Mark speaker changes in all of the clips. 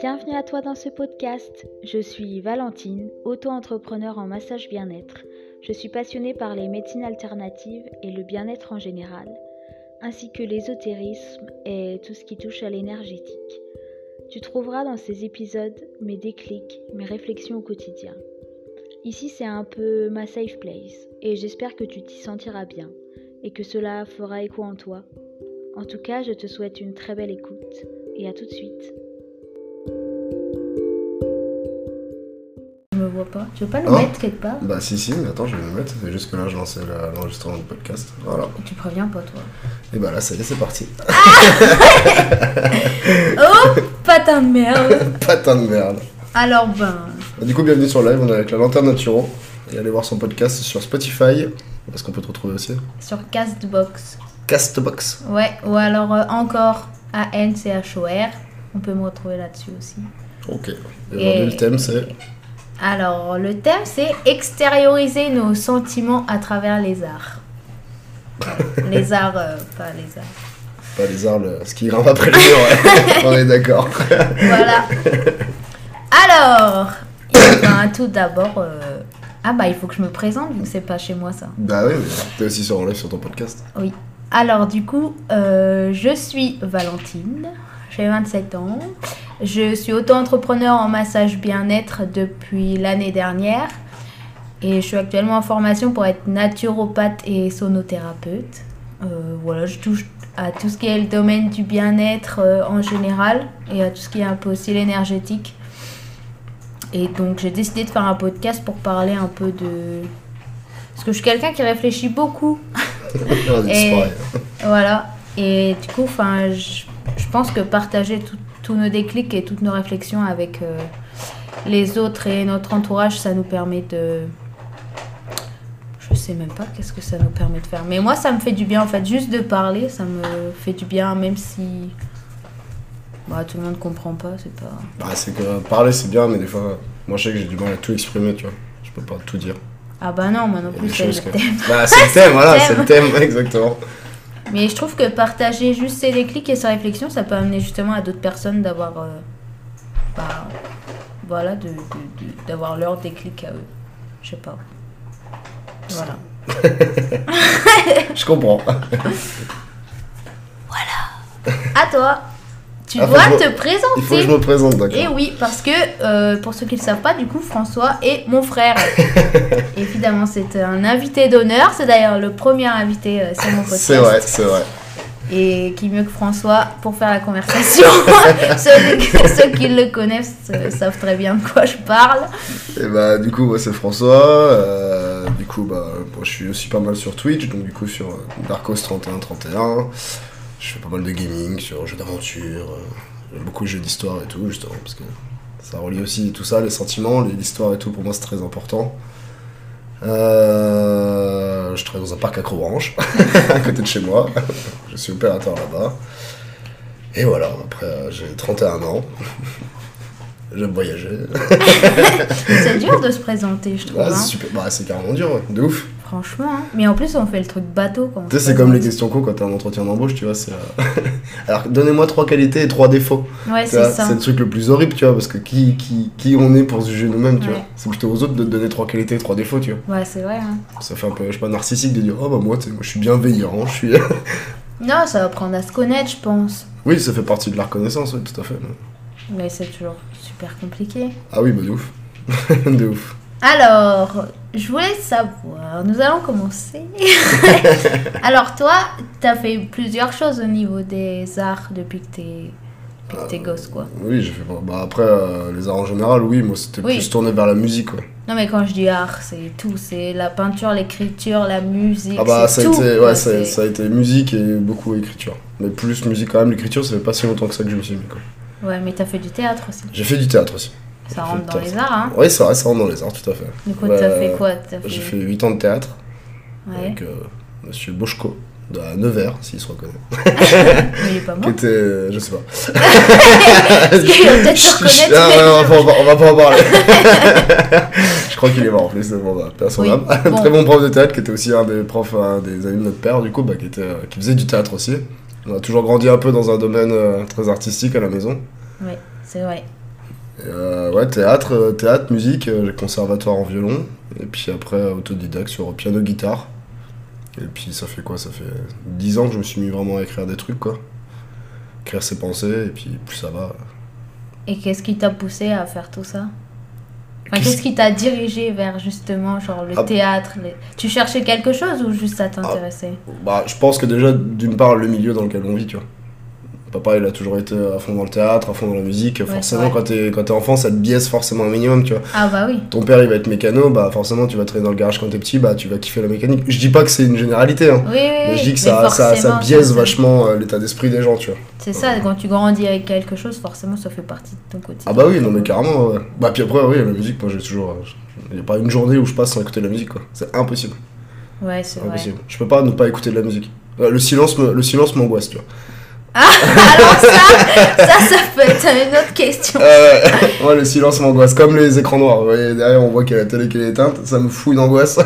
Speaker 1: Bienvenue à toi dans ce podcast. Je suis Valentine, auto-entrepreneur en massage bien-être. Je suis passionnée par les médecines alternatives et le bien-être en général, ainsi que l'ésotérisme et tout ce qui touche à l'énergétique. Tu trouveras dans ces épisodes mes déclics, mes réflexions au quotidien. Ici, c'est un peu ma safe place et j'espère que tu t'y sentiras bien et que cela fera écho en toi. En tout cas, je te souhaite une très belle écoute et à tout de suite.
Speaker 2: Je me vois pas. Tu veux pas le
Speaker 3: Oh.
Speaker 2: mettre quelque part
Speaker 3: Bah si si, mais attends, je vais le mettre, c'est juste que là je lançais la- l'enregistrement du podcast. Voilà.
Speaker 2: Tu préviens pas toi.
Speaker 3: Et bah là ça y est, c'est parti.
Speaker 2: Oh patin de merde
Speaker 3: Patin de merde. Bah,
Speaker 2: Alors ben.
Speaker 3: Du coup, bienvenue sur live, on est avec la Lanterne Naturo. Et allez voir son podcast sur Spotify, parce qu'on peut te retrouver aussi.
Speaker 2: Sur Castbox.
Speaker 3: Castbox.
Speaker 2: Ouais, ou alors euh, encore A-N-C-H-O-R. On peut me retrouver là-dessus aussi.
Speaker 3: Ok. Et
Speaker 2: Et-
Speaker 3: aujourd'hui le thème c'est...
Speaker 2: Alors le thème c'est extérioriser nos sentiments à travers les arts. Ouais, les arts, euh, pas les arts.
Speaker 3: Pas les arts, le... ce qui grimpe après les murs, ouais. on est d'accord.
Speaker 2: Voilà. Alors, eh ben, tout d'abord, euh, ah bah il faut que je me présente vu que c'est pas chez moi ça.
Speaker 3: bah oui, mais t'es aussi sur en live sur ton podcast.
Speaker 2: Alors du coup, euh, je suis Valentine, j'ai 27 ans, je suis auto-entrepreneur en massage bien-être depuis l'année dernière et je suis actuellement en formation pour être naturopathe et sonothérapeute. Euh, voilà, je touche à tout ce qui est le domaine du bien-être euh, en général et à tout ce qui est un peu aussi l'énergétique. Et donc j'ai décidé de faire un podcast pour parler un peu de... Parce que je suis quelqu'un qui réfléchit beaucoup
Speaker 3: on est
Speaker 2: Et-
Speaker 3: pareil.
Speaker 2: voilà. Et du coup, enfin, je je pense que partager tout- tous nos déclics et toutes nos réflexions avec euh, les autres et notre entourage, ça nous permet de. Je sais même pas qu'est-ce que ça nous permet de faire. Mais moi, ça me fait du bien en fait. Juste de parler, ça me fait du bien, même si. Bah, tout le monde comprend pas, c'est pas.
Speaker 3: Bah c'est que parler c'est bien, mais des fois, moi je sais que j'ai du mal à tout exprimer, tu vois. Je peux pas tout dire.
Speaker 2: Ah bah non, moi non
Speaker 3: Il y a
Speaker 2: plus,
Speaker 3: des
Speaker 2: c'est
Speaker 3: choses
Speaker 2: le
Speaker 3: que-
Speaker 2: thème.
Speaker 3: Bah c'est le thème, voilà,
Speaker 2: C'est
Speaker 3: c'est
Speaker 2: le
Speaker 3: le thème, exactement.
Speaker 2: Mais je trouve que partager juste ses déclics et ses réflexions, ça peut amener justement à d'autres personnes d'avoir. euh, bah, voilà, de- de- de- d'avoir leur déclic à eux. Je sais pas. Voilà.
Speaker 3: Je comprends.
Speaker 2: À toi Tu
Speaker 3: Ah, faut
Speaker 2: dois
Speaker 3: que je
Speaker 2: te
Speaker 3: me- Il faut que
Speaker 2: présenter
Speaker 3: je me présente,
Speaker 2: Et
Speaker 3: d'accord.
Speaker 2: oui, parce que euh, pour ceux qui ne le savent pas, du coup, François est mon frère. Évidemment, c'est un invité d'honneur. C'est d'ailleurs le premier invité euh, sur mon podcast.
Speaker 3: C'est vrai, c'est vrai.
Speaker 2: Et qui mieux que François pour faire la conversation ceux, ceux qui le connaissent euh, savent très bien de quoi je parle.
Speaker 3: Et bah du coup, moi c'est François. euh, du coup, bah, moi, je suis aussi pas mal sur Twitch, donc du coup sur euh, Darkos3131. Je fais pas mal de gaming, sur jeux d'aventure, euh, beaucoup de jeux d'histoire et tout, justement, parce que ça relie aussi tout ça, les sentiments, les- l'histoire et tout, pour moi c'est très important. Euh, je travaille dans un parc à Crobranche, à côté de chez moi. Je suis opérateur là-bas. Et voilà, après euh, j'ai 31 ans. J'aime voyager.
Speaker 2: C'est dur de se présenter, je trouve.
Speaker 3: Ah,
Speaker 2: hein.
Speaker 3: c'est super, bah, c'est carrément dur, ouais. de ouf.
Speaker 2: Franchement. hein. Mais en plus, on fait le truc bateau quand on
Speaker 3: Tu sais,
Speaker 2: se
Speaker 3: c'est comme les
Speaker 2: présente.
Speaker 3: questions cons quand t'as un entretien d'embauche, tu vois. c'est euh, Alors, donnez-moi trois qualités et trois défauts.
Speaker 2: Ouais,
Speaker 3: Tu
Speaker 2: c'est
Speaker 3: vois,
Speaker 2: ça.
Speaker 3: C'est le truc le plus horrible, tu vois, parce que qui, qui, qui on est pour se juger nous-mêmes, tu
Speaker 2: Ouais.
Speaker 3: vois. C'est plutôt aux autres de te donner trois qualités et trois défauts, tu vois.
Speaker 2: Ouais, c'est vrai. hein.
Speaker 3: Ça fait un peu, je sais pas, narcissique de dire, oh bah moi, tu sais, moi je suis bienveillant, je suis.
Speaker 2: Non, ça va apprendre à se connaître, je pense.
Speaker 3: oui, ça fait partie de la reconnaissance, oui, tout à fait. mais-
Speaker 2: Mais c'est toujours super compliqué.
Speaker 3: Ah oui, bah de ouf. de ouf.
Speaker 2: Alors, je voulais savoir, nous allons commencer. Alors, toi, t'as fait plusieurs choses au niveau des arts depuis que t'es depuis que t'es
Speaker 3: Euh,
Speaker 2: gosse, quoi.
Speaker 3: Oui, j'ai fait. Bah après, euh, les arts en général, oui, moi c'était
Speaker 2: Oui.
Speaker 3: plus tourné vers la musique, ouais.
Speaker 2: Non, mais quand je dis art, c'est tout. C'est la peinture, l'écriture, la musique.
Speaker 3: Ah bah ça
Speaker 2: c'est
Speaker 3: a,
Speaker 2: tout.
Speaker 3: été,
Speaker 2: quoi,
Speaker 3: ouais, ça,
Speaker 2: c'est-
Speaker 3: ça a été musique et beaucoup écriture. Mais plus musique quand même, l'écriture ça fait pas si longtemps que ça que je me suis mis quoi.
Speaker 2: Ouais, mais t'as fait du théâtre aussi.
Speaker 3: J'ai fait du théâtre aussi.
Speaker 2: Ça
Speaker 3: J'ai
Speaker 2: rentre
Speaker 3: fait
Speaker 2: dans
Speaker 3: du
Speaker 2: les
Speaker 3: théâtre.
Speaker 2: arts, hein.
Speaker 3: Oui ça reste ça rentre dans les arts tout à fait.
Speaker 2: Du coup,
Speaker 3: Ouais,
Speaker 2: t'as fait quoi T'as
Speaker 3: J'ai fait
Speaker 2: fait...
Speaker 3: 8 ans de théâtre
Speaker 2: Ouais.
Speaker 3: avec euh, monsieur Boschko de à Nevers s'il se reconnaît.
Speaker 2: Mais il est pas
Speaker 3: Qui
Speaker 2: mort.
Speaker 3: était... euh, je sais pas.
Speaker 2: Parce qu'il Ah va peut-être se
Speaker 3: Chut, chut,
Speaker 2: reconnaître,
Speaker 3: ah,
Speaker 2: mais-
Speaker 3: non, on, va, pas- on va pas en parler. je crois qu'il est mort en plus, bon, bah, personne
Speaker 2: Oui,
Speaker 3: n'aime.
Speaker 2: bon.
Speaker 3: Très bon prof de théâtre qui était aussi un des profs, un des amis de notre père, du coup, bah, qui, était, euh, qui faisait du théâtre aussi. On a toujours grandi un peu dans un domaine euh, très artistique à la maison.
Speaker 2: Ouais, c'est vrai.
Speaker 3: Et, euh, ouais, théâtre, euh, théâtre, musique, euh, j'ai conservatoire en violon, et puis après autodidacte sur piano, guitare. Et puis ça fait quoi Ça fait 10 ans que je me suis mis vraiment à écrire des trucs, quoi. Écrire ses pensées, et puis plus ça va.
Speaker 2: Et qu'est-ce qui t'a poussé à faire tout ça Enfin,
Speaker 3: Qu'est-ce-
Speaker 2: qu'est-ce qui t'a dirigé vers justement genre le
Speaker 3: Ah.
Speaker 2: théâtre les- Tu cherchais quelque chose ou juste ça t'intéressait
Speaker 3: Bah, je pense que déjà, d'une part, le milieu dans lequel on vit, tu vois. Papa, il a toujours été à fond dans le théâtre, à fond dans la musique. forcément,
Speaker 2: ouais.
Speaker 3: quand t'es quand t'es enfant, ça te biaise forcément un minimum, tu vois.
Speaker 2: ah. bah oui.
Speaker 3: Ton père, il va être mécano, bah forcément, tu vas traîner dans le garage quand t'es petit, bah tu vas kiffer la mécanique. Je dis pas que c'est une généralité, hein.
Speaker 2: Oui, oui.
Speaker 3: Mais
Speaker 2: oui,
Speaker 3: je dis que
Speaker 2: mais
Speaker 3: ça, ça, ça
Speaker 2: forcément,
Speaker 3: biaise
Speaker 2: ça-
Speaker 3: vachement euh, l'état d'esprit des gens, tu vois.
Speaker 2: C'est ça, quand tu grandis avec quelque chose, forcément ça fait partie de ton quotidien.
Speaker 3: Ah bah oui, non mais carrément, ouais. Bah puis après, oui, la musique, moi j'ai toujours... euh, Il n'y a pas une journée où je passe sans écouter de la musique, quoi. C'est impossible,
Speaker 2: Ouais, c'est vrai.
Speaker 3: impossible. Je peux pas ne pas écouter de la musique. Euh, Le silence me- le silence m'angoisse, tu vois.
Speaker 2: Alors ça, ça, ça peut être une autre question.
Speaker 3: Euh, ouais, le silence m'angoisse, comme les écrans noirs. Vous voyez, derrière, on voit qu'il y a la télé qui est éteinte, ça me fout une angoisse.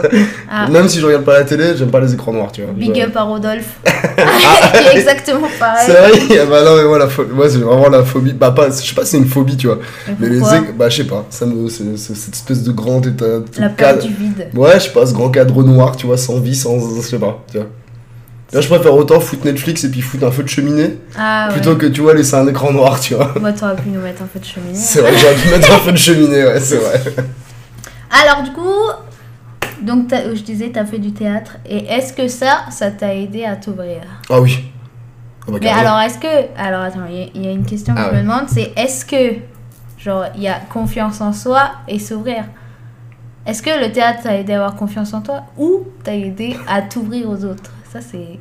Speaker 2: Ah.
Speaker 3: Même si je regarde pas la télé, j'aime pas les écrans noirs, tu vois.
Speaker 2: Big
Speaker 3: Je-
Speaker 2: up à Rodolphe. Qui est exactement pareil.
Speaker 3: C'est vrai, Ah bah non, mais moi, la phobie- moi, c'est vraiment la phobie. Bah, pas, je sais pas si c'est une phobie, tu vois.
Speaker 2: Mais
Speaker 3: Mais les
Speaker 2: pourquoi
Speaker 3: éc- bah, je sais pas, ça me, c'est, c'est- cette espèce de grand état. de
Speaker 2: La peur
Speaker 3: cadre-
Speaker 2: du vide.
Speaker 3: Ouais, je sais pas, ce grand cadre noir, tu vois, sans vie, sans. Je sais pas, tu vois. Là, je préfère autant foutre Netflix et puis foutre un feu de cheminée
Speaker 2: Ah ouais.
Speaker 3: plutôt que, tu vois, laisser un écran noir, tu vois.
Speaker 2: Moi, t'aurais pu nous mettre un peu de cheminée.
Speaker 3: C'est vrai, j'aurais dû mettre un feu de cheminée, ouais, c'est vrai.
Speaker 2: Alors du coup, donc t'as- je disais, t'as fait du théâtre. Et est-ce que ça, ça t'a aidé à t'ouvrir
Speaker 3: Ah oui. Ah bah,
Speaker 2: Mais
Speaker 3: carrément.
Speaker 2: alors est-ce que... Alors attends, il y a- il y, a une question que
Speaker 3: Ah
Speaker 2: je
Speaker 3: ouais.
Speaker 2: me demande, c'est est-ce que, genre, il y a confiance en soi et s'ouvrir Est-ce que le théâtre t'a aidé à avoir confiance en toi ou t'a aidé à t'ouvrir aux autres Ça, c'est...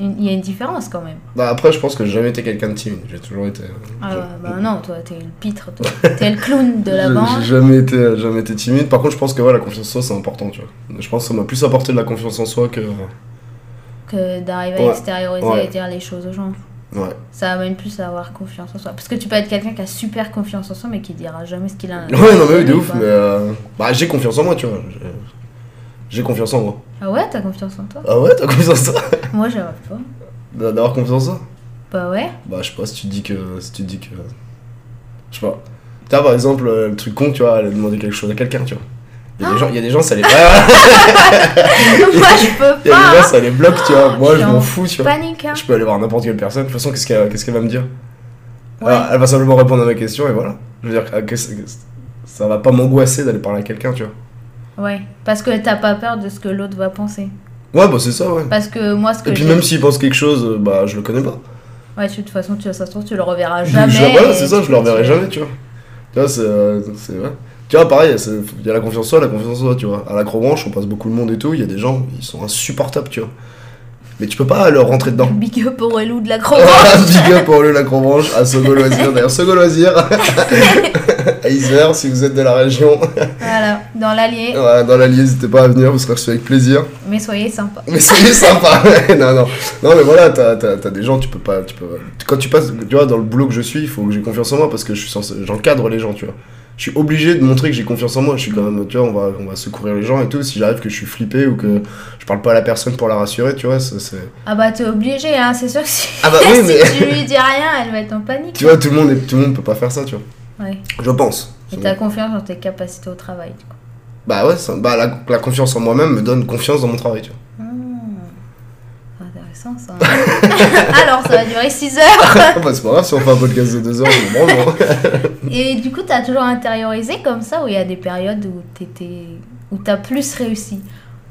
Speaker 2: une- Il y a une différence quand même.
Speaker 3: Bah, après, je pense que j'ai jamais été quelqu'un de timide, j'ai toujours été. euh,
Speaker 2: Ah
Speaker 3: je-
Speaker 2: bah non, toi, t'es le pitre, toi. t'es le clown de la
Speaker 3: Je-
Speaker 2: bande.
Speaker 3: J'ai jamais été, euh, jamais été timide. Par contre, je pense que ouais, la confiance en soi, c'est important, tu vois. Je pense que ça m'a plus apporté de la confiance en soi que. euh,
Speaker 2: que d'arriver
Speaker 3: Ouais,
Speaker 2: à extérioriser
Speaker 3: ouais.
Speaker 2: et dire les choses aux gens.
Speaker 3: Ouais.
Speaker 2: Ça amène plus à avoir confiance en soi. Parce que tu peux être quelqu'un qui a super confiance en soi, mais qui dira jamais ce qu'il a. à l'intérieur
Speaker 3: Ouais, non, mais oui,
Speaker 2: de
Speaker 3: de
Speaker 2: lui,
Speaker 3: ouf,
Speaker 2: Ah, quoi.
Speaker 3: mais. euh, Bah, j'ai confiance en moi, tu vois. J'ai- J'ai confiance en moi.
Speaker 2: Ah ouais, t'as confiance en toi
Speaker 3: Ah ouais, t'as confiance en toi
Speaker 2: Moi, j'arrive pas.
Speaker 3: D'a- D'avoir confiance en soi
Speaker 2: Bah ouais.
Speaker 3: Bah, je sais pas si tu te dis que. Si tu te dis que. Je sais pas. Tu vois, par exemple, euh, le truc con, tu vois, aller demander quelque chose à quelqu'un, tu vois. Il y a des gens- il y a des gens, ça les. Ouais, ouais,
Speaker 2: Moi, je peux
Speaker 3: Il y a
Speaker 2: pas.
Speaker 3: des gens,
Speaker 2: hein.
Speaker 3: ça les bloque, tu vois. Moi,
Speaker 2: Je
Speaker 3: je
Speaker 2: suis en
Speaker 3: m'en fous, tu vois.
Speaker 2: Panique, hein.
Speaker 3: Je peux aller voir n'importe quelle personne. De toute façon, qu'est-ce qu'elle qu'est-ce qu'elle va me dire
Speaker 2: Ouais.
Speaker 3: Alors, elle va simplement répondre à ma question et voilà. Je veux dire, ah, que ça- que ça va pas m'angoisser d'aller parler à quelqu'un, tu vois.
Speaker 2: Ouais. Parce que t'as pas peur de ce que l'autre va penser.
Speaker 3: Ouais, bah c'est ça, ouais.
Speaker 2: Parce que moi, ce que.
Speaker 3: Et puis
Speaker 2: j'ai-
Speaker 3: même s'il pense quelque chose, euh, bah je le connais pas.
Speaker 2: Ouais, tu- de toute façon, tu, ça se trouve, tu le reverras
Speaker 3: Je-
Speaker 2: jamais.
Speaker 3: je, ouais,
Speaker 2: et
Speaker 3: c'est ça,
Speaker 2: tu-
Speaker 3: je le reverrai
Speaker 2: tu-
Speaker 3: jamais, tu vois. Tu vois, c'est euh, c'est vrai. Tu vois, pareil, c'est- il y a la confiance en soi, la confiance en soi, tu vois. À l'acrobranche, on passe beaucoup le monde et tout, il y a des gens, ils sont insupportables, tu vois. Mais tu peux pas leur rentrer dedans.
Speaker 2: Big up au relou de la
Speaker 3: Big up pour le l'acrobranche à Sogo Loisir, d'ailleurs Sogo Loisir, à Isère, si vous êtes de la région,
Speaker 2: voilà, dans l'allier.
Speaker 3: Voilà, dans l'Allier, n'hésitez pas à venir, vous serez reçus avec plaisir.
Speaker 2: Mais soyez sympa.
Speaker 3: Mais c'est sympa. non, non. Non, mais voilà, t'as, t'as, t'as des gens, tu peux pas. Tu peux... Quand tu passes, tu vois, dans le boulot que je suis, il faut que j'ai confiance en moi parce que je suis censé- j'encadre les gens, tu vois. Je suis obligé de montrer que j'ai confiance en moi. Je suis quand même, tu vois, on va, on va secourir les gens et tout. Si j'arrive que je suis flippé ou que je parle pas à la personne pour la rassurer, tu vois, ça, c'est.
Speaker 2: Ah bah t'es obligé, hein, c'est sûr que si,
Speaker 3: Ah bah oui,
Speaker 2: si
Speaker 3: mais-
Speaker 2: tu lui dis rien, elle va être en panique.
Speaker 3: Tu vois, tout le monde, est- tout le monde peut pas faire ça, tu vois.
Speaker 2: Ouais.
Speaker 3: Je pense.
Speaker 2: Et t'as confiance dans tes capacités au travail. du coup.
Speaker 3: Bah ouais, ça- bah, la, la confiance en moi-même me donne confiance dans mon travail, tu vois.
Speaker 2: Hmm. C'est Intéressant ça. hein. Alors ça va durer 6 heures.
Speaker 3: Ah bah, c'est pas grave si on fait un podcast de deux heures, je me branle, hein. moi.
Speaker 2: Et du coup t'as toujours intériorisé comme ça ou il y a des périodes où t'étais où t'as plus réussi.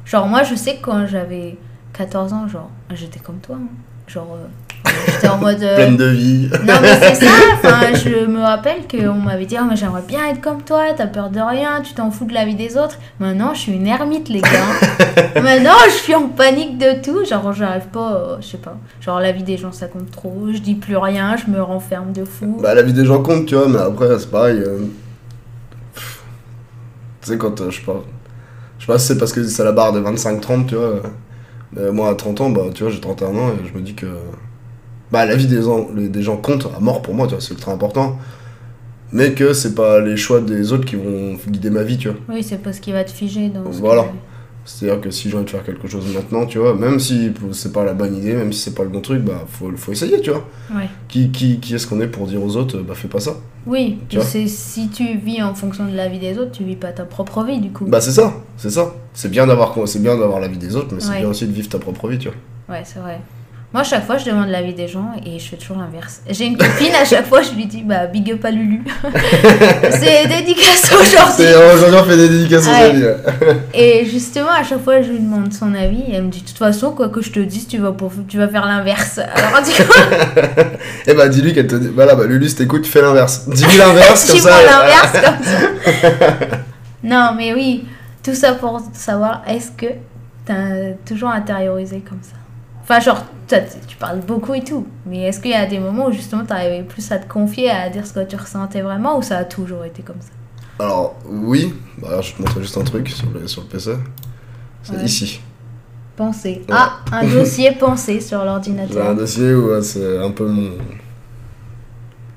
Speaker 2: Genre moi je sais que quand j'avais 14 ans, genre j'étais comme toi. hein. Genre euh, j'étais en mode. euh,
Speaker 3: Pleine de vie.
Speaker 2: Non mais c'est ça, enfin, je me rappelle qu'on m'avait dit oh, mais j'aimerais bien être comme toi, t'as peur de rien, tu t'en fous de la vie des autres. Maintenant je suis une ermite les gars. Maintenant je suis en panique de tout, genre j'arrive pas, euh, je sais pas, genre la vie des gens ça compte trop, je dis plus rien, je me renferme de fou.
Speaker 3: Bah, la vie des gens compte, tu vois, mais après, c'est pareil. euh, pff, Tu sais, quand euh, je sais pas. Je sais pas si c'est parce que c'est la barre de 25-30, tu vois. euh, mais moi, à 30 ans, bah, tu vois, j'ai 31 ans et je me dis que. Bah, la vie des, en- les- des gens compte à mort pour moi, tu vois, c'est ultra important. Mais que c'est pas les choix des autres qui vont guider ma vie, tu vois.
Speaker 2: Oui c'est parce qu'il va te figer euh, dans ce
Speaker 3: Voilà.
Speaker 2: que-
Speaker 3: C'est-à-dire que si j'ai envie de faire quelque chose maintenant, tu vois, même si c'est pas la bonne idée, même si c'est pas le bon truc, bah faut, faut essayer, tu vois.
Speaker 2: Ouais.
Speaker 3: Qui, qui, qui est-ce qu'on est pour dire aux autres, bah fais pas ça
Speaker 2: Oui,
Speaker 3: Tu vois
Speaker 2: c'est si tu vis en fonction de la vie des autres, tu vis pas ta propre vie du coup.
Speaker 3: Bah c'est ça, c'est ça. C'est bien d'avoir c'est bien d'avoir la vie des autres, mais c'est
Speaker 2: Ouais.
Speaker 3: bien aussi de vivre ta propre vie, tu vois.
Speaker 2: Ouais, c'est vrai. Moi, à chaque fois, je demande l'avis des gens et je fais toujours l'inverse. J'ai une copine, à chaque fois, je lui dis bah big up à Lulu. c'est dédicace aujourd'hui.
Speaker 3: C'est aujourd'hui on fait des dédicaces aux
Speaker 2: Ouais.
Speaker 3: amis, ouais.
Speaker 2: Et justement, à chaque fois, je lui demande son avis et elle me dit de toute façon, quoi que je te dise, tu vas, pour... tu vas faire l'inverse. Alors, du coup,
Speaker 3: Et bah dis-lui qu'elle te dit, voilà, bah Lulu, si t'écoutes, fais l'inverse. Dis-lui l'inverse comme
Speaker 2: tu
Speaker 3: ça.
Speaker 2: prends
Speaker 3: euh, elle-
Speaker 2: l'inverse comme ça. non, mais oui, tout ça pour savoir est-ce que t'as toujours intériorisé comme ça Enfin, genre, toi, tu- tu parles beaucoup et tout, mais est-ce qu'il y a des moments où justement t'arrivais plus à te confier, à dire ce que tu ressentais vraiment, ou ça a toujours été comme ça
Speaker 3: Alors oui, bah alors, je vais te montrer juste un truc sur le, sur le PC. C'est
Speaker 2: Ouais.
Speaker 3: ici.
Speaker 2: Penser. Ah, un dossier pensé sur
Speaker 3: J'ai un
Speaker 2: l'ordinateur.
Speaker 3: dossier où euh, c'est un peu mon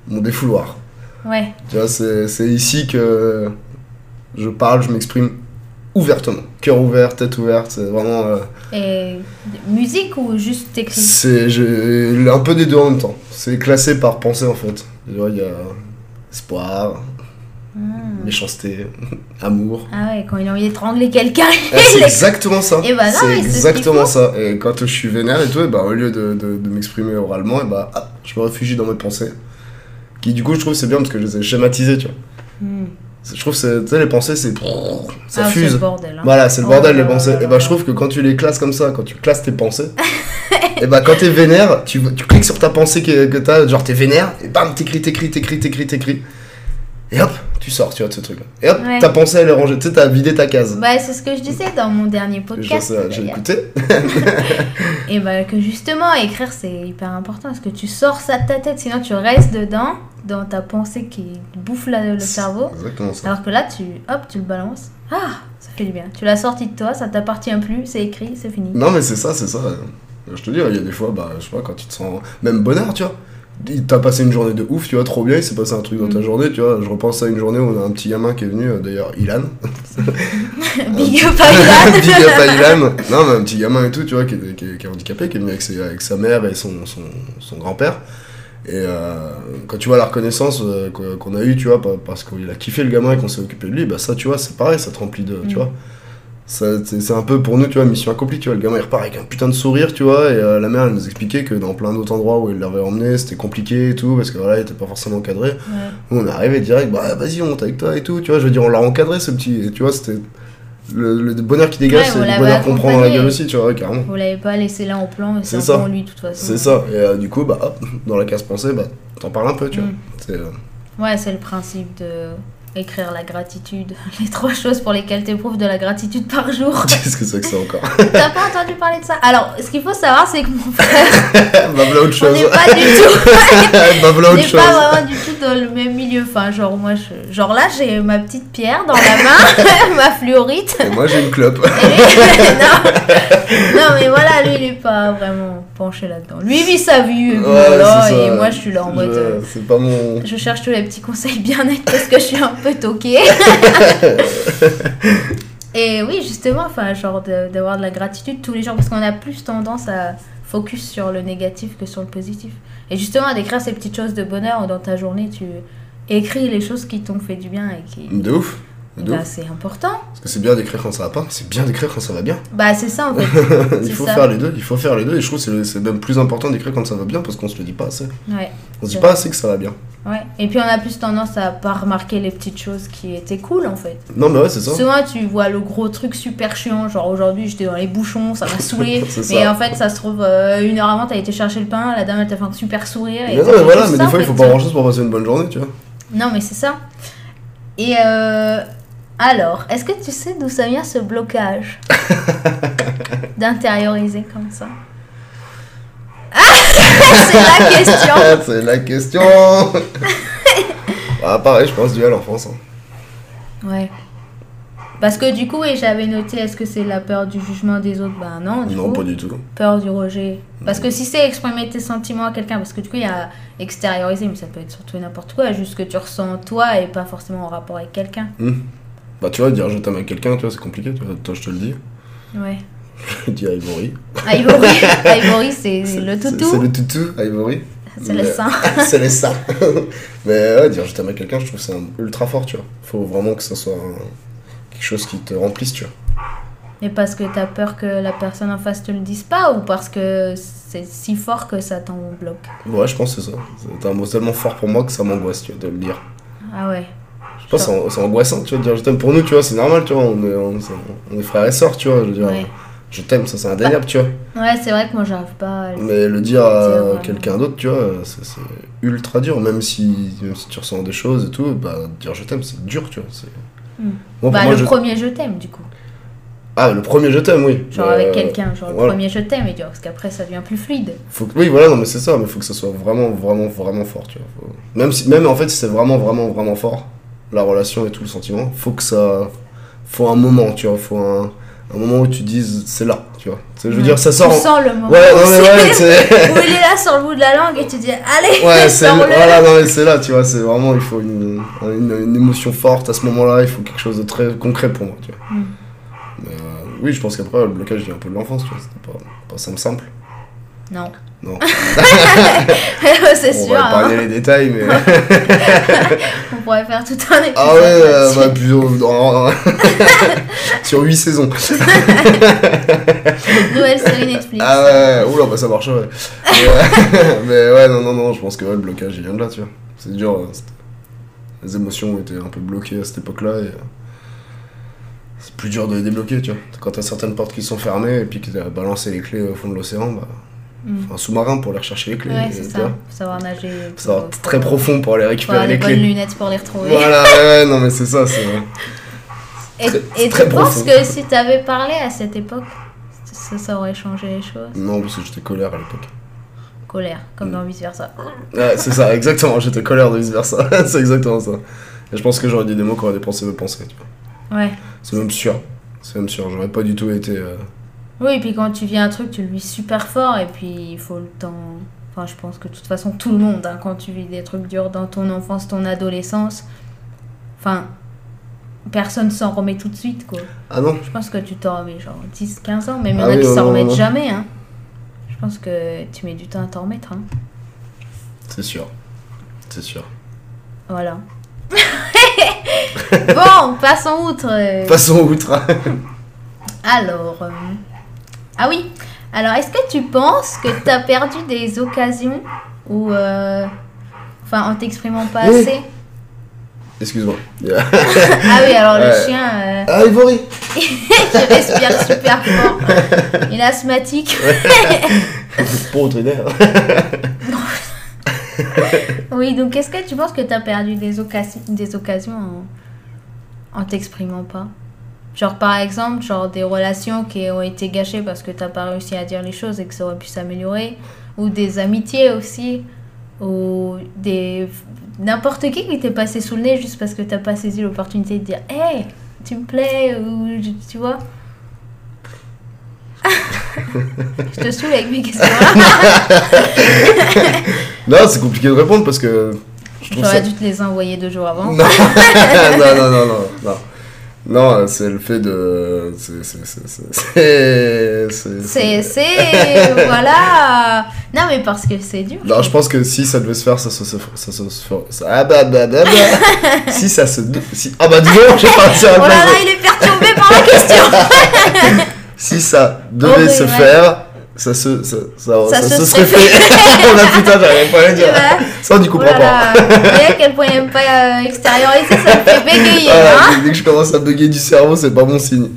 Speaker 3: mon défouloir.
Speaker 2: Ouais,
Speaker 3: Tu vois, c'est c'est ici que je parle, je m'exprime ouvertement. Cœur ouvert, tête ouverte, c'est vraiment. euh,
Speaker 2: et musique ou juste t'écris
Speaker 3: c'est j'ai un peu des deux en même temps. C'est classé par pensée en fait. Tu vois, il y a espoir,
Speaker 2: Hmm.
Speaker 3: méchanceté, amour.
Speaker 2: Ah ouais, quand il a envie d'étrangler quelqu'un,
Speaker 3: Eh, c'est
Speaker 2: il est-
Speaker 3: exactement ça.
Speaker 2: Eh ben non, mais c'est ce
Speaker 3: c'est
Speaker 2: qu'il
Speaker 3: exactement ça. Et quand je suis vénère et tout, eh ben, au lieu de, de- de m'exprimer oralement, eh ben, ah, je me réfugie dans mes pensées. Qui du coup, je trouve c'est bien parce que je les ai schématisées, tu vois.
Speaker 2: Hmm.
Speaker 3: C'est- Je trouve que tu sais, les pensées, c'est. Ça
Speaker 2: Ah, c'est
Speaker 3: fuse. Bah.
Speaker 2: le bordel. hein.
Speaker 3: Voilà, c'est le
Speaker 2: Oh
Speaker 3: bordel
Speaker 2: là
Speaker 3: les
Speaker 2: là
Speaker 3: pensées.
Speaker 2: là
Speaker 3: Et
Speaker 2: là
Speaker 3: bah je
Speaker 2: là.
Speaker 3: trouve que quand tu les classes comme ça, quand tu classes tes pensées, et bah quand t'es vénère, tu, tu cliques sur ta pensée que, que t'as, genre t'es vénère, et bam, t'écris, t'écris, t'écris, t'écris, t'écris. Et hop, tu sors, tu vois, de ce truc-là. Et hop,
Speaker 2: Ouais.
Speaker 3: ta pensée elle est rangée, tu sais, t'as vidé ta case.
Speaker 2: Bah, c'est ce que je disais dans mon dernier
Speaker 3: Je
Speaker 2: podcast.
Speaker 3: sais, J'ai
Speaker 2: d'ailleurs.
Speaker 3: écouté.
Speaker 2: Et bah, que justement, écrire c'est hyper important parce que tu sors ça de ta tête, sinon tu restes dedans, dans ta pensée qui bouffe la- le cerveau.
Speaker 3: Exactement ça.
Speaker 2: Alors que là, tu hop, tu le balances. Ah, ça fait du bien. Tu l'as sorti de toi, ça t'appartient plus, c'est écrit, c'est fini.
Speaker 3: Non mais c'est ça, c'est ça. Je te dis, il y a des fois, bah je sais pas, quand tu te sens même bonheur, tu vois. T'as passé une journée de ouf, tu vois, trop bien, il s'est passé un truc dans ta
Speaker 2: Mm.
Speaker 3: journée, tu vois. Je repense à une journée où on a un petit gamin qui est venu, euh, d'ailleurs, Ilan.
Speaker 2: Big up à Ilan.
Speaker 3: Big up à Ilan. Non, mais un petit gamin et tout, tu vois, qui est, qui est- qui est handicapé, qui est venu avec, ses- avec sa mère et son, son, son grand-père. Et euh, quand tu vois la reconnaissance euh, qu'on qu'on a eue, tu vois, pa- parce qu'il a kiffé le gamin et qu'on s'est occupé de lui, bah ça, tu vois, c'est pareil, ça te remplit de. Tu
Speaker 2: Mm.
Speaker 3: vois. Ça, C'est c'est un peu pour nous, tu vois, mission accomplie, tu vois. Le gamin il repart avec un putain de sourire, tu vois, et euh, la mère elle nous expliquait que dans plein d'autres endroits où il l'avait emmené, c'était compliqué et tout, parce que voilà, il était pas forcément encadré.
Speaker 2: Ouais.
Speaker 3: Nous, on est arrivé direct, bah vas-y, on monte avec toi et tout, tu vois, je veux dire, on l'a encadré ce petit, et tu vois, c'était le, le bonheur qui dégage,
Speaker 2: Ouais, on
Speaker 3: c'est le
Speaker 2: l'avait
Speaker 3: bonheur qu'on prend dans la
Speaker 2: accompagné.
Speaker 3: gueule aussi, tu vois, ouais, carrément.
Speaker 2: Vous l'avez pas laissé là en plan,
Speaker 3: C'est
Speaker 2: c'est
Speaker 3: ça.
Speaker 2: en lui de toute façon.
Speaker 3: C'est ça, et euh, du coup, bah hop, dans la case pensée, bah t'en parles un peu, tu vois.
Speaker 2: Mm.
Speaker 3: C'est, euh,
Speaker 2: Ouais, c'est le principe de écrire la gratitude, les trois choses pour lesquelles t'éprouves de la gratitude par jour.
Speaker 3: Qu'est-ce que c'est que ça encore
Speaker 2: T'as pas entendu parler de ça Alors, ce qu'il faut savoir, c'est que mon frère,
Speaker 3: Bah voilà autre
Speaker 2: on
Speaker 3: chose.
Speaker 2: n'est pas du tout,
Speaker 3: Bah voilà
Speaker 2: on
Speaker 3: autre
Speaker 2: n'est
Speaker 3: chose.
Speaker 2: pas vraiment du tout dans le même milieu. Enfin, genre moi, je- genre là, j'ai ma petite pierre dans la main, ma fluorite.
Speaker 3: Et moi j'ai une clope.
Speaker 2: Et lui- non. non, mais voilà, lui, il est pas vraiment penché là-dedans. Lui, il vit sa vie, et puis
Speaker 3: Ouais,
Speaker 2: voilà,
Speaker 3: c'est ça.
Speaker 2: et moi, je suis là en mode. euh,
Speaker 3: Je- C'est pas mon.
Speaker 2: Je cherche tous les petits conseils bien-être parce que je suis un peu toquée. Et oui, justement, enfin, genre de- d'avoir de, la gratitude tous les jours parce qu'on a plus tendance à focus sur le négatif que sur le positif. Et justement, d'écrire ces petites choses de bonheur dans ta journée, tu écris les choses qui t'ont fait du bien et qui.
Speaker 3: De ouf. De
Speaker 2: Bah,
Speaker 3: ouf.
Speaker 2: c'est important.
Speaker 3: Parce que c'est bien d'écrire quand ça va pas, c'est bien d'écrire quand ça va bien.
Speaker 2: Bah, c'est ça en fait.
Speaker 3: il
Speaker 2: C'est
Speaker 3: faut
Speaker 2: ça.
Speaker 3: faire les deux, il faut faire les deux, et je trouve que c'est- c'est même plus important d'écrire quand ça va bien parce qu'on se le dit pas assez.
Speaker 2: Ouais.
Speaker 3: On se dit
Speaker 2: C'est
Speaker 3: pas assez que ça va bien.
Speaker 2: Ouais. Et puis, on a plus tendance à pas remarquer les petites choses qui étaient cool en fait.
Speaker 3: Non, mais ouais, c'est ça.
Speaker 2: Souvent, tu vois le gros truc super chiant, genre aujourd'hui j'étais dans les bouchons, ça m'a saoulé.
Speaker 3: C'est
Speaker 2: mais
Speaker 3: ça.
Speaker 2: en fait, ça se trouve, euh, une heure avant, t'as été chercher le pain, la dame elle t'a fait un super sourire.
Speaker 3: Mais
Speaker 2: Et
Speaker 3: non,
Speaker 2: t'as
Speaker 3: mais
Speaker 2: fait
Speaker 3: voilà,
Speaker 2: tout
Speaker 3: mais
Speaker 2: ça,
Speaker 3: des fois,
Speaker 2: en
Speaker 3: il faut
Speaker 2: fait.
Speaker 3: pas grand chose pour passer une bonne journée, tu vois.
Speaker 2: Non, mais c'est ça. Et euh, alors, est-ce que tu sais d'où ça vient ce blocage D'intérioriser comme ça Ah C'est la question
Speaker 3: Ah, c'est la question Bah, pareil, je pense, duel en France. hein.
Speaker 2: Ouais. Parce que du coup, et j'avais noté, est-ce que c'est la peur du jugement des autres Ben non, du
Speaker 3: Non,
Speaker 2: coup.
Speaker 3: pas du tout.
Speaker 2: peur du rejet. Parce que si c'est exprimer tes sentiments à quelqu'un, parce que du coup, il y a extérioriser, mais ça peut être surtout n'importe quoi, juste ce que tu ressens toi et pas forcément en rapport avec quelqu'un.
Speaker 3: Hmm. Bah, tu vois, dire je t'aime à quelqu'un, tu vois, c'est compliqué, tu vois, toi, je te le dis.
Speaker 2: Ouais.
Speaker 3: Je dis Ivory.
Speaker 2: Ivory, Ivory c'est le
Speaker 3: C'est
Speaker 2: toutou.
Speaker 3: le toutou, Ivory.
Speaker 2: C'est le
Speaker 3: Mais-
Speaker 2: sein.
Speaker 3: c'est les seins. Mais ouais, dire je t'aime à quelqu'un, je trouve que c'est un- ultra fort, tu vois. Faut vraiment que ça soit un- quelque chose qui te remplisse, tu vois.
Speaker 2: Mais parce que t'as peur que la personne en face te le dise pas ou parce que c'est si fort que ça t'en bloque
Speaker 3: Ouais, je pense que c'est ça. C'est un mot tellement fort pour moi que ça m'angoisse, tu vois, de le dire.
Speaker 2: Ah ouais.
Speaker 3: Je pense que c'est c'est angoissant, tu vois, de dire je t'aime pour nous, tu vois, c'est normal, tu vois, on est, on, c'est- on est frères et sœurs, tu vois. Je veux dire,
Speaker 2: Ouais,
Speaker 3: je t'aime, ça c'est indéniable, tu vois.
Speaker 2: ouais c'est vrai que moi j'arrive pas à le-
Speaker 3: Mais le dire
Speaker 2: Dire,
Speaker 3: à
Speaker 2: vraiment.
Speaker 3: quelqu'un d'autre, tu vois, c'est c'est ultra dur, même si, même si tu ressens des choses et tout, bah, dire je t'aime, c'est dur, tu vois. c'est-
Speaker 2: Hmm.
Speaker 3: Moi, pour
Speaker 2: bah,
Speaker 3: moi,
Speaker 2: le
Speaker 3: je-
Speaker 2: premier je t'aime du coup.
Speaker 3: Ah, le premier je t'aime, oui.
Speaker 2: Genre
Speaker 3: Mais,
Speaker 2: avec
Speaker 3: euh,
Speaker 2: quelqu'un, genre le
Speaker 3: voilà.
Speaker 2: premier je t'aime et tu vois, parce qu'après ça devient plus fluide.
Speaker 3: Faut que- Oui, voilà, non, mais c'est ça, mais faut que ça soit vraiment, vraiment, vraiment fort, tu vois. Faut- Même, si, même en fait, si c'est vraiment, vraiment, vraiment fort, la relation et tout le sentiment, faut que ça. Faut un moment, tu vois, faut un, un moment où tu dises c'est là, tu vois. Tu sais, Je veux
Speaker 2: Ouais.
Speaker 3: dire, ça sort.
Speaker 2: Tu
Speaker 3: en-
Speaker 2: sens le moment
Speaker 3: Ouais, non, mais ouais, c'est.
Speaker 2: où il est là sur le bout de la langue et tu dis allez,
Speaker 3: Ouais, c'est
Speaker 2: sors-le.
Speaker 3: voilà, non, mais c'est là, tu vois, c'est vraiment, il faut une, une, une émotion forte à ce moment-là, il faut quelque chose de très concret pour moi, tu vois.
Speaker 2: Mm.
Speaker 3: Mais, euh, oui, je pense qu'après, le blocage vient un peu de l'enfance, tu vois, c'était pas, pas simple, simple.
Speaker 2: Non.
Speaker 3: Non,
Speaker 2: c'est
Speaker 3: on
Speaker 2: sûr.
Speaker 3: va
Speaker 2: hein.
Speaker 3: épargner les détails, mais.
Speaker 2: On pourrait faire tout un épisode.
Speaker 3: Ah ouais, euh,
Speaker 2: là-dessus.
Speaker 3: bah, plus- oh, oh, oh. sur 8 saisons.
Speaker 2: Nouvelle série Netflix.
Speaker 3: bah, Ah ouais, oula, bah ça marche, ouais. Mais, euh, mais ouais, non, non, non, je pense que ouais, le blocage il vient de là, tu vois. C'est dur. euh, c'est- Les émotions étaient un peu bloquées à cette époque-là et. euh, C'est plus dur de les débloquer, tu vois. Quand t'as certaines portes qui sont fermées et puis que t'as balancé les clés au fond de l'océan, bah.
Speaker 2: Mm.
Speaker 3: faut Un sous-marin pour aller rechercher les clés.
Speaker 2: Ouais,
Speaker 3: et-
Speaker 2: c'est
Speaker 3: tu
Speaker 2: ça.
Speaker 3: vois.
Speaker 2: Faut savoir nager.
Speaker 3: Ça va être très profond pour aller
Speaker 2: Faut
Speaker 3: récupérer
Speaker 2: avoir des
Speaker 3: les
Speaker 2: bonnes
Speaker 3: clés.
Speaker 2: lunettes pour les retrouver.
Speaker 3: Voilà, ouais, ouais, non, mais c'est ça, c'est. euh,
Speaker 2: Et,
Speaker 3: Très-
Speaker 2: et
Speaker 3: très
Speaker 2: tu penses
Speaker 3: profond.
Speaker 2: que si t'avais parlé à cette époque, ça, ça aurait changé les choses
Speaker 3: Non, parce que j'étais colère à l'époque.
Speaker 2: Colère, comme
Speaker 3: Mm.
Speaker 2: dans vice versa.
Speaker 3: Ouais, c'est ça, exactement. J'étais colère de vice versa. c'est exactement ça. Et je pense que j'aurais dit des mots qui auraient dépensé mes pensées. tu vois.
Speaker 2: Ouais.
Speaker 3: C'est même sûr. C'est même sûr. J'aurais pas du tout été. euh,
Speaker 2: Oui, et puis quand tu vis un truc, tu le vis super fort et puis il faut le temps. Enfin, je pense que de toute façon, tout le monde, hein, quand tu vis des trucs durs dans ton enfance, ton adolescence, enfin, personne s'en remet tout de suite, quoi.
Speaker 3: Ah non
Speaker 2: Je pense que tu t'en remets genre 10, 15 ans, même il y
Speaker 3: Ah
Speaker 2: en a
Speaker 3: oui,
Speaker 2: qui
Speaker 3: non,
Speaker 2: s'en
Speaker 3: non,
Speaker 2: remettent
Speaker 3: non.
Speaker 2: jamais, hein. Je pense que tu mets du temps à t'en remettre, hein.
Speaker 3: C'est sûr. C'est sûr.
Speaker 2: Voilà. bon, passons outre. euh,
Speaker 3: Passons outre.
Speaker 2: Alors, euh, ah oui. Alors, est-ce que tu penses que tu as perdu des occasions ou, euh, enfin, en t'exprimant pas
Speaker 3: Oui.
Speaker 2: assez
Speaker 3: Excuse-moi.
Speaker 2: Ah oui, alors le
Speaker 3: Ouais.
Speaker 2: chien, euh,
Speaker 3: Ah, Ivory
Speaker 2: il respire super fort. Il est asthmatique.
Speaker 3: Pour autre idée.
Speaker 2: Oui, donc est-ce que tu penses que tu as perdu des, occasions des occasions en, en t'exprimant pas Genre par exemple, genre des relations qui ont été gâchées parce que t'as pas réussi à dire les choses et que ça aurait pu s'améliorer, ou des amitiés aussi, ou des n'importe qui qui t'est passé sous le nez juste parce que t'as pas saisi l'opportunité de dire hey tu me plais ou je- tu vois. je te saoule avec mes questions.
Speaker 3: Non, c'est compliqué de répondre parce que. Je trouve ça.
Speaker 2: J'aurais dû hein. te les envoyer deux jours avant.
Speaker 3: Non. non, non, non, non, non. Non, euh, c'est le fait de. C'est. c'est- c'est- c'est- c'est- c'est-
Speaker 2: C'est, c'est, voilà. Non, mais parce que c'est dur.
Speaker 3: Non, je pense que si ça devait se faire, ça se. Ça, se- ça, se- ça- ah bah bah bah bah. si ça se. Si, ah bah dis donc, j'ai pas réussi à
Speaker 2: Oh là
Speaker 3: le
Speaker 2: là,
Speaker 3: placer.
Speaker 2: il est perturbé par la question.
Speaker 3: Si ça devait
Speaker 2: Oh, oui,
Speaker 3: se
Speaker 2: ouais.
Speaker 3: faire, ça se. Ça, ça,
Speaker 2: Ça
Speaker 3: ça
Speaker 2: se
Speaker 3: se
Speaker 2: serait
Speaker 3: serait fait. là putain, j'arrive pas à le dire.
Speaker 2: Voilà.
Speaker 3: Ça, on n'y
Speaker 2: Oh
Speaker 3: comprend
Speaker 2: là
Speaker 3: pas.
Speaker 2: là. Vous voyez à quel point il aime pas euh, extérioriser, ça me fait bégayer.
Speaker 3: Voilà,
Speaker 2: hein.
Speaker 3: Ah, dès- dès que je commence à bugger du cerveau, c'est pas bon signe.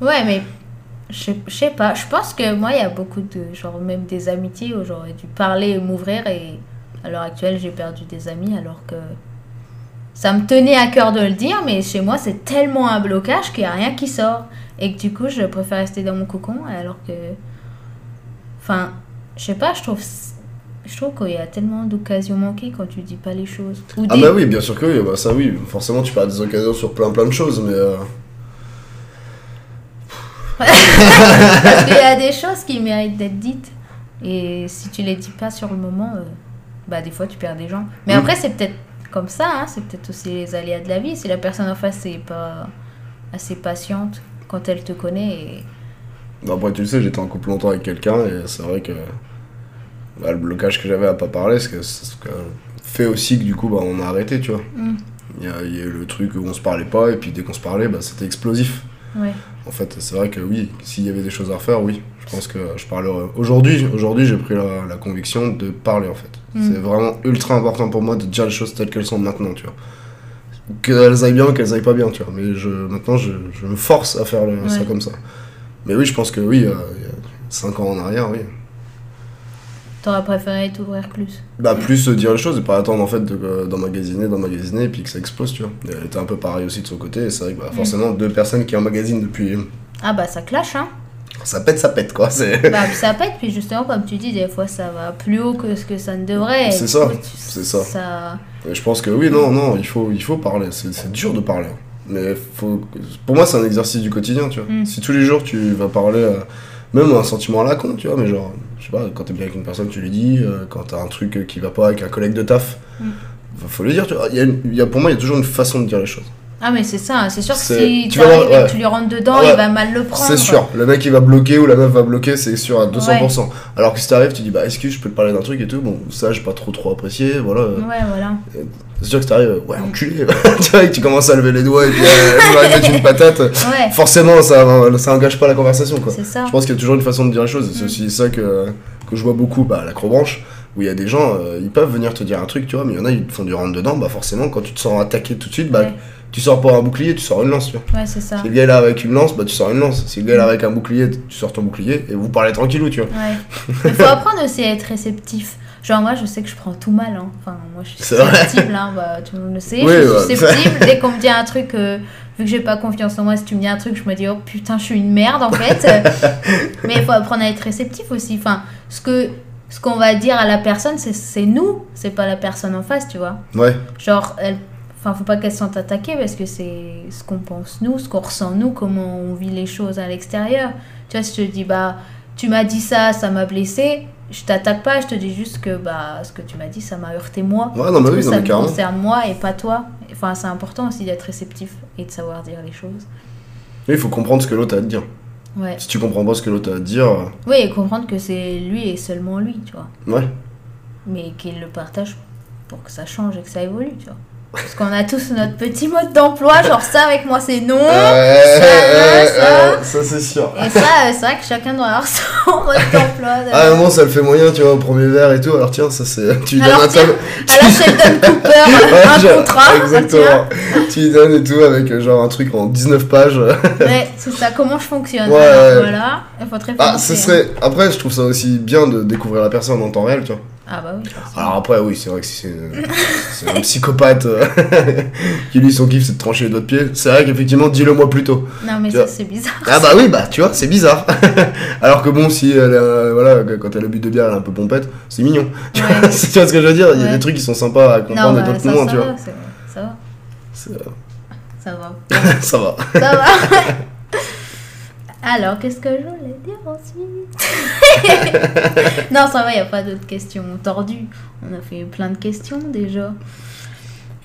Speaker 2: Ouais, mais je sais- je sais pas. Je pense que moi, il y a beaucoup de, genre, même des amitiés où j'aurais dû parler et m'ouvrir. Et à l'heure actuelle, j'ai perdu des amis alors que. Ça me tenait à cœur de le dire, mais chez moi, c'est tellement un blocage qu'il n'y a rien qui sort. Et que du coup, je préfère rester dans mon cocon alors que. Enfin, je sais pas, je trouve. Je trouve qu'il y a tellement d'occasions manquées quand tu dis pas les choses. Ou
Speaker 3: Ah
Speaker 2: des-
Speaker 3: bah oui, bien sûr que oui, bah ça oui, forcément tu perds des occasions sur plein plein de choses, mais. euh,
Speaker 2: Parce qu'il y a des choses qui méritent d'être dites. Et si tu les dis pas sur le moment, euh, bah des fois tu perds des gens. Mais
Speaker 3: Mm.
Speaker 2: après, c'est peut-être comme ça, hein, c'est peut-être aussi les aléas de la vie. Si la personne en face n'est pas assez patiente, quand elle te connaît. et-
Speaker 3: Bah, après, tu le sais, j'étais en couple longtemps avec quelqu'un et c'est vrai que bah, le blocage que j'avais à pas parler, c'est que c'est ce que fait aussi que du coup, bah, on a arrêté, tu vois.
Speaker 2: Mm.
Speaker 3: Il y, a il y a eu le truc où on se parlait pas et puis dès qu'on se parlait, bah, c'était explosif.
Speaker 2: Ouais.
Speaker 3: En fait, c'est vrai que oui, s'il y avait des choses à refaire, oui. Je pense que je parlerai. Aujourd'hui, aujourd'hui j'ai pris la, la conviction de parler en fait.
Speaker 2: Mm.
Speaker 3: C'est vraiment ultra important pour moi de dire les choses telles qu'elles sont maintenant, tu vois. Qu'elles aillent bien, qu'elles aillent pas bien, tu vois. Mais je, maintenant, je, je me force à faire le- ça
Speaker 2: Ouais.
Speaker 3: comme ça. Mais oui, je pense que oui, euh, il y a 5 ans en arrière, oui.
Speaker 2: T'aurais préféré t'ouvrir plus.
Speaker 3: Bah, plus euh, dire les choses et pas attendre en fait de- euh, d'emmagasiner, d'emmagasiner et puis que ça explose, tu vois. Et Elle était un peu pareil aussi de son côté et c'est vrai que bah,
Speaker 2: Mm.
Speaker 3: forcément, deux personnes qui emmagasinent depuis.
Speaker 2: Ah bah ça clash hein.
Speaker 3: Ça pète, ça pète quoi. C'est.
Speaker 2: bah puis ça pète puis justement comme tu dis des fois ça va plus haut que ce que ça ne devrait. et
Speaker 3: C'est
Speaker 2: du
Speaker 3: ça,
Speaker 2: coup, tu-
Speaker 3: c'est ça.
Speaker 2: ça.
Speaker 3: Et je pense que oui, non, non, il faut, il faut parler. C'est c'est dur de parler. Mais faut... pour moi, c'est un exercice du quotidien, tu vois.
Speaker 2: Mm.
Speaker 3: Si tous les jours, tu vas parler, euh, même un sentiment à la con, tu vois, mais genre, je sais pas, quand t'es bien avec une personne, tu lui dis, euh, quand t'as un truc qui va pas avec un collègue de taf,
Speaker 2: Mm.
Speaker 3: faut- faut le dire, tu vois. Il y a une- il y a- pour moi, il y a toujours une façon de dire les choses.
Speaker 2: Ah mais c'est ça, hein, c'est sûr que
Speaker 3: C'est-
Speaker 2: si
Speaker 3: tu
Speaker 2: t'arrives
Speaker 3: vas voir,
Speaker 2: et
Speaker 3: ouais.
Speaker 2: que tu lui rentres dedans,
Speaker 3: Ouais.
Speaker 2: il va mal le prendre.
Speaker 3: C'est sûr, le mec il va bloquer ou la meuf va bloquer, c'est sûr à 200%. Alors que si t'arrives, tu dis, bah, excuse, je peux te parler d'un truc et tout, bon, ça, j'ai pas trop trop apprécié, voilà. euh,
Speaker 2: Ouais voilà.
Speaker 3: C'est sûr que t'arrives, euh, ouais, enculé, tu vois, et que tu commences à lever les doigts et puis euh, vouloir lui mettre une patate.
Speaker 2: Ouais.
Speaker 3: Forcément, ça, ça engage pas la conversation, quoi.
Speaker 2: C'est ça.
Speaker 3: Je pense qu'il y a toujours une façon de dire les choses, et c'est
Speaker 2: Mm.
Speaker 3: aussi ça que, que je vois beaucoup bah, à l'acrobranche, où il y a des gens, euh, ils peuvent venir te dire un truc, tu vois, mais il y en a, ils te font du rentre dedans, bah forcément, quand tu te sens attaqué tout de suite, bah
Speaker 2: Ouais,
Speaker 3: tu sors pas un bouclier, tu sors une lance, tu vois.
Speaker 2: ouais, c'est ça.
Speaker 3: Si le gars est là avec une lance, bah tu sors une lance. Si le gars est là avec un bouclier, tu sors ton bouclier, et vous parlez tranquillou, tu vois.
Speaker 2: Ouais. Mais faut apprendre aussi à être réceptif. Genre moi je sais que je prends tout mal hein. Enfin moi je suis
Speaker 3: C'est vrai.
Speaker 2: susceptible hein, bah, tout le monde le sait,
Speaker 3: Oui,
Speaker 2: je
Speaker 3: bah,
Speaker 2: suis susceptible dès qu'on me dit un truc euh, vu que j'ai pas confiance en moi, si tu me dis un truc, je me dis oh putain, je suis une merde en fait. Mais il faut apprendre à être réceptif aussi. Enfin, ce que ce qu'on va dire à la personne, c'est- c'est nous, c'est pas la personne en face, tu vois.
Speaker 3: Ouais,
Speaker 2: Genre, elle... enfin, faut pas qu'elle se sente attaquée parce que c'est ce qu'on pense nous, ce qu'on ressent nous, comment on vit les choses à l'extérieur. Tu vois, si je te dis, bah, tu m'as dit ça, ça m'a blessé, je t'attaque pas, je te dis juste que, bah, ce que tu m'as dit, ça m'a heurté moi.
Speaker 3: ouais, non, mais
Speaker 2: Du coup,
Speaker 3: Ah oui, non,
Speaker 2: ça
Speaker 3: mais
Speaker 2: me
Speaker 3: carrément.
Speaker 2: concerne moi et pas toi. Enfin, c'est important aussi d'être réceptif et de savoir dire les choses.
Speaker 3: Oui, Il faut comprendre ce que l'autre a à te dire.
Speaker 2: Ouais.
Speaker 3: Si tu comprends pas ce que l'autre a à te dire, euh,
Speaker 2: Oui, et comprendre que c'est lui et seulement lui, tu vois.
Speaker 3: ouais.
Speaker 2: mais qu'il le partage pour que ça change et que ça évolue, tu vois. Parce qu'on a tous notre petit mode d'emploi, genre ça avec moi c'est non,
Speaker 3: Ah, ouais,
Speaker 2: Oh, ça,
Speaker 3: ouais, ça, c'est sûr.
Speaker 2: et ça euh, c'est vrai que chacun doit avoir son mode d'emploi. de- euh,
Speaker 3: Ah non, ça le fait moyen, tu vois, au premier verre et tout. Alors tiens, ça c'est. Tu lui donnes
Speaker 2: Alors,
Speaker 3: un
Speaker 2: tiens,
Speaker 3: tableau.
Speaker 2: à la Sheldon Cooper,
Speaker 3: Ouais,
Speaker 2: un
Speaker 3: genre,
Speaker 2: contrat, hein,
Speaker 3: Exactement. tu lui donnes et tout avec euh, genre un truc en 19 pages.
Speaker 2: tu vois. Ouais, c'est ça, comment je fonctionne.
Speaker 3: Ouais, ouais.
Speaker 2: Voilà, il faut très
Speaker 3: Ah, ce serait. Après, je trouve ça aussi bien de découvrir la personne en temps réel, tu vois.
Speaker 2: Ah bah oui, forcément.
Speaker 3: Alors après, oui, c'est vrai que si c'est c'est un psychopathe euh, qui lui son kiff c'est de trancher les doigts de pied, c'est vrai qu'effectivement, dis-le moi plus tôt.
Speaker 2: Non mais
Speaker 3: tu
Speaker 2: ça
Speaker 3: vois.
Speaker 2: c'est bizarre.
Speaker 3: Ah bah oui, bah tu vois, c'est bizarre. Alors que bon, si elle, a- voilà, que- quand elle a bu de bière, elle est un peu pompette, c'est mignon. Tu vois,
Speaker 2: Ouais.
Speaker 3: tu vois ce que je veux dire Il y a
Speaker 2: Ouais.
Speaker 3: des trucs qui sont sympas à
Speaker 2: Non,
Speaker 3: comprendre et
Speaker 2: bah,
Speaker 3: d'autres
Speaker 2: ça,
Speaker 3: moins,
Speaker 2: ça
Speaker 3: tu vois.
Speaker 2: va, c'est- ça va,
Speaker 3: C'est- euh,
Speaker 2: ça va.
Speaker 3: ça va.
Speaker 2: Ça va Alors, qu'est-ce que je voulais dire ensuite Non, ça va, il n'y a pas d'autres questions tordues. On a fait plein de questions déjà.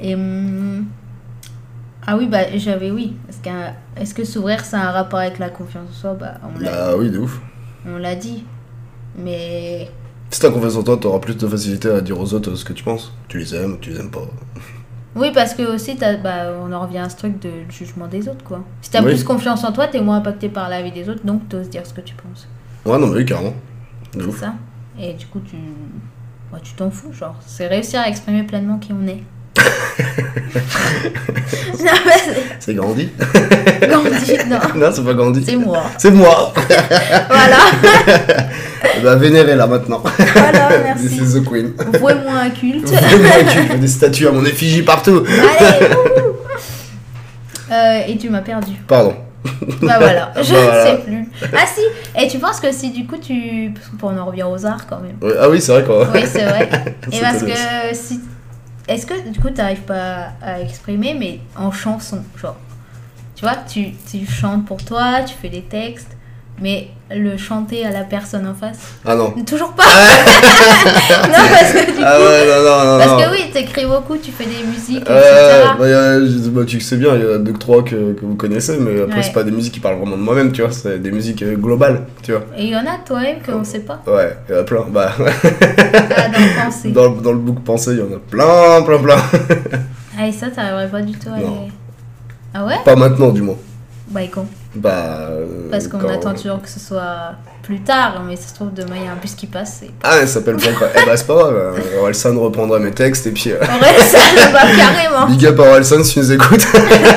Speaker 2: Et. hum, Ah oui, bah j'avais oui. Parce que, est-ce que s'ouvrir, ça a un rapport avec la confiance en soi Bah, on l'a-
Speaker 3: Bah oui, de ouf.
Speaker 2: on l'a dit. Mais.
Speaker 3: Si t'as confiance en toi, t'auras plus de facilité à dire aux autres euh, ce que tu penses. Tu les aimes, tu les aimes pas.
Speaker 2: Oui, parce que aussi, t'as- bah, on en revient à ce truc de jugement des autres, quoi. Si t'as
Speaker 3: Oui.
Speaker 2: plus confiance en toi, t'es moins impacté par la vie des autres, donc t'oses dire ce que tu penses.
Speaker 3: Ouais, non, mais oui, carrément. De ouf.
Speaker 2: C'est ça. Et du coup, tu ouais, tu t'en fous, genre. C'est réussir à exprimer pleinement qui on est. non, mais
Speaker 3: C'est Gandhi
Speaker 2: c'est- Gandhi, non.
Speaker 3: Non, c'est pas Gandhi.
Speaker 2: C'est moi.
Speaker 3: C'est moi
Speaker 2: Voilà,
Speaker 3: Eh Bah vénérez là maintenant.
Speaker 2: voilà,
Speaker 3: This
Speaker 2: merci.
Speaker 3: is the queen.
Speaker 2: Vouez-moi un culte.
Speaker 3: Vraiment, tu fais des statues à mon effigie partout.
Speaker 2: Allez, wouhou. Euh, et tu m'as perdu.
Speaker 3: Pardon.
Speaker 2: Bah voilà,
Speaker 3: Bah
Speaker 2: je
Speaker 3: voilà.
Speaker 2: ne sais plus. Ah si, et tu penses que si du coup tu... Parce qu'on en revient aux arts quand même.
Speaker 3: Ouais, Ah oui, c'est vrai quoi.
Speaker 2: Oui, c'est vrai. Et
Speaker 3: C'est
Speaker 2: parce
Speaker 3: toléré.
Speaker 2: que si. Est-ce que du coup t'arrives pas à exprimer, mais en chanson Genre, tu vois, tu, tu chantes pour toi, tu fais des textes, Mais le chanter à la personne en face,
Speaker 3: Ah non.
Speaker 2: toujours pas. non, parce que du coup,
Speaker 3: Ah ouais, non, non, non. non.
Speaker 2: parce que oui, t'écris beaucoup, tu fais des musiques,
Speaker 3: Ouais,
Speaker 2: etc.
Speaker 3: bah, y a- je- bah, tu sais bien, il y en a deux que trois que, que vous connaissez, mais après,
Speaker 2: Ouais.
Speaker 3: c'est pas des musiques qui parlent vraiment de moi-même, tu vois, c'est des musiques euh, globales, tu vois.
Speaker 2: Et il y en a toi-même qu'on sait pas.
Speaker 3: Ouais, il y en a plein. Bah,
Speaker 2: Ah, dans le pensée.
Speaker 3: dans, le- dans le book pensé, il y en a plein, plein, plein.
Speaker 2: Ah, et ça, t'arriverais pas du tout à
Speaker 3: Non.
Speaker 2: les- Ah ouais
Speaker 3: Pas maintenant, du moins.
Speaker 2: Bah, et quand
Speaker 3: Bah. euh,
Speaker 2: Parce qu'on
Speaker 3: quand-
Speaker 2: attend toujours que ce soit plus tard, mais ça se trouve, demain, il y a un bus qui passe. Et...
Speaker 3: Ah, elle s'appelle pas quoi. Eh bah, c'est pas grave, euh, Orelsan reprendra mes textes et puis. euh,
Speaker 2: En vrai, ça le va carrément.
Speaker 3: Big up à Orelsan si tu nous écoutes.
Speaker 2: C'est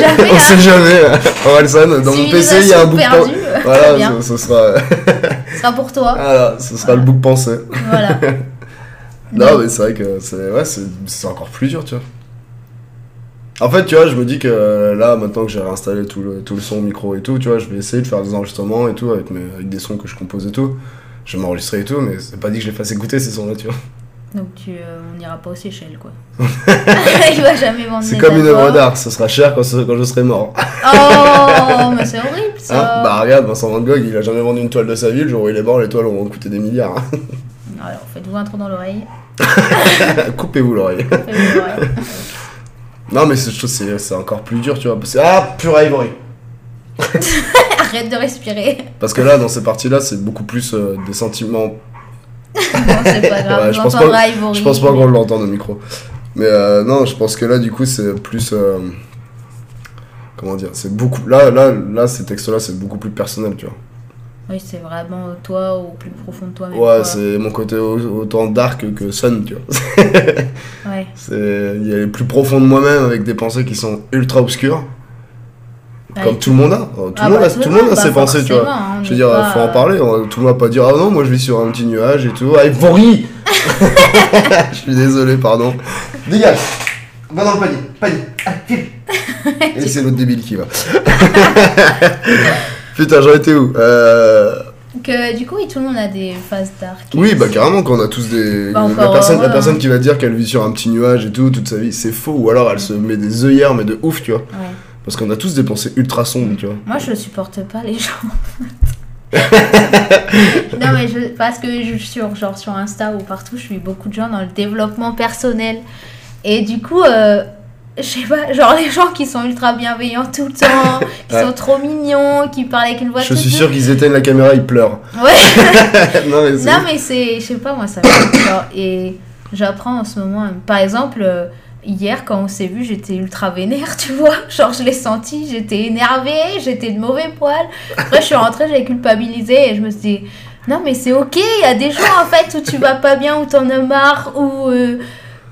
Speaker 2: jamais,
Speaker 3: On
Speaker 2: hein.
Speaker 3: sait jamais. euh, Orelsan, dans mon PC, il y a un book
Speaker 2: perdu.
Speaker 3: pensé.
Speaker 2: Très
Speaker 3: Voilà,
Speaker 2: bien.
Speaker 3: ce, ce sera,
Speaker 2: Ce sera pour toi.
Speaker 3: voilà, ce sera le book pensé.
Speaker 2: Voilà.
Speaker 3: Ah. Non, mais c'est vrai que c'est ouais, c'est c'est encore plus dur, tu vois. En fait, tu vois, je me dis que euh, là, maintenant que j'ai réinstallé tout le, tout le son, micro et tout, tu vois, je vais essayer de faire des enregistrements et tout avec, mes, avec des sons que je compose et tout. Je vais m'enregistrer et tout, mais c'est pas dit que je les fasse écouter ces sons-là, tu vois.
Speaker 2: Donc, tu, euh, on n'ira pas aux Seychelles, quoi. il va jamais vendre
Speaker 3: C'est
Speaker 2: mes
Speaker 3: comme une œuvre
Speaker 2: albums.
Speaker 3: d'art, ce sera cher quand, ce- quand je serai mort. Hein
Speaker 2: Oh, mais c'est horrible Ah, ça.
Speaker 3: bah regarde, Vincent Van Gogh, il a jamais vendu une toile de sa vie, le jour où il est mort, les toiles auront coûté des milliards. hein.
Speaker 2: Alors, faites-vous un trou dans l'oreille.
Speaker 3: Coupez-vous l'oreille.
Speaker 2: Faites-vous l'oreille.
Speaker 3: Non, mais c'est- je trouve que c'est c'est encore plus dur, tu vois. parce que- Ah, pure ivory
Speaker 2: Arrête de respirer.
Speaker 3: Parce que là, dans ces parties-là, c'est beaucoup plus euh, des sentiments
Speaker 2: Bon, c'est pas grave.
Speaker 3: Ouais, je pense
Speaker 2: J'entends
Speaker 3: pas-
Speaker 2: Ivory.
Speaker 3: Je pense pas qu'on l'entende au micro. Mais euh, non, je pense que là, du coup, c'est plus. euh, comment dire C'est beaucoup. Là, là, là, ces textes-là, c'est beaucoup plus personnel, tu vois.
Speaker 2: Oui, c'est vraiment toi au plus profond de toi-même.
Speaker 3: Ouais,
Speaker 2: quoi.
Speaker 3: c'est mon côté au- autant dark que sun, tu vois.
Speaker 2: Ouais.
Speaker 3: C'est- Il y a les plus profonds de moi-même avec des pensées qui sont ultra obscures.
Speaker 2: Ouais.
Speaker 3: Comme tout le monde a. Euh, Tout
Speaker 2: Ah
Speaker 3: le monde
Speaker 2: bah,
Speaker 3: a, tout le monde a
Speaker 2: bah,
Speaker 3: ses pensées, tu vois.
Speaker 2: forcément, hein, on
Speaker 3: Je veux
Speaker 2: n'est
Speaker 3: dire,
Speaker 2: pas-
Speaker 3: faut en parler. on- Tout le monde va pas dire Ah non, moi je vis sur un petit nuage et tout. Ah, Ivory Je suis désolé, pardon. Dégage Va dans le panier, panier. Ah, file. Et c'est l'autre débile qui va. Putain, j'en étais où Euh,
Speaker 2: Que du coup, oui, tout le monde a des phases dark.
Speaker 3: Oui, bah carrément, qu'on a tous des.
Speaker 2: Bah,
Speaker 3: la,
Speaker 2: encore
Speaker 3: personne, la
Speaker 2: heureux,
Speaker 3: personne
Speaker 2: hein.
Speaker 3: qui va dire qu'elle vit sur un petit nuage et tout, toute sa vie, c'est faux. Ou alors elle se met des œillères, mais de ouf, tu vois.
Speaker 2: Ouais.
Speaker 3: Parce qu'on a tous des pensées ultra sombres, tu vois.
Speaker 2: Moi, je supporte pas les gens. non, mais je, parce que je, sur, genre, sur Insta ou partout, je suis beaucoup de gens dans le développement personnel. Et du coup, euh, je sais pas, genre les gens qui sont ultra bienveillants tout le temps, qui
Speaker 3: Ouais.
Speaker 2: sont trop mignons, qui parlent avec une voix
Speaker 3: Je
Speaker 2: toute
Speaker 3: suis
Speaker 2: douce.
Speaker 3: sûr qu'ils éteignent la caméra, ils pleurent.
Speaker 2: Ouais.
Speaker 3: non, mais c'est.
Speaker 2: Non, mais c'est, je sais pas, moi, ça me genre, Et j'apprends en ce moment. hein. Par exemple, euh, hier, quand on s'est vu, j'étais ultra vénère, tu vois. Genre, je l'ai senti, j'étais énervée, j'étais de mauvais poil. Après, je suis rentrée, j'ai culpabilisé et je me suis dit, non, mais c'est ok, il y a des jours en fait où tu vas pas bien, où t'en as marre, où. euh,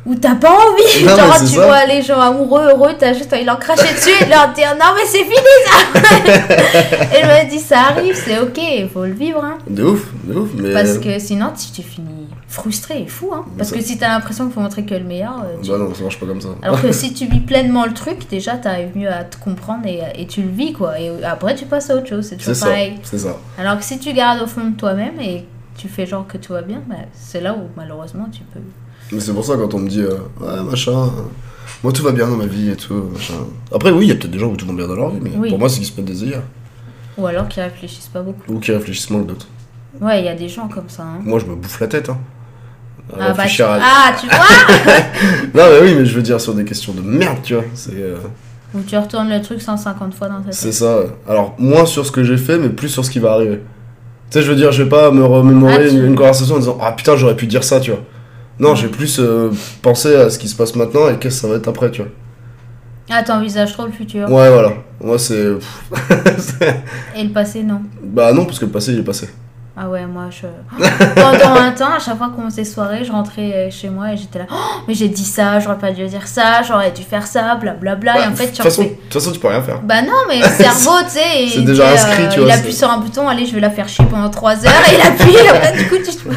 Speaker 2: où t'as pas envie,
Speaker 3: Non, mais
Speaker 2: genre
Speaker 3: c'est
Speaker 2: tu
Speaker 3: ça.
Speaker 2: vois les gens amoureux, heureux, t'as juste envie de leur cracher dessus et de leur dire non mais c'est fini ça Et je me dis ça arrive, c'est ok, il faut le vivre hein.
Speaker 3: De ouf, de ouf, mais.
Speaker 2: Parce que sinon, tu, tu finis frustré et fou. Hein Parce
Speaker 3: Euh, ça-
Speaker 2: que si t'as l'impression qu'il faut montrer que le meilleur. euh, tu-
Speaker 3: Bah non, ça marche pas comme ça.
Speaker 2: Alors que si tu vis pleinement le truc, déjà t'arrives mieux à te comprendre et, et tu le vis quoi. Et après, tu passes à autre chose, c'est
Speaker 3: C'est
Speaker 2: toujours
Speaker 3: ça,
Speaker 2: pareil.
Speaker 3: c'est ça.
Speaker 2: Alors que si tu gardes au fond de toi-même et tu fais genre que tout va bien, bah, c'est là où malheureusement tu peux.
Speaker 3: Mais c'est pour ça quand on me dit euh, ouais machin, euh, moi tout va bien dans ma vie et tout machin. Après oui, il y a peut-être des gens où tout va bien dans leur vie, mais
Speaker 2: Oui.
Speaker 3: pour moi c'est qu'ils se mettent des œillères
Speaker 2: Ou alors qu'ils réfléchissent pas beaucoup.
Speaker 3: ou qui réfléchissent moins que d'autres.
Speaker 2: Ouais, il y a des gens comme ça. hein.
Speaker 3: Moi je me bouffe la tête. Hein. À
Speaker 2: Ah, bah, tu...
Speaker 3: réfléchir à-
Speaker 2: ah, tu vois
Speaker 3: Non mais oui, mais je veux dire sur des questions de merde, tu vois. C'est euh,
Speaker 2: Ou tu retournes le truc 150 fois dans ta
Speaker 3: c'est
Speaker 2: tête.
Speaker 3: ça. ouais. Alors moins sur ce que j'ai fait, mais plus sur ce qui va arriver. Tu sais, je veux dire, je vais pas me remémorer
Speaker 2: Ah, tu-
Speaker 3: une, une conversation en disant ah putain j'aurais pu dire ça, tu vois. Non, j'ai plus euh, pensé à ce qui se passe maintenant et qu'est-ce que ça va être après, tu vois.
Speaker 2: Ah, t'envisages trop le futur.
Speaker 3: Ouais, voilà. Moi, c'est. pff,
Speaker 2: Et le passé, non.
Speaker 3: bah non, parce que le passé, il est passé.
Speaker 2: Ah ouais, moi je. Pendant un temps, à chaque fois qu'on faisait soirée, je rentrais euh, chez moi et j'étais là. Oh, mais j'ai dit ça, j'aurais pas dû dire ça, j'aurais dû faire ça, blablabla.
Speaker 3: Bah,
Speaker 2: Ah, et en fait,
Speaker 3: de
Speaker 2: tu
Speaker 3: toute façon, de
Speaker 2: refais.
Speaker 3: toute façon, tu peux rien faire.
Speaker 2: Bah non, mais le cerveau, tu sais. il
Speaker 3: C'est déjà
Speaker 2: dit, euh,
Speaker 3: inscrit, tu
Speaker 2: Il
Speaker 3: vois,
Speaker 2: appuie
Speaker 3: c'est-
Speaker 2: sur un bouton, allez, je vais la faire chier pendant 3 heures, et il appuie, et après, du coup, tu te.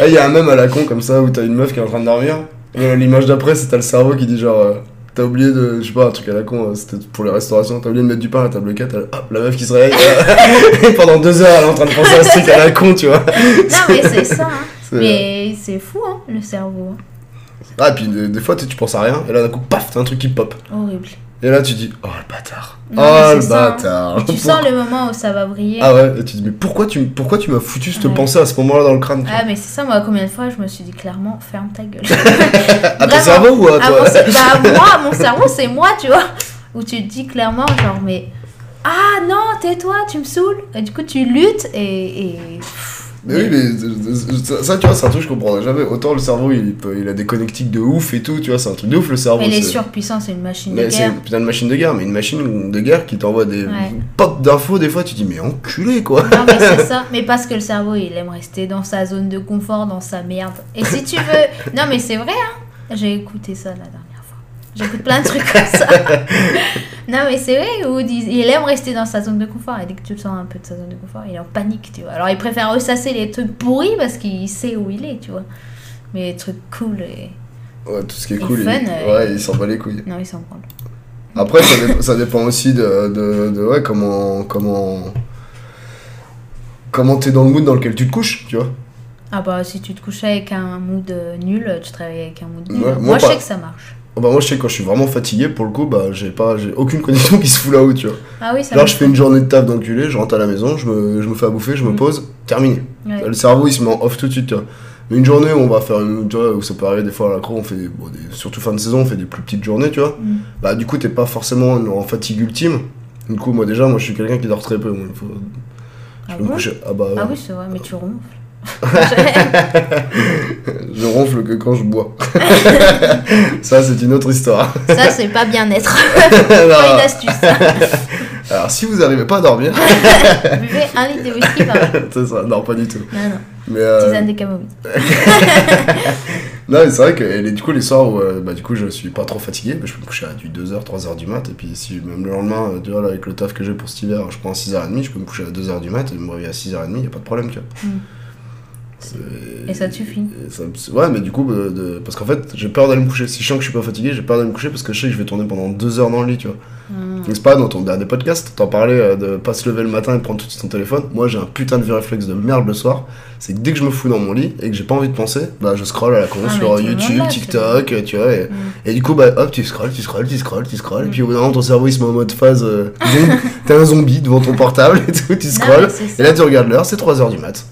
Speaker 3: Ah, Il y a un même à la con comme ça où t'as une meuf qui est en train de dormir. Et euh, l'image d'après, c'est t'as le cerveau qui dit genre. euh, T'as oublié de. Je sais pas, un truc à la con, euh, c'était pour les restaurations, t'as oublié de mettre du pain à la table 4, elle- hop, la meuf qui se réveille. euh, et pendant deux heures, elle est en train de penser à ce truc à la con, tu vois.
Speaker 2: Non, mais c'est ça, hein.
Speaker 3: C'est- euh,
Speaker 2: Mais c'est fou, hein, le cerveau.
Speaker 3: Ah, puis des, des fois, tu sais, tu penses à rien, et là, d'un coup, paf, t'as un truc qui pop.
Speaker 2: hein. Horrible.
Speaker 3: Et là, tu dis, oh le bâtard.
Speaker 2: Non, mais
Speaker 3: oh
Speaker 2: c'est
Speaker 3: le
Speaker 2: ça, hein.
Speaker 3: bâtard.
Speaker 2: Tu
Speaker 3: Pourquoi-
Speaker 2: sens le moment où ça va briller.
Speaker 3: Ah ouais, et tu dis, mais pourquoi tu, m- pourquoi tu m'as foutu cette
Speaker 2: Ouais.
Speaker 3: pensée à ce moment-là dans le crâne tu vois
Speaker 2: Ah, mais c'est ça, moi, combien de fois je me suis dit clairement, ferme ta gueule.
Speaker 3: À ton
Speaker 2: Vraiment.
Speaker 3: cerveau ou à
Speaker 2: Ah,
Speaker 3: toi
Speaker 2: mon cer- bah, moi, mon cerveau, c'est moi, tu vois. Où tu te dis clairement, genre, mais. Ah non, tais-toi, tu me saoules. Et du coup, tu luttes et. et-
Speaker 3: Mais oui, mais ça, ça, tu vois, c'est un truc que je comprendrais jamais. Autant le cerveau, il, peut- il a des connectiques de ouf et tout, tu vois, c'est un truc de ouf le cerveau.
Speaker 2: Mais les
Speaker 3: c'est-
Speaker 2: surpuissants, c'est une machine de
Speaker 3: Ah, Mais c'est
Speaker 2: guerre.
Speaker 3: une putain de machine de guerre, mais une machine de guerre qui t'envoie des
Speaker 2: Ouais.
Speaker 3: pop d'infos, des fois tu dis, mais enculé quoi!
Speaker 2: Non, mais c'est ça. Mais parce que le cerveau, il aime rester dans sa zone de confort, dans sa merde. Et si tu veux. Non, mais c'est vrai, hein. J'ai écouté ça la dernière fois. J'écoute plein de trucs comme ça. non, mais c'est vrai. Où ils disent- il aime rester dans sa zone de confort. Et dès que tu le sens un peu de sa zone de confort, il est en panique, tu vois. Alors, il préfère ressasser les trucs pourris parce qu'il sait où il est, tu vois. Mais les trucs cool et.
Speaker 3: Ouais, tout ce qui est
Speaker 2: Et
Speaker 3: cool,
Speaker 2: fun,
Speaker 3: il,
Speaker 2: euh,
Speaker 3: ouais, il s'en bat les couilles.
Speaker 2: Non, il s'en branle.
Speaker 3: Après, ça, dé- ça dépend aussi de, de, de, ouais, comment. Comment. Comment t'es dans le mood dans lequel tu te couches, tu vois.
Speaker 2: Ah, bah, si tu te couchais avec un mood euh, nul, tu travailles avec un mood nul.
Speaker 3: Ouais,
Speaker 2: moi,
Speaker 3: moi,
Speaker 2: je
Speaker 3: pas-
Speaker 2: sais que ça marche.
Speaker 3: Bah, moi, je sais, quand je suis vraiment fatigué, pour le coup, bah, j'ai pas, j'ai aucune connexion qui se fout là-haut, tu vois.
Speaker 2: Ah oui, ça
Speaker 3: Genre,
Speaker 2: marche.
Speaker 3: je fais une journée de taf d'enculé, je rentre à la maison, je me, je me fais à bouffer, je me
Speaker 2: Mm.
Speaker 3: pose, terminé.
Speaker 2: Ouais.
Speaker 3: Le cerveau, il se met en off tout de suite, tu vois. Mais une journée où on va faire une, tu vois, où ça peut arriver des fois à l'accro, on fait, des- bon, des- surtout fin de saison, on fait des plus petites journées, tu vois.
Speaker 2: Mm.
Speaker 3: Bah du coup t'es pas forcément en fatigue ultime. Du coup moi déjà moi je suis quelqu'un qui dort très peu. moi, il faut- Je
Speaker 2: Ah
Speaker 3: peux me
Speaker 2: bon
Speaker 3: coucher. Ah bah
Speaker 2: Ah
Speaker 3: ouais.
Speaker 2: oui, c'est vrai, mais tu ronfles.
Speaker 3: je ronfle que quand je bois. ça c'est une autre histoire.
Speaker 2: ça, c'est pas bien-être. Pas une
Speaker 3: Alors,
Speaker 2: astuce. ça.
Speaker 3: alors, si vous arrivez pas à dormir,
Speaker 2: Buvez un litre de whisky par jour.
Speaker 3: c'est ça, non pas du tout.
Speaker 2: Non, non,
Speaker 3: Mais euh,
Speaker 2: tisane de camomille.
Speaker 3: non mais c'est vrai que et les- du coup les soirs où euh, bah du coup je suis pas trop fatigué, bah, je peux me coucher à du 2h, 3h du mat et puis si même le lendemain euh, tu vois là, avec le taf que j'ai pour cet hiver, je prends à 6h30, je peux me coucher à 2h du mat et me réveiller à 6h30, y a pas de problème tu vois.
Speaker 2: Mm.
Speaker 3: C'est-
Speaker 2: Et ça te suffit.
Speaker 3: Et ça me- Ouais, mais du coup, euh, de- parce qu'en fait, j'ai peur d'aller me coucher. Si je sens que je suis pas fatigué, j'ai peur d'aller me coucher parce que je sais que je vais tourner pendant deux heures dans le lit, tu vois.
Speaker 2: Mm.
Speaker 3: Donc, c'est pas dans ton dernier podcast, t'en parlais euh, de pas se lever le matin et prendre tout de suite ton téléphone. Moi, j'ai un putain de vieux réflexe de merde le soir. C'est que dès que je me fous dans mon lit et que j'ai pas envie de penser, bah, je scroll à la con
Speaker 2: Ah, mais
Speaker 3: sur
Speaker 2: tout le monde
Speaker 3: YouTube,
Speaker 2: l'a,
Speaker 3: TikTok, euh, tu vois. Et,
Speaker 2: Mm.
Speaker 3: et du coup, bah, hop, tu scrolls, tu scrolls, tu scrolls, tu scrolls. Et
Speaker 2: Mm.
Speaker 3: puis, au bout d'un moment, ton cerveau il se met en mode phase. euh, zombie. T'es un zombie devant ton portable et tout, tu
Speaker 2: Non,
Speaker 3: scrolls.
Speaker 2: mais c'est ça.
Speaker 3: Et là, tu regardes l'heure, c'est 3h du mat.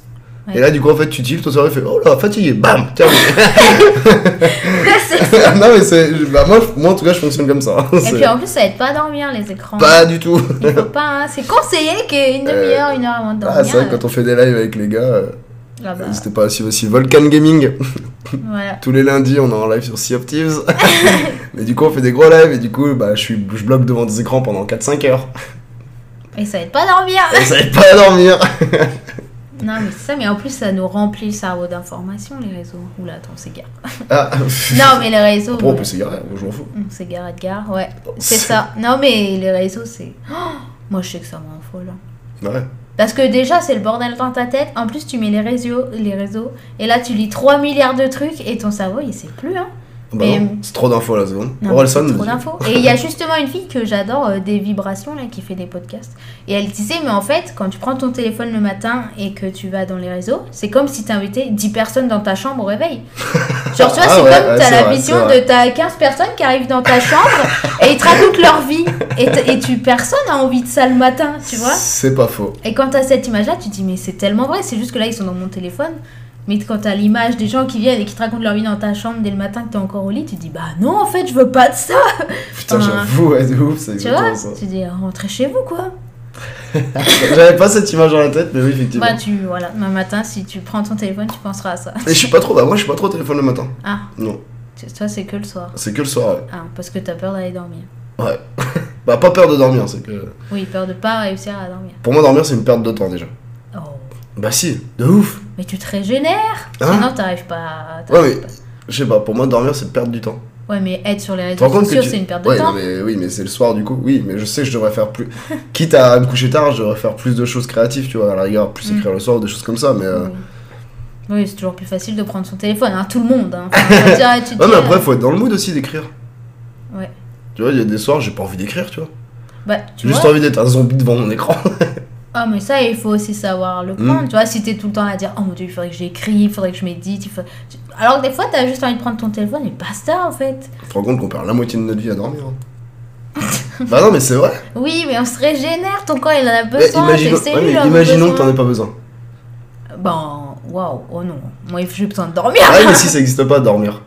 Speaker 2: Ouais.
Speaker 3: Et là, du coup, en fait, tu tiltes, ton cerveau il fait Oh là, fatigué, bam, terminé.
Speaker 2: C'est-
Speaker 3: non, mais c'est. bah, moi, je- moi, en tout cas, je fonctionne comme ça. hein.
Speaker 2: Et
Speaker 3: C'est
Speaker 2: puis en plus, ça aide pas à dormir les écrans.
Speaker 3: Pas du tout.
Speaker 2: Il faut pas, hein. C'est conseillé qu'une demi-heure, une heure avant de dormir.
Speaker 3: Ah, c'est vrai, quand on fait des lives avec les gars, euh,
Speaker 2: euh, là, bah,
Speaker 3: n'hésitez pas à suivre aussi Volcan Gaming.
Speaker 2: voilà.
Speaker 3: Tous les lundis, on est en live sur Sea of Thieves. Mais du coup, on fait des gros lives et du coup, bah, je, suis, je bloque devant des écrans pendant 4-5 heures.
Speaker 2: Et ça aide pas à dormir.
Speaker 3: Et ça aide pas à dormir.
Speaker 2: non, mais c'est ça, mais en plus, ça nous remplit le cerveau d'informations, les réseaux. Oula, attends, on s'égare.
Speaker 3: Ah.
Speaker 2: Non, mais les réseaux. euh, hum,
Speaker 3: Après, on peut
Speaker 2: ouais.
Speaker 3: s'égarer, moi, je m'en fous.
Speaker 2: On s'égare, Edgar, ouais. C'est ça. Non, mais les réseaux, c'est. Oh, moi, je sais que ça m'en fout, là.
Speaker 3: Ouais.
Speaker 2: Parce que déjà, c'est le bordel dans ta tête. En plus, tu mets les réseaux, les réseaux et là, tu lis 3 milliards de trucs et ton cerveau, il sait plus. Hein.
Speaker 3: Bah,
Speaker 2: Et-
Speaker 3: non, c'est trop d'infos à la seconde.
Speaker 2: Non,
Speaker 3: Orelsan,
Speaker 2: c'est trop
Speaker 3: vas-y.
Speaker 2: d'infos. Et il y a justement une fille que j'adore, euh, des vibrations, là, qui fait des podcasts. Et elle disait, mais en fait, quand tu prends ton téléphone le matin et que tu vas dans les réseaux, c'est comme si tu invitais 10 personnes dans ta chambre au réveil. Genre, tu vois,
Speaker 3: Ah
Speaker 2: c'est
Speaker 3: ouais,
Speaker 2: comme
Speaker 3: ouais,
Speaker 2: t'as
Speaker 3: c'est
Speaker 2: la
Speaker 3: vrai,
Speaker 2: vision
Speaker 3: c'est
Speaker 2: de
Speaker 3: vrai.
Speaker 2: t'as 15 personnes qui arrivent dans ta chambre et ils te racontent leur vie. Et, t- et tu, personne n'a envie de ça le matin, tu vois.
Speaker 3: C'est pas faux.
Speaker 2: Et quand t'as cette image-là, tu te dis, mais c'est tellement vrai, c'est juste que là, ils sont dans mon téléphone. Mais quand t'as l'image des gens qui viennent et qui te racontent leur vie dans ta chambre dès le matin que t'es encore au lit, tu te dis, bah non, en fait, je veux pas de ça.
Speaker 3: Putain,
Speaker 2: Ah.
Speaker 3: j'avoue, ouais, de ouf, c'est
Speaker 2: Tu vois
Speaker 3: exactement ça.
Speaker 2: Tu te dis, rentrez chez vous, quoi.
Speaker 3: J'avais pas cette image dans la tête, mais oui, effectivement.
Speaker 2: Bah, tu, voilà, demain matin, si tu prends ton téléphone, tu penseras à ça.
Speaker 3: Et je suis pas trop, bah, moi, je suis pas trop au téléphone le matin.
Speaker 2: Ah,
Speaker 3: Non,
Speaker 2: tu- toi, c'est que le soir.
Speaker 3: c'est que le soir, ouais.
Speaker 2: Ah, parce que t'as peur d'aller dormir.
Speaker 3: Ouais. bah, pas peur de dormir, c'est que.
Speaker 2: Oui, peur de pas réussir à dormir.
Speaker 3: Pour moi, dormir, c'est une perte de temps déjà.
Speaker 2: Oh.
Speaker 3: Bah, si, de ouf.
Speaker 2: Mais tu te régénères
Speaker 3: Hein
Speaker 2: Sinon, t'arrives pas. à-
Speaker 3: Ouais, mais. Je sais pas, pour moi, dormir, c'est perdre du temps.
Speaker 2: Ouais, mais être sur les
Speaker 3: Tu te rends
Speaker 2: réseaux
Speaker 3: compte que.
Speaker 2: sociaux,
Speaker 3: tu-
Speaker 2: c'est une perte de
Speaker 3: Ouais,
Speaker 2: temps.
Speaker 3: non, mais oui, mais c'est le soir du coup. Oui, mais je sais que je devrais faire plus. Quitte à me coucher tard, je devrais faire plus de choses créatives, tu vois, à la rigueur, plus
Speaker 2: Mm.
Speaker 3: écrire le soir ou des choses comme ça, mais. euh,
Speaker 2: Oui. Oui, c'est toujours plus facile de prendre son téléphone, hein, tout le monde. Hein. Enfin, je veux dire, tu te
Speaker 3: Ouais,
Speaker 2: dis,
Speaker 3: mais après,
Speaker 2: euh,
Speaker 3: faut être dans le mood aussi d'écrire.
Speaker 2: Ouais.
Speaker 3: Tu vois, il y a des soirs, j'ai pas envie d'écrire, tu vois.
Speaker 2: bah, tu
Speaker 3: J'ai juste
Speaker 2: vois.
Speaker 3: envie d'être un zombie devant mon écran.
Speaker 2: Ah, mais ça, il faut aussi savoir le prendre.
Speaker 3: Mm.
Speaker 2: Tu vois, si t'es tout le temps à dire, oh mon dieu, il faudrait que j'écris, il faudrait que je médite. il faut- tu- Alors que des fois, t'as juste envie de prendre ton téléphone et basta en fait.
Speaker 3: Tu te rends compte qu'on perd la moitié de notre vie à dormir. hein. bah non, mais c'est vrai.
Speaker 2: Oui, mais on se régénère, ton corps il en a
Speaker 3: Mais
Speaker 2: besoin,
Speaker 3: imaginons,
Speaker 2: tes hein,
Speaker 3: ouais, mais
Speaker 2: cellules en ont
Speaker 3: imaginons que t'en
Speaker 2: besoin.
Speaker 3: aies pas besoin.
Speaker 2: Bon, waouh, oh non, moi j'ai besoin de dormir.
Speaker 3: Ouais, Ah mais si ça existe pas, dormir.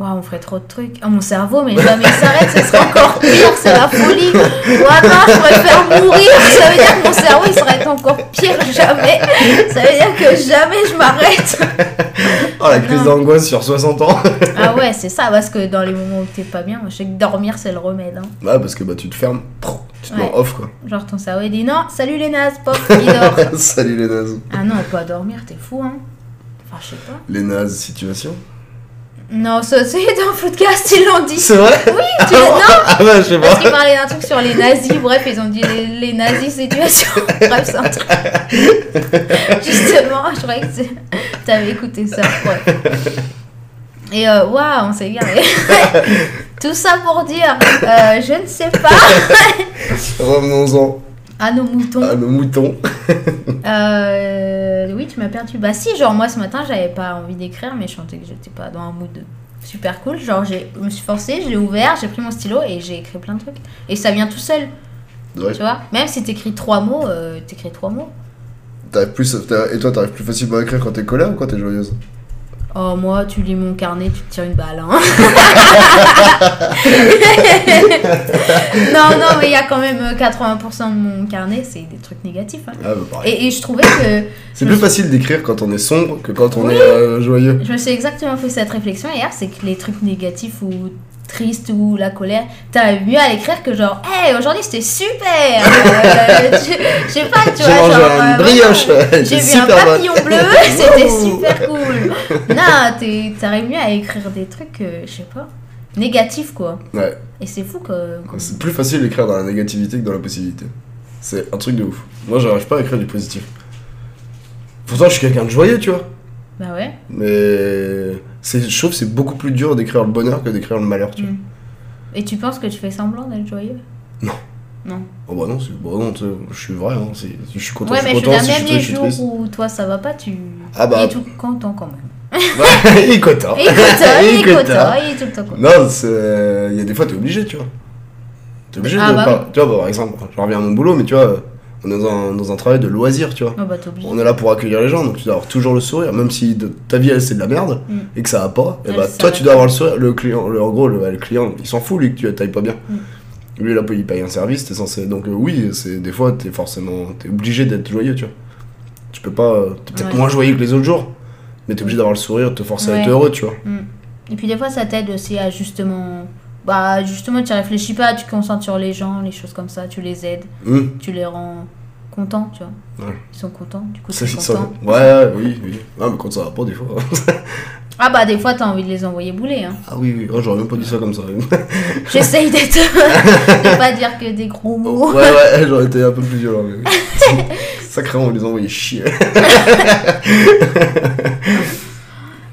Speaker 2: Waouh, on ferait trop de trucs. Oh, mon cerveau, mais jamais il s'arrête, ce serait encore pire, c'est la folie. Waouh, non, je préfère mourir. Ça veut dire que mon cerveau, il s'arrête encore pire, jamais. Ça veut dire que jamais je m'arrête.
Speaker 3: Oh, la crise
Speaker 2: Ah Non.
Speaker 3: d'angoisse sur 60 ans.
Speaker 2: Ah ouais, c'est ça, parce que dans les moments où t'es pas bien, moi je sais que dormir, c'est le remède. hein.
Speaker 3: Bah, parce que bah, tu te fermes, prou, tu te mets en
Speaker 2: Ouais.
Speaker 3: off quoi.
Speaker 2: Genre, ton cerveau, il dit non, salut les nazes, pop, il dort.
Speaker 3: Salut les nazes.
Speaker 2: Ah non, pas dormir, t'es fou, hein. Enfin, je sais pas.
Speaker 3: Les nazes, situation.
Speaker 2: Non, ça, c'est dans le podcast, ils l'ont dit.
Speaker 3: C'est vrai
Speaker 2: Tu l'as- non,
Speaker 3: Ah bah, je sais
Speaker 2: Parce
Speaker 3: pas.
Speaker 2: qu'ils parlaient d'un truc sur les nazis, bref, ils ont dit les, les nazis situation. bref, c'est un truc. Justement, je croyais que c'est- t'avais écouté ça. Ouais. Et euh, waouh, on s'est garé. Tout ça pour dire, euh, je ne sais pas,
Speaker 3: Revenons-en
Speaker 2: à nos moutons.
Speaker 3: à nos moutons.
Speaker 2: Euh, oui, tu m'as perdu. Bah si, genre moi ce matin, j'avais pas envie d'écrire, mais je sentais que j'étais pas dans un mood de- super cool. Genre, j'ai- je me suis forcée, j'ai ouvert, j'ai pris mon stylo et j'ai écrit plein de trucs. Et ça vient tout seul.
Speaker 3: Ouais.
Speaker 2: Tu vois, même si t'écris trois mots, euh, t'écris trois mots.
Speaker 3: T'arrives plus, t'as- et toi, t'arrives plus facilement à écrire quand t'es colère ou quand t'es joyeuse
Speaker 2: Oh, moi, tu lis mon carnet, tu te tires une balle. hein. non, non, mais il y a quand même euh, 80% de mon carnet, c'est des trucs négatifs. hein.
Speaker 3: Ah bah, pareil.
Speaker 2: Et, et je trouvais que. je
Speaker 3: C'est plus
Speaker 2: me
Speaker 3: facile d'écrire quand on est sombre que quand on
Speaker 2: Oui.
Speaker 3: est euh, joyeux.
Speaker 2: Je me suis exactement fait cette réflexion hier, c'est que les trucs négatifs ou tristes ou la colère, t'as mieux à l'écrire que genre, hey, aujourd'hui c'était super Euh, Je je sais pas, tu
Speaker 3: J'ai
Speaker 2: vois.
Speaker 3: mangé
Speaker 2: genre,
Speaker 3: une
Speaker 2: euh,
Speaker 3: brioche, elle
Speaker 2: J'ai
Speaker 3: était
Speaker 2: vu un
Speaker 3: super bonne.
Speaker 2: papillon bleu, c'était
Speaker 3: Wow.
Speaker 2: super cool. Non, t'es- t'arrives mieux à écrire des trucs, euh, je sais pas, négatifs quoi.
Speaker 3: Ouais.
Speaker 2: Et c'est fou que. qu'on-
Speaker 3: C'est plus facile d'écrire dans la négativité que dans la positivité. C'est un truc de ouf. Moi, j'arrive pas à écrire du positif. Pourtant, je suis quelqu'un de joyeux, tu vois.
Speaker 2: Bah ouais.
Speaker 3: Mais c'est, je trouve que c'est beaucoup plus dur d'écrire le bonheur que d'écrire le malheur, tu vois.
Speaker 2: Mm. Et tu penses que tu fais semblant d'être joyeux
Speaker 3: Oh bah non, c'est, bah non tu sais, je suis vrai, hein, c'est- je suis content,
Speaker 2: Ouais,
Speaker 3: je
Speaker 2: mais
Speaker 3: suis
Speaker 2: je
Speaker 3: content,
Speaker 2: veux dire,
Speaker 3: si je suis
Speaker 2: même
Speaker 3: triste,
Speaker 2: les
Speaker 3: je suis triste.
Speaker 2: jours où toi ça va pas, tu.
Speaker 3: Ah bah.
Speaker 2: Il est tout content quand même.
Speaker 3: Ouais, il est content.
Speaker 2: Et content, il est
Speaker 3: Il est
Speaker 2: content, hein, il est tout le temps content.
Speaker 3: Non, c'est... il y a des fois, t'es obligé, tu vois. T'es obligé
Speaker 2: Ah
Speaker 3: de
Speaker 2: bah
Speaker 3: pas- Tu vois, par exemple, je reviens à mon boulot, mais tu vois, on est dans un, dans un travail de loisir, tu vois.
Speaker 2: Non, bah t'es obligé.
Speaker 3: On est là pour accueillir les gens, donc tu dois avoir toujours le sourire, même si de- ta vie elle c'est de la merde
Speaker 2: Mm.
Speaker 3: et que ça va pas. Et
Speaker 2: Elle,
Speaker 3: bah
Speaker 2: ça
Speaker 3: toi
Speaker 2: va
Speaker 3: tu
Speaker 2: pas.
Speaker 3: dois avoir le sourire. Le client, le, en gros, le, le client, il s'en fout lui que tu tailles pas bien.
Speaker 2: Mm.
Speaker 3: Lui là, il paye un service, t'es censé. Donc euh, oui, c'est des fois t'es forcément, t'es obligé d'être joyeux, tu vois. Tu peux pas, euh, t'es peut-être
Speaker 2: Ouais.
Speaker 3: moins joyeux que les autres jours, mais t'es obligé d'avoir le sourire, de te forcer à être
Speaker 2: Ouais.
Speaker 3: heureux, tu vois.
Speaker 2: Et puis des fois ça t'aide aussi à justement. Bah justement, tu réfléchis pas, tu te concentres sur les gens, les choses comme ça, tu les aides,
Speaker 3: Hum.
Speaker 2: tu les rends contents, tu vois.
Speaker 3: Ouais.
Speaker 2: Ils sont contents, du coup,
Speaker 3: Ça,
Speaker 2: t'es
Speaker 3: c'est ça.
Speaker 2: content.
Speaker 3: Ouais, ouais, oui, oui. Ah, mais quand ça va pas, des fois.
Speaker 2: Ah bah des fois t'as envie de les envoyer bouler. Hein.
Speaker 3: Ah oui, oui. Oh, j'aurais même pas dit ça comme ça.
Speaker 2: J'essaye d'être. de pas dire que des gros mots.
Speaker 3: Ouais, ouais, j'aurais été un peu plus violent. Mais... oui. Sacrément, on les envoyait chier.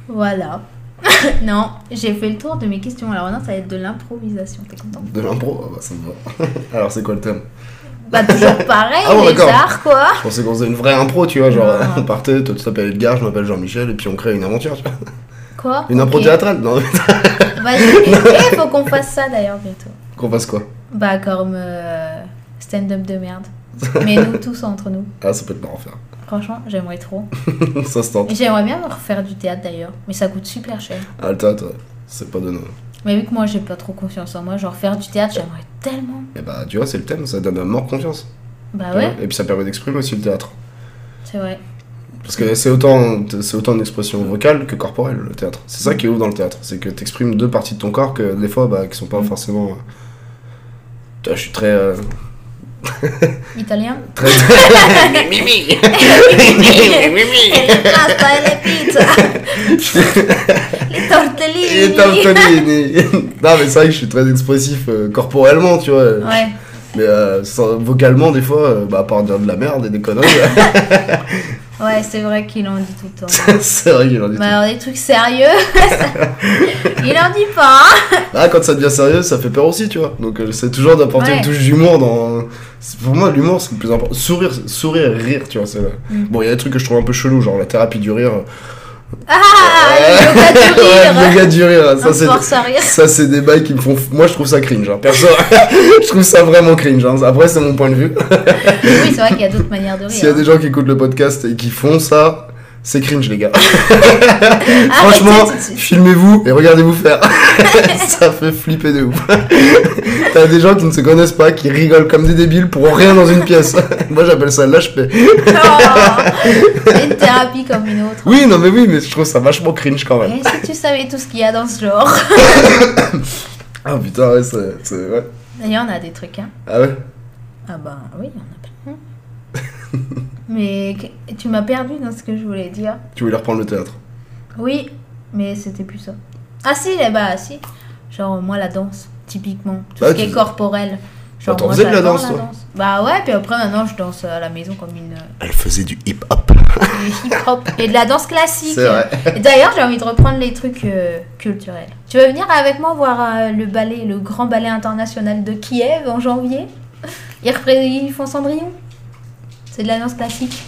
Speaker 2: Voilà. non, j'ai fait le tour de mes questions. Alors maintenant ça va être de l'improvisation, t'es content
Speaker 3: De l'impro Ah bah ça me va. Alors c'est quoi le thème
Speaker 2: Bah toujours pareil,
Speaker 3: Ah bon,
Speaker 2: les
Speaker 3: d'accord.
Speaker 2: arts quoi.
Speaker 3: Je pensais qu'on faisait une vraie impro, tu vois, genre
Speaker 2: Non.
Speaker 3: on partait, toi tu t'appelles Edgar, je m'appelle Jean-Michel, et puis on crée une aventure, tu vois.
Speaker 2: Quoi
Speaker 3: Une impro
Speaker 2: Ok.
Speaker 3: théâtrale Non, mais
Speaker 2: Vas-y. Eh, faut qu'on fasse ça d'ailleurs bientôt.
Speaker 3: qu'on fasse quoi
Speaker 2: Bah, comme euh, stand-up de merde. Mais nous tous entre nous.
Speaker 3: Ah, ça peut être marrant à faire.
Speaker 2: Franchement, j'aimerais trop.
Speaker 3: ça se tente.
Speaker 2: Et J'aimerais bien refaire du théâtre d'ailleurs, mais ça coûte super cher.
Speaker 3: Ah, le théâtre, ouais, c'est pas donné.
Speaker 2: Mais vu que moi j'ai pas trop confiance en moi, genre faire du théâtre, j'aimerais tellement.
Speaker 3: Et bah, tu vois, c'est le thème, ça donne à mort confiance.
Speaker 2: Bah
Speaker 3: tu
Speaker 2: ouais,
Speaker 3: vois. Et puis ça permet d'exprimer aussi le théâtre.
Speaker 2: c'est vrai.
Speaker 3: Parce que c'est autant, c'est autant une expression vocale que corporelle, le théâtre. C'est ça qui est ouf dans le théâtre, c'est que t'exprimes deux parties de ton corps que des fois, bah, qui sont pas
Speaker 2: Mm.
Speaker 3: forcément. euh, Tu vois, je suis très. euh,
Speaker 2: Italien
Speaker 3: très...
Speaker 2: Et e les pastas et les pizzas Les tortellini
Speaker 3: Et Tartolini. non mais c'est vrai que je suis très expressif euh, corporellement, tu vois.
Speaker 2: Ouais,
Speaker 3: Mais euh, sans- vocalement, des fois, euh, bah, à part dire de la merde et des conneries,
Speaker 2: ouais c'est vrai qu'il en dit tout le temps.
Speaker 3: c'est vrai qu'il en dit
Speaker 2: Mais
Speaker 3: tout.
Speaker 2: alors des trucs sérieux, il en dit pas. hein.
Speaker 3: Ah, quand ça devient sérieux, ça fait peur aussi, tu vois. Donc euh, j'essaie toujours d'apporter
Speaker 2: Ouais.
Speaker 3: une touche d'humour dans... c'est- Pour moi, l'humour, c'est le plus important. Sourire, sourire et rire, tu vois. c'est- euh.
Speaker 2: Mm.
Speaker 3: Bon, il y a des trucs que je trouve un peu chelou, genre la thérapie du rire.
Speaker 2: Ah, il est gars du
Speaker 3: Ouais, le
Speaker 2: rire.
Speaker 3: gars du rire, ça
Speaker 2: On
Speaker 3: c'est
Speaker 2: se force à rire.
Speaker 3: ça c'est des bails qui me font moi je trouve ça cringe hein. perso je trouve ça vraiment cringe hein. après c'est mon point de vue
Speaker 2: Oui, hein. c'est vrai qu'il y a d'autres manières de rire.
Speaker 3: s'il y a des gens qui écoutent le podcast et qui font ça c'est cringe les gars
Speaker 2: hein. Arrêtez
Speaker 3: franchement
Speaker 2: tout de suite.
Speaker 3: filmez-vous et regardez-vous faire ça fait flipper de ouf t'as des gens qui ne se connaissent pas qui rigolent comme des débiles pour rien dans une pièce moi j'appelle ça l'HP
Speaker 2: Oh, c'est une thérapie comme une autre.
Speaker 3: oui non mais oui mais je trouve ça vachement cringe quand même
Speaker 2: Et si tu savais tout ce qu'il y a dans ce genre
Speaker 3: ah putain ouais c'est c'est- ouais
Speaker 2: D'ailleurs, on a des trucs, hein.
Speaker 3: ah ouais
Speaker 2: Ah bah oui, il y en a plein. mais que- tu m'as perdu dans ce que je voulais dire.
Speaker 3: tu voulais reprendre le théâtre
Speaker 2: Oui, mais c'était plus ça. Ah si, eh bah si. Genre moi la danse, typiquement. Tout
Speaker 3: Bah,
Speaker 2: ce qui
Speaker 3: tu-
Speaker 2: est corporel. Genre
Speaker 3: Bah, t'en faisais de la
Speaker 2: j'adore
Speaker 3: danse, toi
Speaker 2: Bah ouais, puis après maintenant je danse à la maison comme une
Speaker 3: elle faisait du hip hop
Speaker 2: du hip-hop et de la danse classique.
Speaker 3: c'est vrai
Speaker 2: Et D'ailleurs, j'ai envie de reprendre les trucs euh, culturels. Tu veux venir avec moi voir euh, le ballet, le grand ballet international de Kiev en janvier ils, repré- ils font Cendrillon. C'est de la danse classique.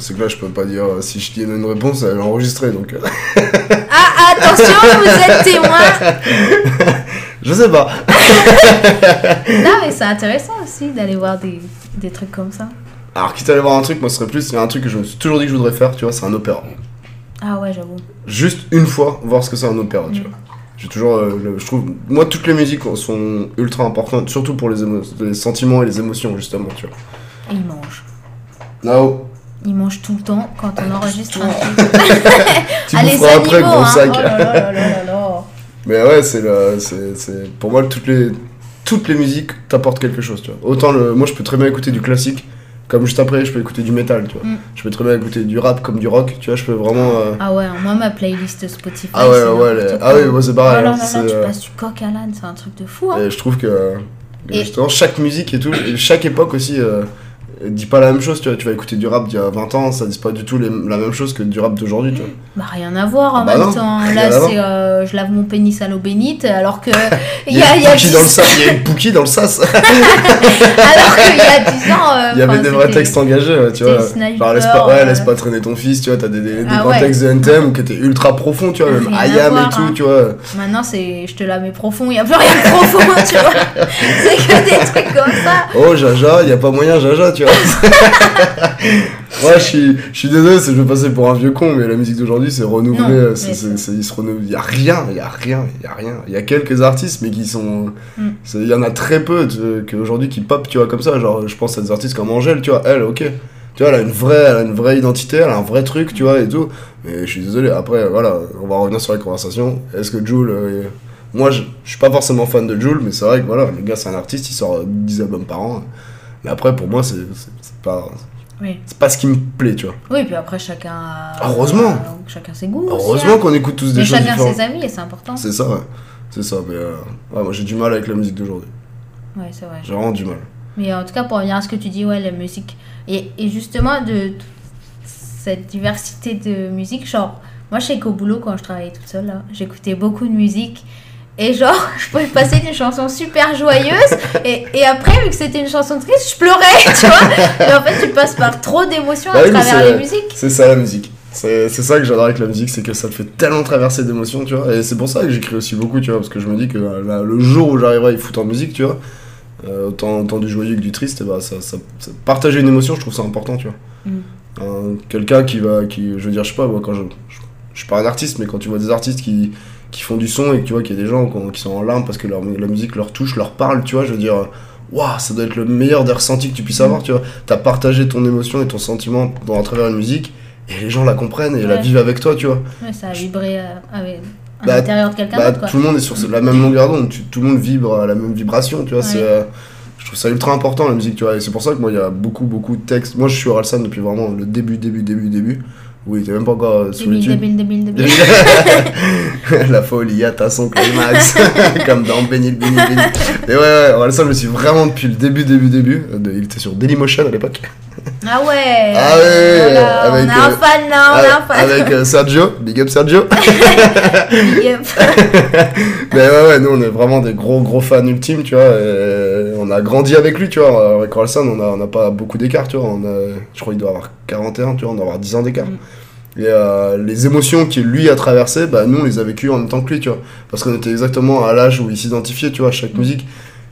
Speaker 3: C'est que là, je peux pas dire euh, si je dis une réponse, elle est enregistrée donc. euh,
Speaker 2: Ah, attention, vous êtes témoin
Speaker 3: je sais pas.
Speaker 2: Non, mais c'est intéressant aussi d'aller voir des, des trucs comme ça.
Speaker 3: Alors, quitte à aller voir un truc, moi, ce serait plus. Il y a un truc que je me suis toujours dit que je voudrais faire, tu vois, c'est un opéra.
Speaker 2: Ah ouais, j'avoue.
Speaker 3: Juste une fois, voir ce que c'est un opéra, tu
Speaker 2: Mm.
Speaker 3: vois. J'ai toujours. euh, le- je trouve. Moi, toutes les musiques euh, sont ultra importantes, surtout pour les, émo- les sentiments et les émotions, justement, tu vois.
Speaker 2: Et ils mangent.
Speaker 3: Là-haut,
Speaker 2: Ils mangent tout le temps quand on enregistre un truc.
Speaker 3: tu
Speaker 2: Ah, les animaux,
Speaker 3: boufferas après, gros
Speaker 2: hein.
Speaker 3: sac.
Speaker 2: Oh là là là là là.
Speaker 3: Mais ouais, c'est le. c'est- c'est- Pour moi, toutes les, toutes les musiques t'apportent quelque chose, tu vois. Autant le. Moi, je peux très bien écouter du classique, comme juste après, je peux écouter du métal, tu vois.
Speaker 2: Mm.
Speaker 3: Je peux très bien écouter du rap comme du rock, tu vois. Je peux vraiment. euh,
Speaker 2: Ah ouais, moi ma playlist Spotify.
Speaker 3: Ah ouais,
Speaker 2: c'est
Speaker 3: ouais,
Speaker 2: n'importe
Speaker 3: les-
Speaker 2: quoi.
Speaker 3: ah oui, moi, c'est pareil.
Speaker 2: Oh là
Speaker 3: hein,
Speaker 2: là là,
Speaker 3: c'est,
Speaker 2: tu
Speaker 3: euh,
Speaker 2: passes du coq à l'âne, c'est un truc de fou. Hein.
Speaker 3: et je trouve que euh,
Speaker 2: Et-
Speaker 3: justement chaque musique et tout, et chaque époque aussi euh, dit pas la même chose. Tu vois, tu vas écouter du rap d'il y a 20 ans, ça dit pas du tout les- la même chose que du rap d'aujourd'hui. Tu vois.
Speaker 2: Bah rien à voir en
Speaker 3: Ah bah
Speaker 2: même
Speaker 3: non,
Speaker 2: temps.
Speaker 3: rien à
Speaker 2: Là,
Speaker 3: voir.
Speaker 2: c'est euh, je lave mon pénis à l'eau bénite, alors que il y a, il y a
Speaker 3: Pookie dans le
Speaker 2: 10
Speaker 3: sas, il y a une Pookie dans le sas.
Speaker 2: alors qu'il y a 10 ans. euh,
Speaker 3: Il y avait
Speaker 2: enfin,
Speaker 3: des vrais
Speaker 2: c'était-
Speaker 3: textes engagés, ouais, tu vois.
Speaker 2: c'était Sniper,
Speaker 3: Genre laisse pas, ouais,
Speaker 2: euh,
Speaker 3: laisse pas traîner ton fils, tu vois. T'as des, des, des
Speaker 2: Ah
Speaker 3: vrais
Speaker 2: ouais.
Speaker 3: textes de NTM qui étaient ultra profonds, tu vois. Même
Speaker 2: Rien à
Speaker 3: Ayam et
Speaker 2: voir,
Speaker 3: tout,
Speaker 2: hein.
Speaker 3: tu vois.
Speaker 2: Maintenant, c'est je te la mets profond, il y a plus rien de profond, tu vois. C'est que des trucs comme ça.
Speaker 3: Oh Jaja, y a pas moyen Jaja, tu vois. Moi je suis, je suis désolé, c'est- je vais passer pour un vieux con, mais la musique d'aujourd'hui c'est
Speaker 2: Non,
Speaker 3: renouvelé,
Speaker 2: mais c'est-
Speaker 3: c'est, c'est, c'est- il se renouvelle. Y a rien, y a rien, y a rien. Y a quelques artistes, mais qui sont,
Speaker 2: Mm.
Speaker 3: c'est- y en a très peu tu- qu'aujourd'hui qui pop, tu vois comme ça. Genre je pense à des artistes comme Angèle, tu vois, elle, ok. Tu vois, elle a une vraie, elle a une vraie identité, elle a un vrai truc, tu vois et tout. Mais je suis désolé. Après voilà, on va revenir sur la conversation. Est-ce que Jules euh, est- moi, je, je suis pas forcément fan de Jules, mais c'est vrai que voilà, le gars c'est un artiste, il sort euh, 10 albums par an. Mais après, pour moi, c'est c'est- c'est pas,
Speaker 2: Oui.
Speaker 3: c'est pas ce qui me plaît, tu vois.
Speaker 2: Oui, puis après, chacun. a-
Speaker 3: Heureusement.
Speaker 2: a- chacun ses goûts. aussi,
Speaker 3: Heureusement
Speaker 2: hein.
Speaker 3: qu'on écoute tous des
Speaker 2: Mais
Speaker 3: choses
Speaker 2: chacun
Speaker 3: différentes.
Speaker 2: ses amis et c'est important.
Speaker 3: C'est ça, ouais. C'est ça, mais euh, ouais, moi j'ai du mal avec la musique d'aujourd'hui.
Speaker 2: Ouais, c'est vrai.
Speaker 3: J'ai vraiment du mal.
Speaker 2: Mais en tout cas, pour revenir à ce que tu dis, ouais, la musique. Et, et justement, de toute cette diversité de musique, genre, moi, je sais qu'au boulot, quand je travaillais toute seule, là, j'écoutais beaucoup de musique. Et genre, je pouvais passer des chansons super joyeuses. Et, et après, vu que c'était une chanson triste, je pleurais, tu vois. Mais en fait, tu passes par trop d'émotions
Speaker 3: Bah
Speaker 2: à
Speaker 3: oui, mais
Speaker 2: travers
Speaker 3: c'est-
Speaker 2: les musiques.
Speaker 3: C'est ça la musique. C'est c'est ça que j'adore avec la musique, c'est que ça te fait tellement traverser d'émotions, tu vois. Et c'est pour ça que j'écris aussi beaucoup, tu vois, parce que je me dis que euh, là, le jour où j'arriverai à y foutre en musique, tu vois, euh, autant, autant du joyeux que du triste, et bah, ça, ça- ça- partager une émotion, je trouve ça important, tu vois.
Speaker 2: Mm.
Speaker 3: Un- Quelqu'un qui va, qui, je veux dire, je sais pas, moi, quand je, je, je suis pas un artiste, mais quand tu vois des artistes qui, qui font du son et que tu vois qu'il y a des gens qui ont- qui sont en larmes parce que leur, la musique leur touche, leur parle, tu vois, je veux dire, waouh, ça doit être le meilleur des ressentis que tu puisses avoir, tu vois. T'as partagé ton émotion et ton sentiment dans, à travers une musique, et les gens la comprennent et la
Speaker 2: Ouais.
Speaker 3: vivent avec toi, tu vois.
Speaker 2: Ouais, ça a vibré euh, avec, à
Speaker 3: Bah,
Speaker 2: l'intérieur de quelqu'un
Speaker 3: Bah,
Speaker 2: d'autre, quoi.
Speaker 3: tout le monde est sur la même longueur d'onde, tu- tout le monde vibre à la même vibration, tu
Speaker 2: Ouais.
Speaker 3: vois. C'est, euh, je trouve ça ultra important la musique, tu vois. Et c'est pour ça que moi, il y a beaucoup, beaucoup de textes. Moi, je suis Oralsan depuis vraiment le début, début, début, début. Oui, t'es même pas encore euh, sous
Speaker 2: Débile,
Speaker 3: l'étude.
Speaker 2: débile, débile, débile.
Speaker 3: la folie à ta son climax, comme dans Bénil, Bénil, Bénil. Et ouais, ouais, voilà, ça, je me suis vraiment depuis le début, début, début. euh, de- il était sur Dailymotion à l'époque.
Speaker 2: Ah ouais
Speaker 3: Ah ouais,
Speaker 2: Voilà,
Speaker 3: avec,
Speaker 2: On a un
Speaker 3: euh,
Speaker 2: fan, là, Ah, on a un fan
Speaker 3: avec euh, Sergio, big up Sergio.
Speaker 2: Yep.
Speaker 3: Mais ouais, ouais, nous on est vraiment des gros gros fans ultimes, tu vois. et on a grandi avec lui, tu vois. Avec Orelsan, on a, on a pas beaucoup d'écart, tu vois. On a, je crois qu'il doit avoir 41, tu vois, on doit avoir 10 ans d'écart.
Speaker 2: Mm.
Speaker 3: Et euh, les émotions qu'il lui a traversées, bah, nous on les a vécues en même temps que lui, tu vois. Parce qu'on était exactement à l'âge où il s'identifiait, tu vois, à chaque
Speaker 2: Mm.
Speaker 3: musique.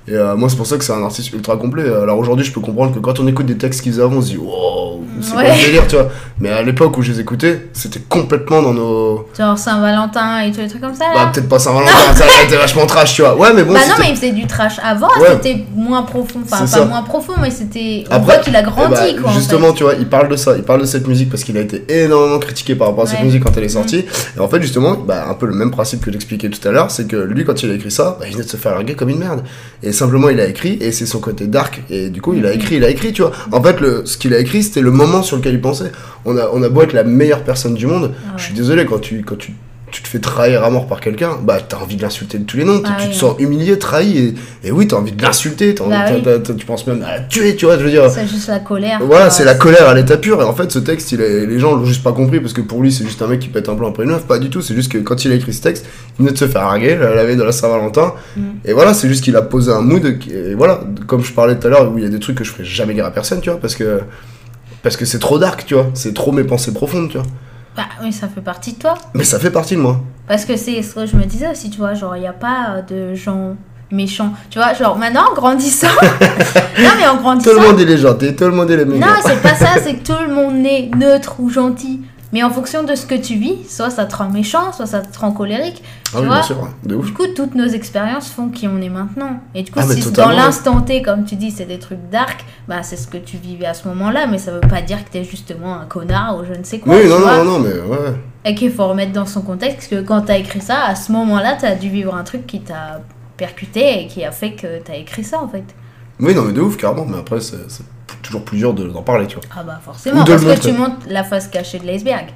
Speaker 3: Et euh, moi c'est pour ça que c'est un artiste ultra complet. Alors aujourd'hui je peux comprendre que quand on écoute des textes qu'ils avaient, on se dit wow, c'est pas
Speaker 2: Ouais.
Speaker 3: le délire, tu vois. Mais à l'époque où je les écoutais, c'était complètement dans nos.
Speaker 2: Genre Saint-Valentin et tous les trucs comme ça là.
Speaker 3: Bah peut-être pas Saint-Valentin, ça c'était vachement trash, tu vois. Ouais, mais bon,
Speaker 2: Ah. Bah non,
Speaker 3: c'était-
Speaker 2: mais il faisait du trash avant,
Speaker 3: Ouais.
Speaker 2: c'était moins profond. Enfin,
Speaker 3: C'est
Speaker 2: pas
Speaker 3: ça.
Speaker 2: moins profond, mais c'était. On
Speaker 3: Après,
Speaker 2: voit qu'il a
Speaker 3: Eh
Speaker 2: grandi,
Speaker 3: bah,
Speaker 2: quoi. en
Speaker 3: Justement, tu vois, il parle de ça, il parle de cette musique parce qu'il a été énormément critiqué par rapport à cette
Speaker 2: Ouais. Mm.
Speaker 3: musique quand elle est sortie. Et en fait, justement, bah, un peu le même principe que j'expliquais tout à l'heure, c'est que lui, quand il a écrit ça, bah, il venait de se faire larguer comme une merde. Et simplement, il a écrit, et c'est son côté dark. Et du coup, il a
Speaker 2: Mm.
Speaker 3: écrit, il a écrit, tu vois. En fait, le, ce qu'il a écrit, c'était le moment sur lequel il pensait. On a, on a beau être la meilleure personne du monde,
Speaker 2: fait. Ouais.
Speaker 3: je suis désolé, quand tu, quand tu, tu te fais trahir à mort par quelqu'un, bah t'as envie de l'insulter de tous les noms,
Speaker 2: Ah
Speaker 3: tu
Speaker 2: oui.
Speaker 3: te sens humilié, trahi, et, et oui, t'as envie de l'insulter, t'as
Speaker 2: Bah
Speaker 3: envie-
Speaker 2: oui.
Speaker 3: t'as- t'as- tu penses même à la tuer, tu vois, je veux dire.
Speaker 2: C'est juste la colère.
Speaker 3: Voilà,
Speaker 2: quoi.
Speaker 3: c'est la colère à l'état pur. Et en fait, ce texte, il est- les gens l'ont juste pas compris parce que pour lui, c'est juste un mec qui pète un plan après une meuf. Pas du tout. C'est juste que quand il a écrit ce texte, il venait de se faire larguer la la veille de la Saint-Valentin.
Speaker 2: Mm.
Speaker 3: Et voilà, c'est juste qu'il a posé un mood. qui- Et voilà, comme je parlais tout à l'heure, où il y a des trucs que je ferais jamais dire à personne, tu vois, parce que parce que c'est trop dark, tu vois. C'est trop mes pensées profondes, tu vois.
Speaker 2: Bah oui, ça fait partie de toi.
Speaker 3: Mais ça fait partie de moi.
Speaker 2: Parce que c'est ce que je me disais aussi, tu vois, genre, il n'y a pas euh, de gens méchants. Tu vois, genre, maintenant, en grandissant. non, mais en
Speaker 3: Tout le
Speaker 2: grandissant.
Speaker 3: monde est légendaire, tout le monde est le
Speaker 2: Non,
Speaker 3: meilleur.
Speaker 2: c'est pas ça, c'est que tout le monde est neutre ou gentil. Mais en fonction de ce que tu vis, soit ça te rend méchant, soit ça te rend colérique.
Speaker 3: Ah
Speaker 2: tu
Speaker 3: oui, bien
Speaker 2: vois,
Speaker 3: sûr, ouais, de ouf.
Speaker 2: Du coup, toutes nos expériences font qui on est maintenant. Et du coup,
Speaker 3: Ah, mais
Speaker 2: si c'est dans
Speaker 3: totalement.
Speaker 2: l'instant T, comme tu dis, c'est des trucs dark, bah c'est ce que tu vivais à ce moment-là, mais ça veut pas dire que t'es justement un connard ou je ne sais quoi.
Speaker 3: Oui,
Speaker 2: tu
Speaker 3: non,
Speaker 2: vois.
Speaker 3: non, non, mais ouais.
Speaker 2: Et qu'il faut remettre dans son contexte que quand t'as écrit ça, à ce moment-là, t'as dû vivre un truc qui t'a percuté et qui a fait que t'as écrit ça en fait.
Speaker 3: Oui, non, mais de ouf, carrément. Mais après, c'est c'est toujours plus dur de- d'en parler, tu vois.
Speaker 2: Ah bah forcément,
Speaker 3: Ou de
Speaker 2: parce
Speaker 3: le
Speaker 2: que
Speaker 3: montrer.
Speaker 2: tu montes la face cachée de l'iceberg.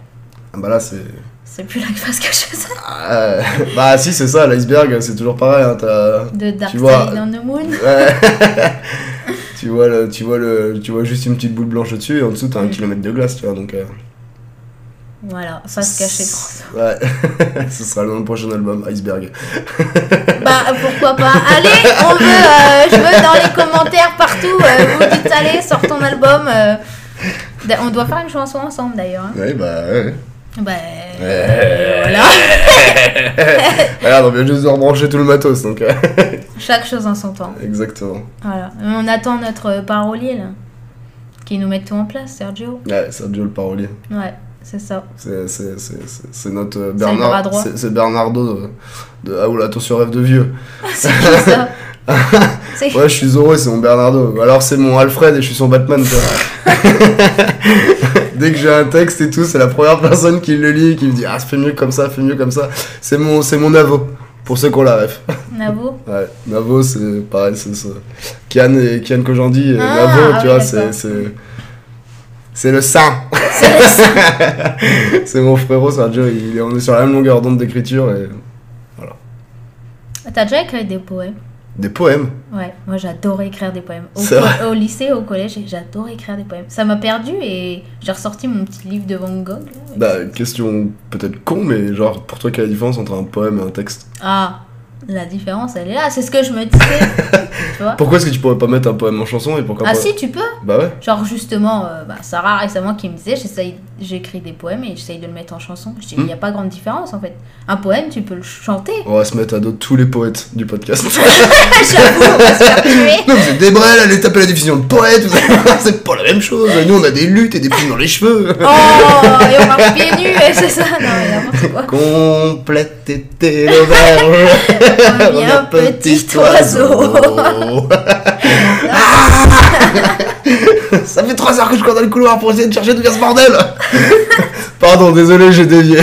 Speaker 3: Ah, bah là, c'est.
Speaker 2: C'est plus la face cachée ça.
Speaker 3: Euh, bah si c'est ça l'iceberg c'est toujours pareil hein, t'as-
Speaker 2: De Dark
Speaker 3: Tu vois,
Speaker 2: Side on the Moon.
Speaker 3: Ouais. tu vois le, tu vois le tu vois juste une petite boule blanche au-dessus et en dessous t'as un
Speaker 2: Mm.
Speaker 3: kilomètre de glace tu vois donc euh,
Speaker 2: Voilà, face cachée de François.
Speaker 3: ouais ce sera le nom du prochain album iceberg
Speaker 2: Bah pourquoi pas. Allez, on veut, euh, je veux dans les commentaires partout, euh, vous dites allez, sors ton album. euh. D'a- On doit faire une chanson ensemble d'ailleurs. hein.
Speaker 3: ouais bah ouais
Speaker 2: Bah euh,
Speaker 3: Ouais.
Speaker 2: voilà.
Speaker 3: regarde on vient juste de rebrancher tout le matos donc euh,
Speaker 2: Chaque chose en son temps.
Speaker 3: exactement
Speaker 2: Voilà. Et On attend notre parolier là, qui nous mette tout en place, Sergio.
Speaker 3: ouais Sergio le parolier
Speaker 2: Ouais, c'est ça.
Speaker 3: c'est c'est- c'est- c'est- c'est notre euh,
Speaker 2: C'est le bras
Speaker 3: Bernard
Speaker 2: droit.
Speaker 3: c'est- c'est Bernardo de, de ah oula attention rêve de vieux
Speaker 2: C'est qui ça C'est
Speaker 3: ouais je suis Zorro et c'est mon Bernardo Ou alors c'est mon Alfred et je suis son Batman tu vois. Dès que j'ai un texte et tout, c'est la première personne qui le lit et qui me dit Ah, fais mieux comme ça, fais mieux comme ça. C'est mon, c'est mon Navo, pour ceux qui ont la ref.
Speaker 2: Navo.
Speaker 3: Ouais, Navo, c'est pareil, c'est ça. Kian et Kian Kojandi et
Speaker 2: Ah,
Speaker 3: Navo,
Speaker 2: ah
Speaker 3: tu
Speaker 2: oui,
Speaker 3: vois,
Speaker 2: d'accord.
Speaker 3: c'est. c'est- C'est le saint
Speaker 2: C'est le saint.
Speaker 3: C'est mon frérot Sergio, il est, on est sur la même longueur d'onde d'écriture et.
Speaker 2: T'as déjà écrit des poèmes
Speaker 3: Des poèmes
Speaker 2: Ouais, moi j'adorais écrire des poèmes. Au,
Speaker 3: C'est
Speaker 2: co-
Speaker 3: vrai.
Speaker 2: au lycée, au collège, j'adorais écrire des poèmes. Ça m'a perdu et j'ai ressorti mon petit livre de Van Gogh. là.
Speaker 3: Bah, question peut-être con, mais genre, pour toi, quelle est la différence entre un poème et un texte
Speaker 2: Ah, la différence elle est là, c'est ce que je me disais. tu vois
Speaker 3: Pourquoi est-ce que tu pourrais pas mettre un poème en chanson et pourquoi
Speaker 2: Ah
Speaker 3: pas
Speaker 2: si, tu peux
Speaker 3: Ah Bah ouais.
Speaker 2: Genre justement, euh, bah, Sarah récemment qui me disait, j'essaye- j'écris des poèmes et j'essaye de le mettre en chanson. Je dis, il
Speaker 3: Hmm.
Speaker 2: n'y a pas grande différence en fait. Un poème, tu peux le chanter.
Speaker 3: On va se mettre à dos tous les poètes du podcast.
Speaker 2: J'avoue, on va se
Speaker 3: Ah.
Speaker 2: faire tuer.
Speaker 3: Non, vous êtes des brels, allez taper la diffusion de poètes, vous allez voir, c'est pas la même chose. Nous, on a des luttes et des plumes dans les cheveux.
Speaker 2: Oh, et on marche pieds nus, et c'est ça. Non, mais n'importe quoi.
Speaker 3: Complète était le verre,
Speaker 2: Comme un petit oiseau.
Speaker 3: Ah Ça fait trois heures que je cours dans le couloir pour essayer de chercher d'où vient ce bordel. Pardon, désolé, j'ai dévié.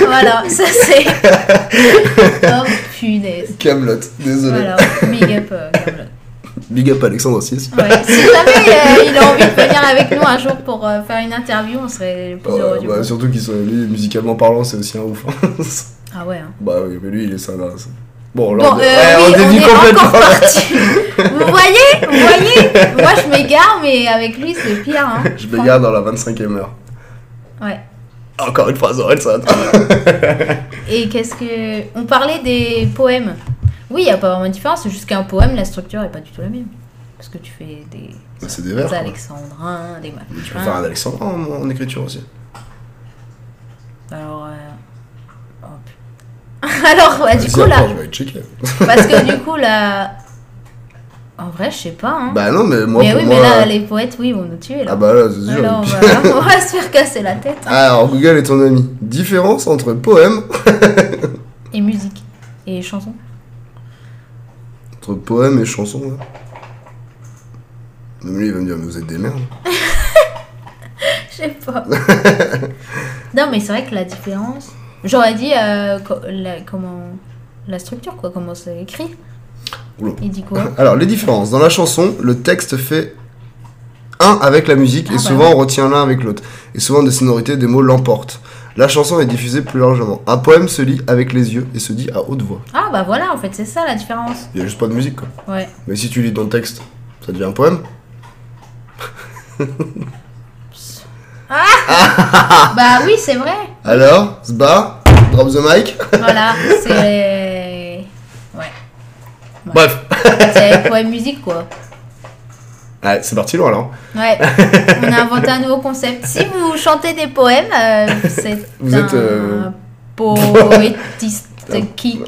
Speaker 2: voilà, ça c'est. Oh punaise.
Speaker 3: Camelot, désolé.
Speaker 2: Voilà, big up. euh, Camelot.
Speaker 3: Big up Alexandre aussi.
Speaker 2: Ouais. Si jamais euh, il a envie de venir avec nous un jour pour euh, faire une interview, on serait plus
Speaker 3: Ouais,
Speaker 2: heureux du
Speaker 3: bah,
Speaker 2: coup.
Speaker 3: surtout qu'il soit lui, musicalement parlant, c'est aussi un ouf.
Speaker 2: Ah ouais. hein.
Speaker 3: Bah oui, mais lui, il est ça là. c'est- Bon, là,
Speaker 2: Bon,
Speaker 3: on,
Speaker 2: euh,
Speaker 3: ouais,
Speaker 2: oui,
Speaker 3: on dévie
Speaker 2: on est
Speaker 3: complètement.
Speaker 2: encore parti. vous voyez, vous voyez, moi je m'égare, mais avec lui c'est pire. Hein.
Speaker 3: Je m'égare dans la 25ème heure.
Speaker 2: Ouais.
Speaker 3: Encore une fois, Zorel, ça attend.
Speaker 2: Et qu'est-ce que. On parlait des poèmes. Oui, il n'y a pas vraiment de différence, c'est juste qu'un poème, la structure est pas du tout la même. Parce que tu fais des.
Speaker 3: Bah, c'est des vers,
Speaker 2: Des
Speaker 3: quoi.
Speaker 2: alexandrins, des machins.
Speaker 3: Tu peux faire un Alexandre en, en écriture aussi.
Speaker 2: Alors, euh, hop. Alors, ouais, Ah, du
Speaker 3: Vas-y,
Speaker 2: coup, là, Hein
Speaker 3: attends, je vais aller checker.
Speaker 2: parce que du coup, là, en vrai, je sais pas, hein.
Speaker 3: Bah non, mais moi,
Speaker 2: mais
Speaker 3: pour
Speaker 2: oui,
Speaker 3: moi...
Speaker 2: mais là, les poètes, oui, vont nous tuer, là.
Speaker 3: Ah bah là, c'est sûr.
Speaker 2: Alors, on va, on va se faire casser la tête.
Speaker 3: Alors, Google est ton ami. Différence entre poème,
Speaker 2: Et musique. Et chanson.
Speaker 3: entre poème et chanson. Là. Même lui, il va me dire, mais vous êtes des merdes.
Speaker 2: Je sais pas. non, mais c'est vrai que la différence. J'aurais dit euh, co- la, comment. La structure, quoi, comment c'est écrit.
Speaker 3: Oula.
Speaker 2: Il dit quoi
Speaker 3: Alors, les différences. Dans la chanson, le texte fait un avec la musique
Speaker 2: Ah,
Speaker 3: et
Speaker 2: bah
Speaker 3: souvent on retient l'un avec l'autre. Et souvent, des sonorités, des mots l'emportent. La chanson est diffusée plus largement. Un poème se lit avec les yeux et se dit à haute voix.
Speaker 2: Ah, bah voilà, en fait, c'est ça la différence.
Speaker 3: Il y a juste pas de musique, quoi.
Speaker 2: Ouais.
Speaker 3: Mais si tu lis dans le texte, ça devient un poème. Ah.
Speaker 2: bah oui, c'est vrai.
Speaker 3: Alors, Sba, drop the mic.
Speaker 2: Voilà, c'est.
Speaker 3: Bref.
Speaker 2: C'est poème musique, quoi.
Speaker 3: Allez, c'est parti loin, hein. alors.
Speaker 2: Ouais, on a inventé un nouveau concept. Si vous chantez des poèmes, euh, c'est
Speaker 3: Vous
Speaker 2: un
Speaker 3: êtes, euh, Ah,
Speaker 2: poétiste kick.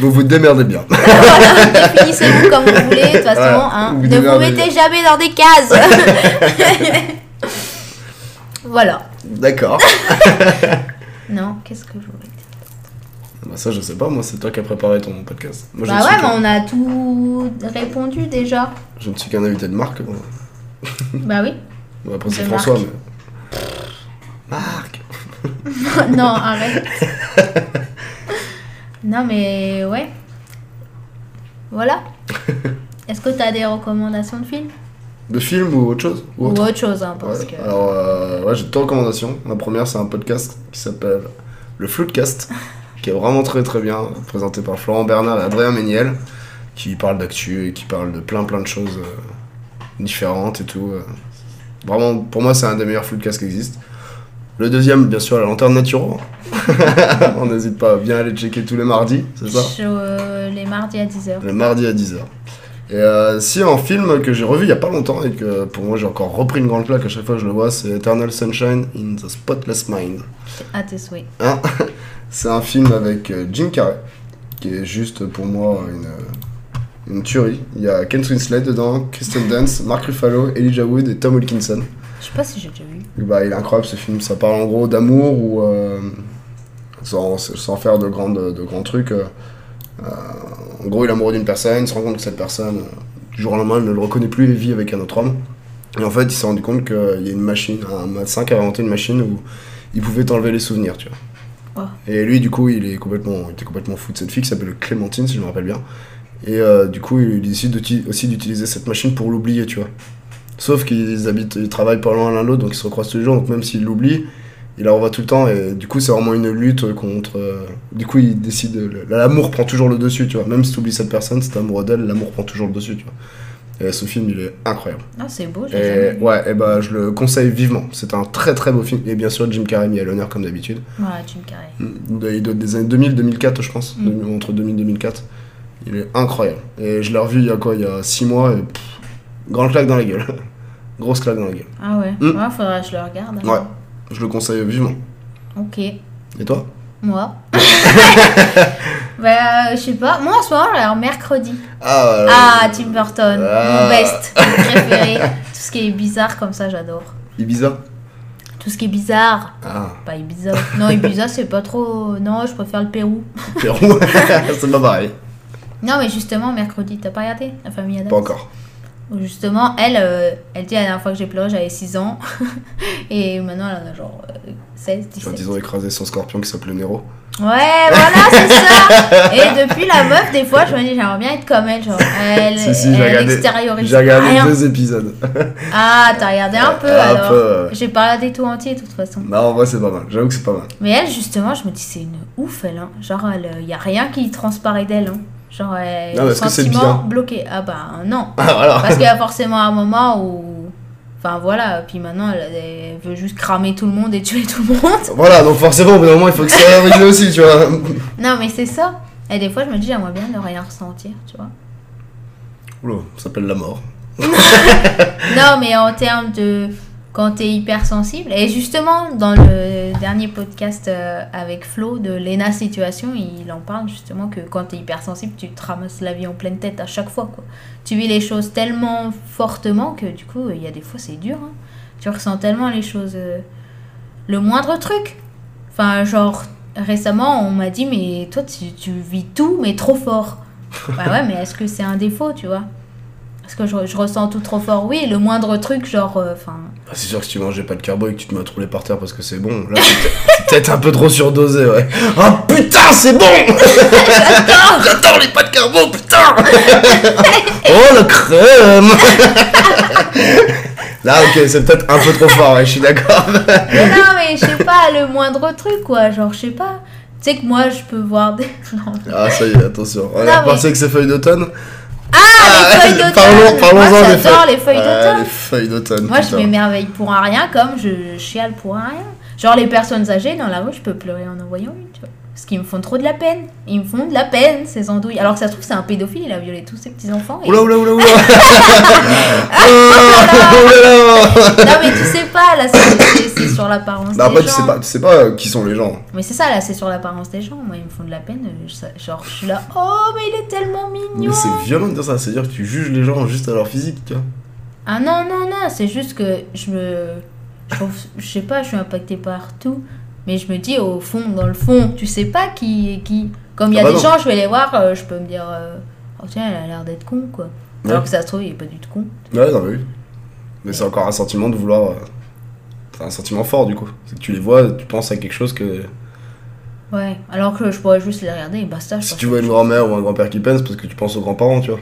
Speaker 3: Vous vous démerdez bien.
Speaker 2: voilà, définissez-vous comme vous voulez, de toute façon,
Speaker 3: Voilà,
Speaker 2: hein,
Speaker 3: vous
Speaker 2: ne vous
Speaker 3: démerdez.
Speaker 2: mettez jamais dans des cases. voilà.
Speaker 3: D'accord.
Speaker 2: Non, qu'est-ce que je voulais dire
Speaker 3: Bah ça je sais pas, moi c'est toi qui as préparé ton podcast. Moi, je,
Speaker 2: Bah
Speaker 3: ne suis
Speaker 2: ouais, mais
Speaker 3: qu'un-
Speaker 2: on a tout répondu déjà.
Speaker 3: je ne suis qu'un invité de marque. Bon,
Speaker 2: Bah oui.
Speaker 3: Bon, après c'est
Speaker 2: De
Speaker 3: François,
Speaker 2: Marc.
Speaker 3: mais... Marc
Speaker 2: non, arrête. non, mais ouais. Voilà. Est-ce que t'as des recommandations de films
Speaker 3: De film ou autre chose Ou
Speaker 2: Ou
Speaker 3: autre
Speaker 2: autre chose, hein, parce
Speaker 3: Ouais.
Speaker 2: que...
Speaker 3: Alors euh, ouais, j'ai deux recommandations. La première c'est un podcast qui s'appelle Le Floodcast, qui est vraiment très très bien, présenté par Florent Bernard et Adrien Méniel, qui parle d'actu et qui parle de plein plein de choses euh, différentes et tout. euh. Vraiment, pour moi c'est un des meilleurs Floodcasts qui existe. Le deuxième, bien sûr, la lanterne naturelle. On n'hésite pas à bien aller checker tous les mardis, c'est ça
Speaker 2: Je- euh, les mardis à 10h.
Speaker 3: le mardi à 10h. Et euh, si un film que j'ai revu il y a pas longtemps et que pour moi j'ai encore repris une grande claque à chaque fois que je le vois, c'est Eternal Sunshine in the Spotless Mind.
Speaker 2: À tes souhaits.
Speaker 3: Hein c'est un film avec euh, Jim Carrey, qui est juste pour moi une, euh, une tuerie. Il y a Ken Winslet dedans, Kristen Dunst, Mark Ruffalo, Elijah Wood et Tom Wilkinson.
Speaker 2: Je sais pas si j'ai déjà vu.
Speaker 3: Et bah, il est incroyable ce film, ça parle en gros d'amour ou euh, sans, sans faire de, grandes, de grands trucs. euh, euh, en gros, il est amoureux d'une personne, il se rend compte que cette personne, euh, du jour au lendemain, ne le reconnaît plus et vit avec un autre homme. Et en fait, il s'est rendu compte qu'il y a une machine, un médecin qui avait inventé une machine où il pouvait t'enlever les souvenirs, tu vois. Et lui, du coup, il, est complètement, il était complètement fou de cette fille qui s'appelle Clémentine, si je me rappelle bien. Et euh, du coup, il décide d'uti- aussi d'utiliser cette machine pour l'oublier, tu vois. Sauf qu'ils habitent, ils travaillent pas loin l'un de l'autre, donc ils se recroisent tous les jours. Donc même s'il l'oublie, il la revoit tout le temps. Et du coup, c'est vraiment une lutte contre. euh, Du coup, il décide. le- L'amour prend toujours le dessus, tu vois. Même si tu oublies cette personne, si t'es amoureux d'elle, l'amour prend toujours le dessus, tu vois. Et ce film, il est incroyable.
Speaker 2: Non, c'est beau, j'ai jamais
Speaker 3: Et
Speaker 2: vu.
Speaker 3: ouais, et bah, je le conseille vivement. C'est un très très beau film. Et bien sûr, Jim Carrey mis à l'honneur comme d'habitude. Mm.
Speaker 2: Voilà, Jim Carrey.
Speaker 3: Il doit être des années 2000-2004, je pense.
Speaker 2: Mm.
Speaker 3: de- Entre 2000-2004. Il est incroyable. Et je l'ai revu il y a quoi Il y a 6 mois. Et pff, grande claque dans la gueule. Grosse claque dans la gueule.
Speaker 2: Ah ouais.
Speaker 3: Hmm.
Speaker 2: Ouais, faudra que je le regarde.
Speaker 3: Ouais, je le conseille vivement.
Speaker 2: Ok.
Speaker 3: Et toi
Speaker 2: Moi Bah, euh, je sais pas. Moi, en ce moment, alors, mercredi.
Speaker 3: Ah, euh,
Speaker 2: Ah, Tim Burton,
Speaker 3: Ah.
Speaker 2: mon best, mon préféré. Tout ce qui est bizarre comme ça, j'adore.
Speaker 3: Ibiza
Speaker 2: Tout ce qui est bizarre,
Speaker 3: Ah,
Speaker 2: pas Ibiza. Non, Ibiza, c'est pas trop. Non, je préfère le Pérou.
Speaker 3: Pérou, c'est pas pareil.
Speaker 2: Non, mais justement, mercredi, t'as pas regardé La famille Adams
Speaker 3: Pas encore.
Speaker 2: Où Justement, elle, euh, elle dit la dernière fois que j'ai pleuré, j'avais 6 ans. Et maintenant, elle en a genre euh, 16,
Speaker 3: Quand
Speaker 2: 17.
Speaker 3: ils ont écrasé son scorpion qui s'appelait Nero.
Speaker 2: Ouais, voilà, c'est ça. Et depuis la meuf, des fois, je me dis, j'aimerais bien être comme elle. Genre, elle,
Speaker 3: Si, si, j'ai
Speaker 2: elle
Speaker 3: regardé-
Speaker 2: extériorise
Speaker 3: J'ai regardé
Speaker 2: rien.
Speaker 3: deux épisodes.
Speaker 2: Ah, t'as regardé hein. un peu
Speaker 3: Un
Speaker 2: alors.
Speaker 3: peu, ouais.
Speaker 2: J'ai pas regardé tout entier de toute façon.
Speaker 3: Non, en vrai, c'est pas mal. J'avoue que c'est pas mal.
Speaker 2: Mais elle, justement, je me dis, c'est une ouf, elle. Hein. Genre, il n'y a rien qui transparaît d'elle. Hein. Genre, elle
Speaker 3: Non,
Speaker 2: le
Speaker 3: parce que c'est
Speaker 2: sentiment
Speaker 3: bien.
Speaker 2: bloqué. Ah bah non.
Speaker 3: Ah, voilà.
Speaker 2: Parce qu'il y a forcément un moment où... Enfin voilà, puis maintenant elle, elle veut juste cramer tout le monde et tuer tout le monde.
Speaker 3: Voilà, donc forcément, au bout d'un moment, il faut que ça arrive aussi, tu vois.
Speaker 2: Non mais c'est ça. Et des fois je me dis j'aimerais bien ne rien ressentir, tu vois.
Speaker 3: Oula, ça s'appelle la mort.
Speaker 2: Non mais en termes de... quand tu es hypersensible. Et justement, dans le dernier podcast euh, avec Flo de l'ENA Situation, il en parle justement que quand tu es hypersensible, tu te ramasses la vie en pleine tête à chaque fois. Quoi. Tu vis les choses tellement fortement que du coup, il y a des fois, c'est dur. hein. Tu ressens tellement les choses. euh, le moindre truc. Enfin, genre, récemment, on m'a dit, mais toi, tu, tu vis tout, mais trop fort. bah ouais, mais est-ce que c'est un défaut, tu vois Est-ce que je, je ressens tout trop fort Oui, le moindre truc, genre, euh, enfin.
Speaker 3: Ah, c'est sûr que si tu mangeais pas de carbo et que tu te mets à te rouler par terre parce que c'est bon, là c'est peut-être- c'est peut-être un peu trop surdosé, ouais. Ah putain, c'est bon J'adore les pâtes carbo, putain Oh la crème Là, ok, c'est peut-être un peu trop fort, ouais, je suis d'accord.
Speaker 2: Mais non, mais je sais pas, le moindre truc, quoi. Genre, je sais pas. Tu sais que moi, je peux voir des. Non,
Speaker 3: Ah, ça y est, attention. On
Speaker 2: Non,
Speaker 3: a
Speaker 2: mais-
Speaker 3: pensé que c'est feuilles d'automne
Speaker 2: les feuilles d'automne
Speaker 3: Parlons- Ah, Parlons-en
Speaker 2: Moi,
Speaker 3: des
Speaker 2: j'adore
Speaker 3: feuilles.
Speaker 2: les feuilles
Speaker 3: Ouais,
Speaker 2: d'automne
Speaker 3: Ah, les feuilles d'automne.
Speaker 2: Moi, je
Speaker 3: putain.
Speaker 2: m'émerveille pour un rien comme je chiale pour un rien. Genre, les personnes âgées dans la rue, je peux pleurer en en voyant une, tu vois. Parce qu'ils me font trop de la peine. Ils me font de la peine, ces andouilles. Alors que ça se trouve, c'est un pédophile, il a violé tous ses petits-enfants. et-
Speaker 3: Oula, oula, oula, oula Oh, oula, là.
Speaker 2: Non, mais tu sais pas, là, c'est c'est- c'est sur l'apparence
Speaker 3: Bah
Speaker 2: des
Speaker 3: après, tu
Speaker 2: gens.
Speaker 3: sais pas, tu sais pas euh, qui sont les gens.
Speaker 2: Mais c'est ça, là, c'est sur l'apparence des gens. Moi, ils me font de la peine. euh, je- ça- Genre, je suis là, oh, mais il est tellement mignon.
Speaker 3: Mais c'est violent de dire ça, c'est-à-dire que tu juges les gens juste à leur physique, tu vois.
Speaker 2: Ah non, non, non, c'est juste que je me. Je, trouve- je sais pas, je suis impactée par tout. Mais je me dis, au fond, dans le fond, tu sais pas qui est qui. Comme il y a
Speaker 3: Ah bah
Speaker 2: des
Speaker 3: non.
Speaker 2: gens, je vais les voir, euh, je peux me dire, euh, oh tiens, elle a l'air d'être con, quoi. Alors
Speaker 3: Ouais.
Speaker 2: que ça se trouve, il est pas du tout con.
Speaker 3: Ouais, non, mais oui. Mais c'est encore un sentiment de vouloir. euh, C'est un sentiment fort, du coup. C'est que tu les vois, tu penses à quelque chose que.
Speaker 2: Ouais, alors que je pourrais juste les regarder et basta. je
Speaker 3: Si
Speaker 2: pense
Speaker 3: tu
Speaker 2: que-
Speaker 3: vois une grand-mère ou un grand-père qui peine, c'est parce que tu penses aux grands-parents, tu vois.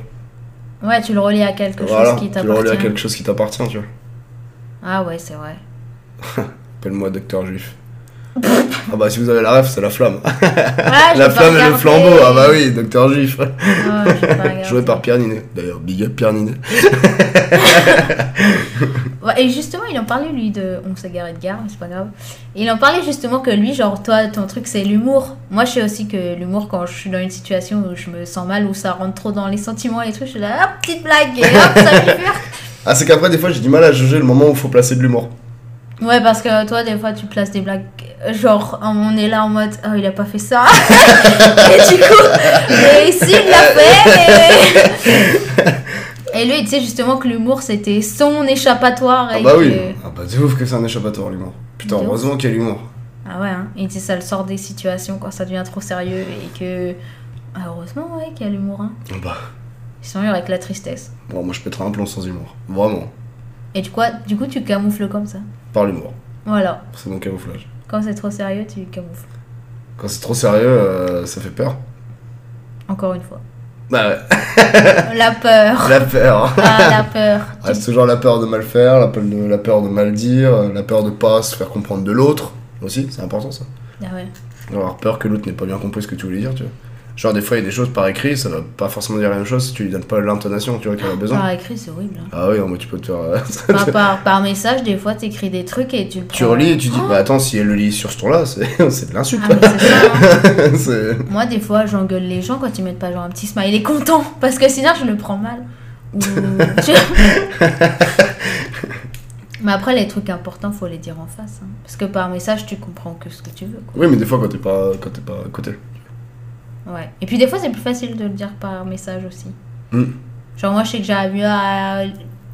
Speaker 2: Ouais, tu le relis à quelque
Speaker 3: voilà,
Speaker 2: chose qui
Speaker 3: tu le relis à
Speaker 2: t'appartient.
Speaker 3: quelque chose qui t'appartient, tu vois.
Speaker 2: Ah ouais, c'est vrai.
Speaker 3: Appelle-moi docteur juif. ah bah, si vous avez la ref, c'est la flamme.
Speaker 2: Ouais, j'ai
Speaker 3: la
Speaker 2: Ah, pas
Speaker 3: flamme et le
Speaker 2: regardé.
Speaker 3: flambeau, ah bah oui, docteur juif.
Speaker 2: Ouais, j'ai pas regardé.
Speaker 3: Joué par Pierre Ninet. D'ailleurs, big up Pierre Ninet.
Speaker 2: Ouais, et justement, il en parlait, lui, de. On s'égarait de gare, mais c'est pas grave. Il en parlait justement que lui, genre, toi, ton truc, c'est l'humour. Moi, je sais aussi que l'humour, quand je suis dans une situation où je me sens mal, où ça rentre trop dans les sentiments et les trucs, je suis là, hop, petite blague, et hop, ça me libère.
Speaker 3: Ah, c'est qu'après, des fois, j'ai du mal à juger le moment où faut placer de l'humour.
Speaker 2: Ouais, parce que toi, des fois, tu places des blagues, euh, genre, on est là en mode, oh, il a pas fait ça. et du coup, mais si, il l'a fait. Et... et lui, il disait justement que l'humour, c'était son échappatoire.
Speaker 3: Ah
Speaker 2: et
Speaker 3: bah oui.
Speaker 2: que-
Speaker 3: Ah bah, c'est ouf que c'est un échappatoire, l'humour. Putain,
Speaker 2: De ouf.
Speaker 3: heureusement qu'il y a l'humour.
Speaker 2: Ah ouais, hein. il dit ça le sort des situations quand ça devient trop sérieux et que. Ah, heureusement, ouais, qu'il y a l'humour. Hein.
Speaker 3: Ah Bah.
Speaker 2: Ils sont avec la tristesse.
Speaker 3: Bon, moi je pèterais un plomb sans humour. Vraiment.
Speaker 2: Et du coup, du coup, tu camoufles comme ça.
Speaker 3: Par l'humour.
Speaker 2: Voilà.
Speaker 3: C'est mon camouflage.
Speaker 2: Quand c'est trop sérieux, tu camoufles.
Speaker 3: Quand c'est trop sérieux, euh, ça fait peur.
Speaker 2: Encore une fois.
Speaker 3: Bah ouais.
Speaker 2: La peur.
Speaker 3: La peur. hein.
Speaker 2: Ah, la peur.
Speaker 3: Ah, c'est toujours la peur de mal faire, la peur de, la peur de mal dire, euh, la peur de pas se faire comprendre de l'autre. Aussi, c'est important ça.
Speaker 2: Ah ouais.
Speaker 3: Avoir peur que l'autre n'ait pas bien compris ce que tu voulais dire, tu vois. Genre, des fois, il y a des choses par écrit, ça va pas forcément dire la même chose si tu lui donnes pas l'intonation, tu vois, qu'il a besoin.
Speaker 2: Par écrit, c'est horrible. hein.
Speaker 3: Ah oui, moi tu peux te faire. euh,
Speaker 2: Par, par, par message, des fois, t'écris des trucs et tu le prends.
Speaker 3: tu relis et tu dis,
Speaker 2: Oh.
Speaker 3: bah attends, si elle le lit sur ce ton-là, c'est c'est de l'insulte.
Speaker 2: Ah, mais c'est ça, hein.
Speaker 3: C'est-
Speaker 2: Moi, des fois, j'engueule les gens quand ils mettent pas genre un petit smile est content parce que sinon je le prends mal. Ou- Tu- Mais après, les trucs importants, faut les dire en face. hein. Parce que par message, tu comprends que ce que tu veux.
Speaker 3: Oui, mais des fois, quand t'es pas, quand t'es pas à côté.
Speaker 2: quoi. Ouais. Et puis, des fois, c'est plus facile de le dire par message aussi.
Speaker 3: Hmm.
Speaker 2: Genre, moi, je sais que j'arrive mieux à.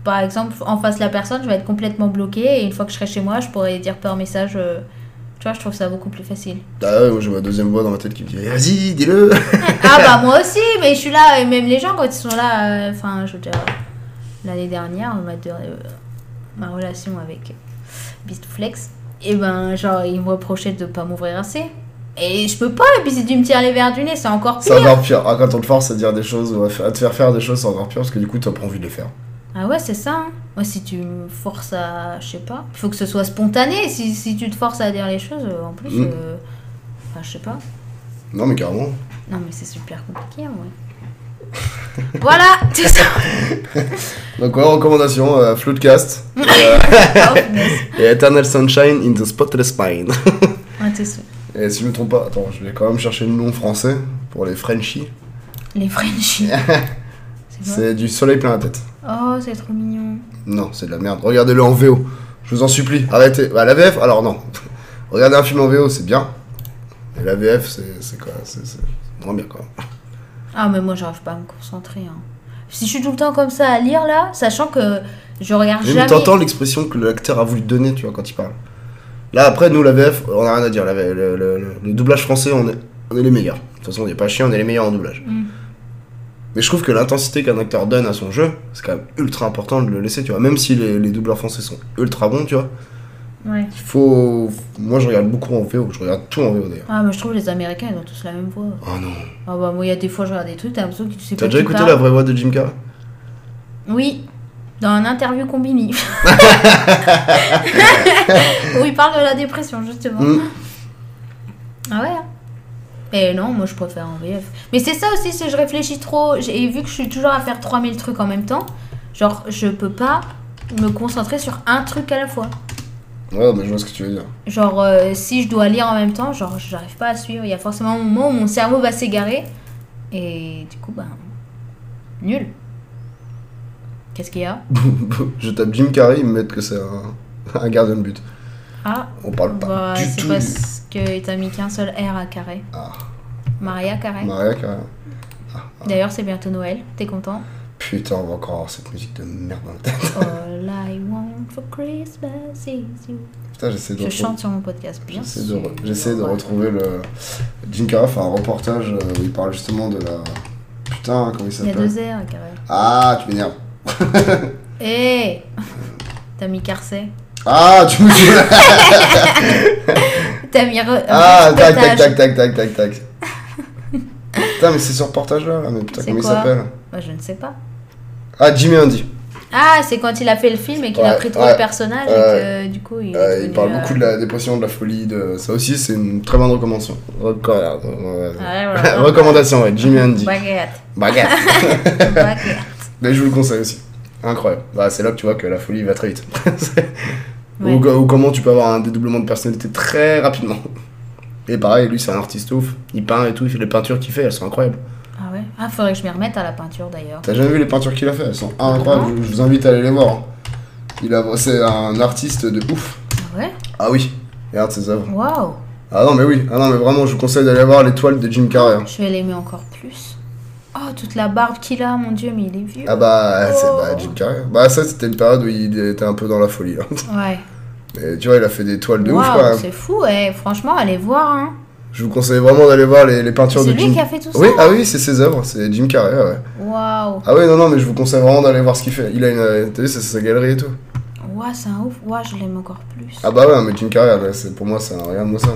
Speaker 2: Par exemple, en face de la personne, je vais être complètement bloquée et une fois que je serai chez moi, je pourrais dire par message. euh, Tu vois, je trouve ça beaucoup plus facile.
Speaker 3: Ah ouais, moi j'ai ma deuxième voix dans ma tête qui me dit Eh, Vas-y, dis-le
Speaker 2: Ah bah moi aussi, mais je suis là, et même les gens quand ils sont là, euh, enfin je veux dire, l'année dernière, ma, de- euh, ma relation avec Bistflex, et ben genre ils me reprochaient de pas m'ouvrir assez. Et je peux pas, et puis si tu me tires les verres du nez, c'est encore
Speaker 3: C'est
Speaker 2: pire.
Speaker 3: encore pire. Ah, quand on te force à dire des choses ou à f- à te faire faire des choses, c'est encore pire parce que du coup, t'as pas envie de les faire.
Speaker 2: Ah ouais, c'est ça. hein. Moi si tu me forces à, je sais pas, il faut que ce soit spontané, si, si tu te forces à dire les choses, euh, en plus,
Speaker 3: Mm.
Speaker 2: euh, enfin je sais pas.
Speaker 3: Non, mais carrément.
Speaker 2: Non mais c'est super compliqué, hein, ouais. voilà, tout ça.
Speaker 3: Donc, ouais, recommandation euh, Floodcast
Speaker 2: Oh, punaise.
Speaker 3: et Eternal Sunshine in the Spotless Mind.
Speaker 2: Ouais, t'es sou-
Speaker 3: Et si je me trompe pas, attends, je vais quand même chercher le nom français pour les Frenchies.
Speaker 2: Les Frenchies. C'est quoi
Speaker 3: C'est du soleil plein la tête.
Speaker 2: Oh, c'est trop mignon.
Speaker 3: Non, c'est de la merde. Regardez-le en VO. Je vous en supplie, arrêtez. Bah, la VF, alors non. Regardez un film en VO, c'est bien. Mais la VF, c'est c'est quoi C'est c'est moins bien, quoi.
Speaker 2: Ah, mais moi, j'arrive pas à me concentrer. hein. Si je suis tout le temps comme ça à lire, là, sachant que je regarde
Speaker 3: Mais
Speaker 2: Ah, jamais.
Speaker 3: t'entends l'expression que l'acteur a voulu donner, tu vois, quand il parle. Là, après, nous, la VF, on a rien à dire. La VF, le, le- le- le doublage français, on est, on est les meilleurs. De toute façon, on n'est pas chiant, on est les meilleurs en doublage.
Speaker 2: Mm.
Speaker 3: Mais je trouve que l'intensité qu'un acteur donne à son jeu, c'est quand même ultra important de le laisser, tu vois. Même si les, les doubleurs français sont ultra bons, tu vois.
Speaker 2: Ouais.
Speaker 3: Il faut. Moi, je regarde beaucoup en VO, je regarde tout en VO d'ailleurs.
Speaker 2: Ah, mais je trouve les Américains, ils ont tous la même voix.
Speaker 3: Oh non.
Speaker 2: Ah, bah, moi, il y a des fois, je regarde des trucs, t'as l'impression que tu sais pas.
Speaker 3: T'as déjà
Speaker 2: qui
Speaker 3: écouté
Speaker 2: parle.
Speaker 3: la vraie voix de Jim Carrey
Speaker 2: Oui, dans un interview combini. Où il parle de la dépression, justement.
Speaker 3: Mm.
Speaker 2: Ah ouais hein. Et non, moi je préfère en VF. Mais c'est ça aussi, si je réfléchis trop, j'ai- et vu que je suis toujours à faire 3000 trucs en même temps, genre je peux pas me concentrer sur un truc à la fois.
Speaker 3: Ouais, mais je vois ce que tu veux dire.
Speaker 2: Genre euh, si je dois lire en même temps, genre j'arrive pas à suivre, il y a forcément un moment où mon cerveau va s'égarer. Et du coup, ben... Nul. Qu'est-ce qu'il y a
Speaker 3: je tape Jim Carrey, ils me mettent que c'est un, un gardien de but.
Speaker 2: Ah,
Speaker 3: On parle pas
Speaker 2: Bah,
Speaker 3: du
Speaker 2: c'est
Speaker 3: tout. du-
Speaker 2: parce que t'as mis qu'un seul R à carré.
Speaker 3: Ah.
Speaker 2: Maria carré.
Speaker 3: Maria Carré.
Speaker 2: D'ailleurs, c'est bientôt Noël. T'es content
Speaker 3: Putain, on va encore avoir cette musique de merde dans la tête.
Speaker 2: All I want for Christmas is you.
Speaker 3: Putain, j'essaie de,
Speaker 2: Je
Speaker 3: retrouver-
Speaker 2: chante sur mon podcast, bien
Speaker 3: j'essaie
Speaker 2: sûr.
Speaker 3: de, j'essaie de
Speaker 2: Ouais.
Speaker 3: retrouver le. Jim Carrey fait un reportage euh, où il parle justement de la. Putain, comment
Speaker 2: Il
Speaker 3: il
Speaker 2: y a
Speaker 3: s'appelle
Speaker 2: deux R à carré.
Speaker 3: Ah, tu m'énerves.
Speaker 2: Hé Eh T'as mis Carcé.
Speaker 3: Ah, tu me tues
Speaker 2: T'as mis. re-
Speaker 3: Ah, tac, tac,
Speaker 2: reportage.
Speaker 3: tac, tac, tac, tac, tac. Putain, mais c'est ce reportage-là, là, mais putain,
Speaker 2: C'est
Speaker 3: comment il
Speaker 2: quoi
Speaker 3: s'appelle
Speaker 2: Bah, je ne sais pas.
Speaker 3: Ah, Jimmy Andy.
Speaker 2: Ah, c'est quand il a fait le film et qu'il a
Speaker 3: Ouais,
Speaker 2: pris trop
Speaker 3: ouais,
Speaker 2: de personnages et que du coup il. est
Speaker 3: Euh, il
Speaker 2: devenu,
Speaker 3: parle
Speaker 2: euh,
Speaker 3: beaucoup de la dépression, de la folie, de... ça aussi, c'est une très bonne recommandation. Reco- euh,
Speaker 2: Ouais,
Speaker 3: euh,
Speaker 2: voilà.
Speaker 3: Recommandation, ouais, Jimmy Andy.
Speaker 2: Baguette.
Speaker 3: Bagarre.
Speaker 2: Baguette.
Speaker 3: Mais je vous le conseille aussi. Incroyable. Bah, c'est là que tu vois que la folie va très vite. C'est-
Speaker 2: Ouais.
Speaker 3: ou, ou comment tu peux avoir un dédoublement de personnalité très rapidement. Et pareil, lui, c'est un artiste ouf. Il peint et tout. Les peintures qu'il fait, elles sont incroyables.
Speaker 2: Ah ouais Ah, faudrait que je m'y remette à la peinture d'ailleurs.
Speaker 3: T'as jamais vu les peintures qu'il a fait Elles sont incroyables. Je, je vous invite à aller les voir. hein. Il a, c'est un artiste de ouf.
Speaker 2: Ah ouais
Speaker 3: Ah oui. Regarde ses œuvres.
Speaker 2: Waouh
Speaker 3: Ah non, mais oui. Ah non, mais vraiment, je vous conseille d'aller voir les toiles de Jim Carrey. hein.
Speaker 2: Je vais l'aimer encore plus. Oh, toute la barbe qu'il a, mon dieu, mais il est vieux.
Speaker 3: Ah bah, c'est
Speaker 2: Oh.
Speaker 3: bah, Jim Carrey. Bah, ça, c'était une période où il était un peu dans la folie. Là.
Speaker 2: Ouais.
Speaker 3: Mais tu vois, il a fait des toiles de ouf quand
Speaker 2: Waouh,
Speaker 3: même.
Speaker 2: c'est fou, ouais. Franchement, allez voir, hein.
Speaker 3: Je vous conseille vraiment d'aller voir les, les peintures
Speaker 2: C'est
Speaker 3: de
Speaker 2: lui
Speaker 3: Jim.
Speaker 2: qui a fait tout ça.
Speaker 3: Oui, ah oui, c'est ses œuvres, c'est Jim Carrey, ouais.
Speaker 2: Waouh.
Speaker 3: Ah oui, non, non, mais je vous conseille vraiment d'aller voir ce qu'il fait. Il a une. euh, T'as vu, c'est sa galerie et tout.
Speaker 2: Waouh, c'est un ouf. Waouh, je l'aime encore plus.
Speaker 3: Ah bah ouais, mais Jim Carrey, là, c'est- pour moi, c'est un. Regarde-moi ça.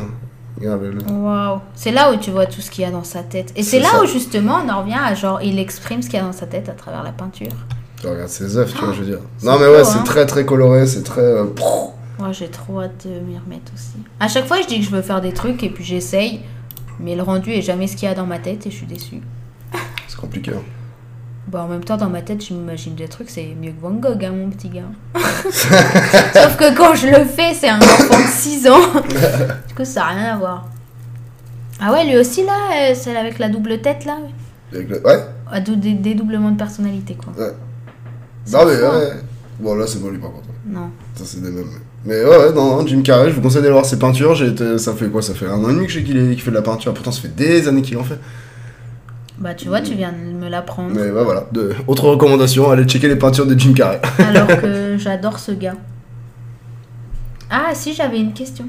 Speaker 3: Regarde le. le-
Speaker 2: Waouh. C'est là où tu vois tout ce qu'il y a dans sa tête. Et
Speaker 3: C'est
Speaker 2: c'est là
Speaker 3: ça.
Speaker 2: où justement on en revient à genre, il exprime ce qu'il y a dans sa tête à travers la peinture.
Speaker 3: Tu regardes ses œuvres, tu vois, je veux dire.
Speaker 2: c'est
Speaker 3: Non, mais
Speaker 2: beau,
Speaker 3: ouais,
Speaker 2: hein.
Speaker 3: c'est très très coloré, c'est très. euh, prou.
Speaker 2: Moi, j'ai trop hâte de m'y remettre aussi. À chaque fois, je dis que je veux faire des trucs et puis j'essaye, mais le rendu est jamais ce qu'il y a dans ma tête et je suis déçue.
Speaker 3: C'est compliqué. hein.
Speaker 2: Bah en même temps dans ma tête je m'imagine des trucs c'est mieux que Van Gogh hein, mon petit gars. Sauf que quand je le fais c'est un enfant de 6 ans. du coup ça a rien à voir. Ah ouais lui aussi là euh, celle avec la double tête là.
Speaker 3: Avec le- Ouais,
Speaker 2: Ah, dou- des dédoublements de personnalité quoi.
Speaker 3: ouais.
Speaker 2: C'est
Speaker 3: Non, mais
Speaker 2: fou, hein.
Speaker 3: ouais. Bon, là, c'est bon, lui, par contre.
Speaker 2: Non.
Speaker 3: Ça, c'est des mêmes. Mais ouais, ouais, non, non, Jim Carrey, je vous conseille d'aller voir ses peintures. J'ai été- Ça fait quoi Ça fait un an et demi que je sais qu'il est- qu'il fait de la peinture. Pourtant, ça fait des années qu'il en fait.
Speaker 2: Mm. Bah tu vois tu viens de me l'apprendre
Speaker 3: Mais bah, voilà. De... Autre recommandation, allez checker les peintures de Jim Carrey.
Speaker 2: alors que j'adore ce gars. Ah si j'avais une question.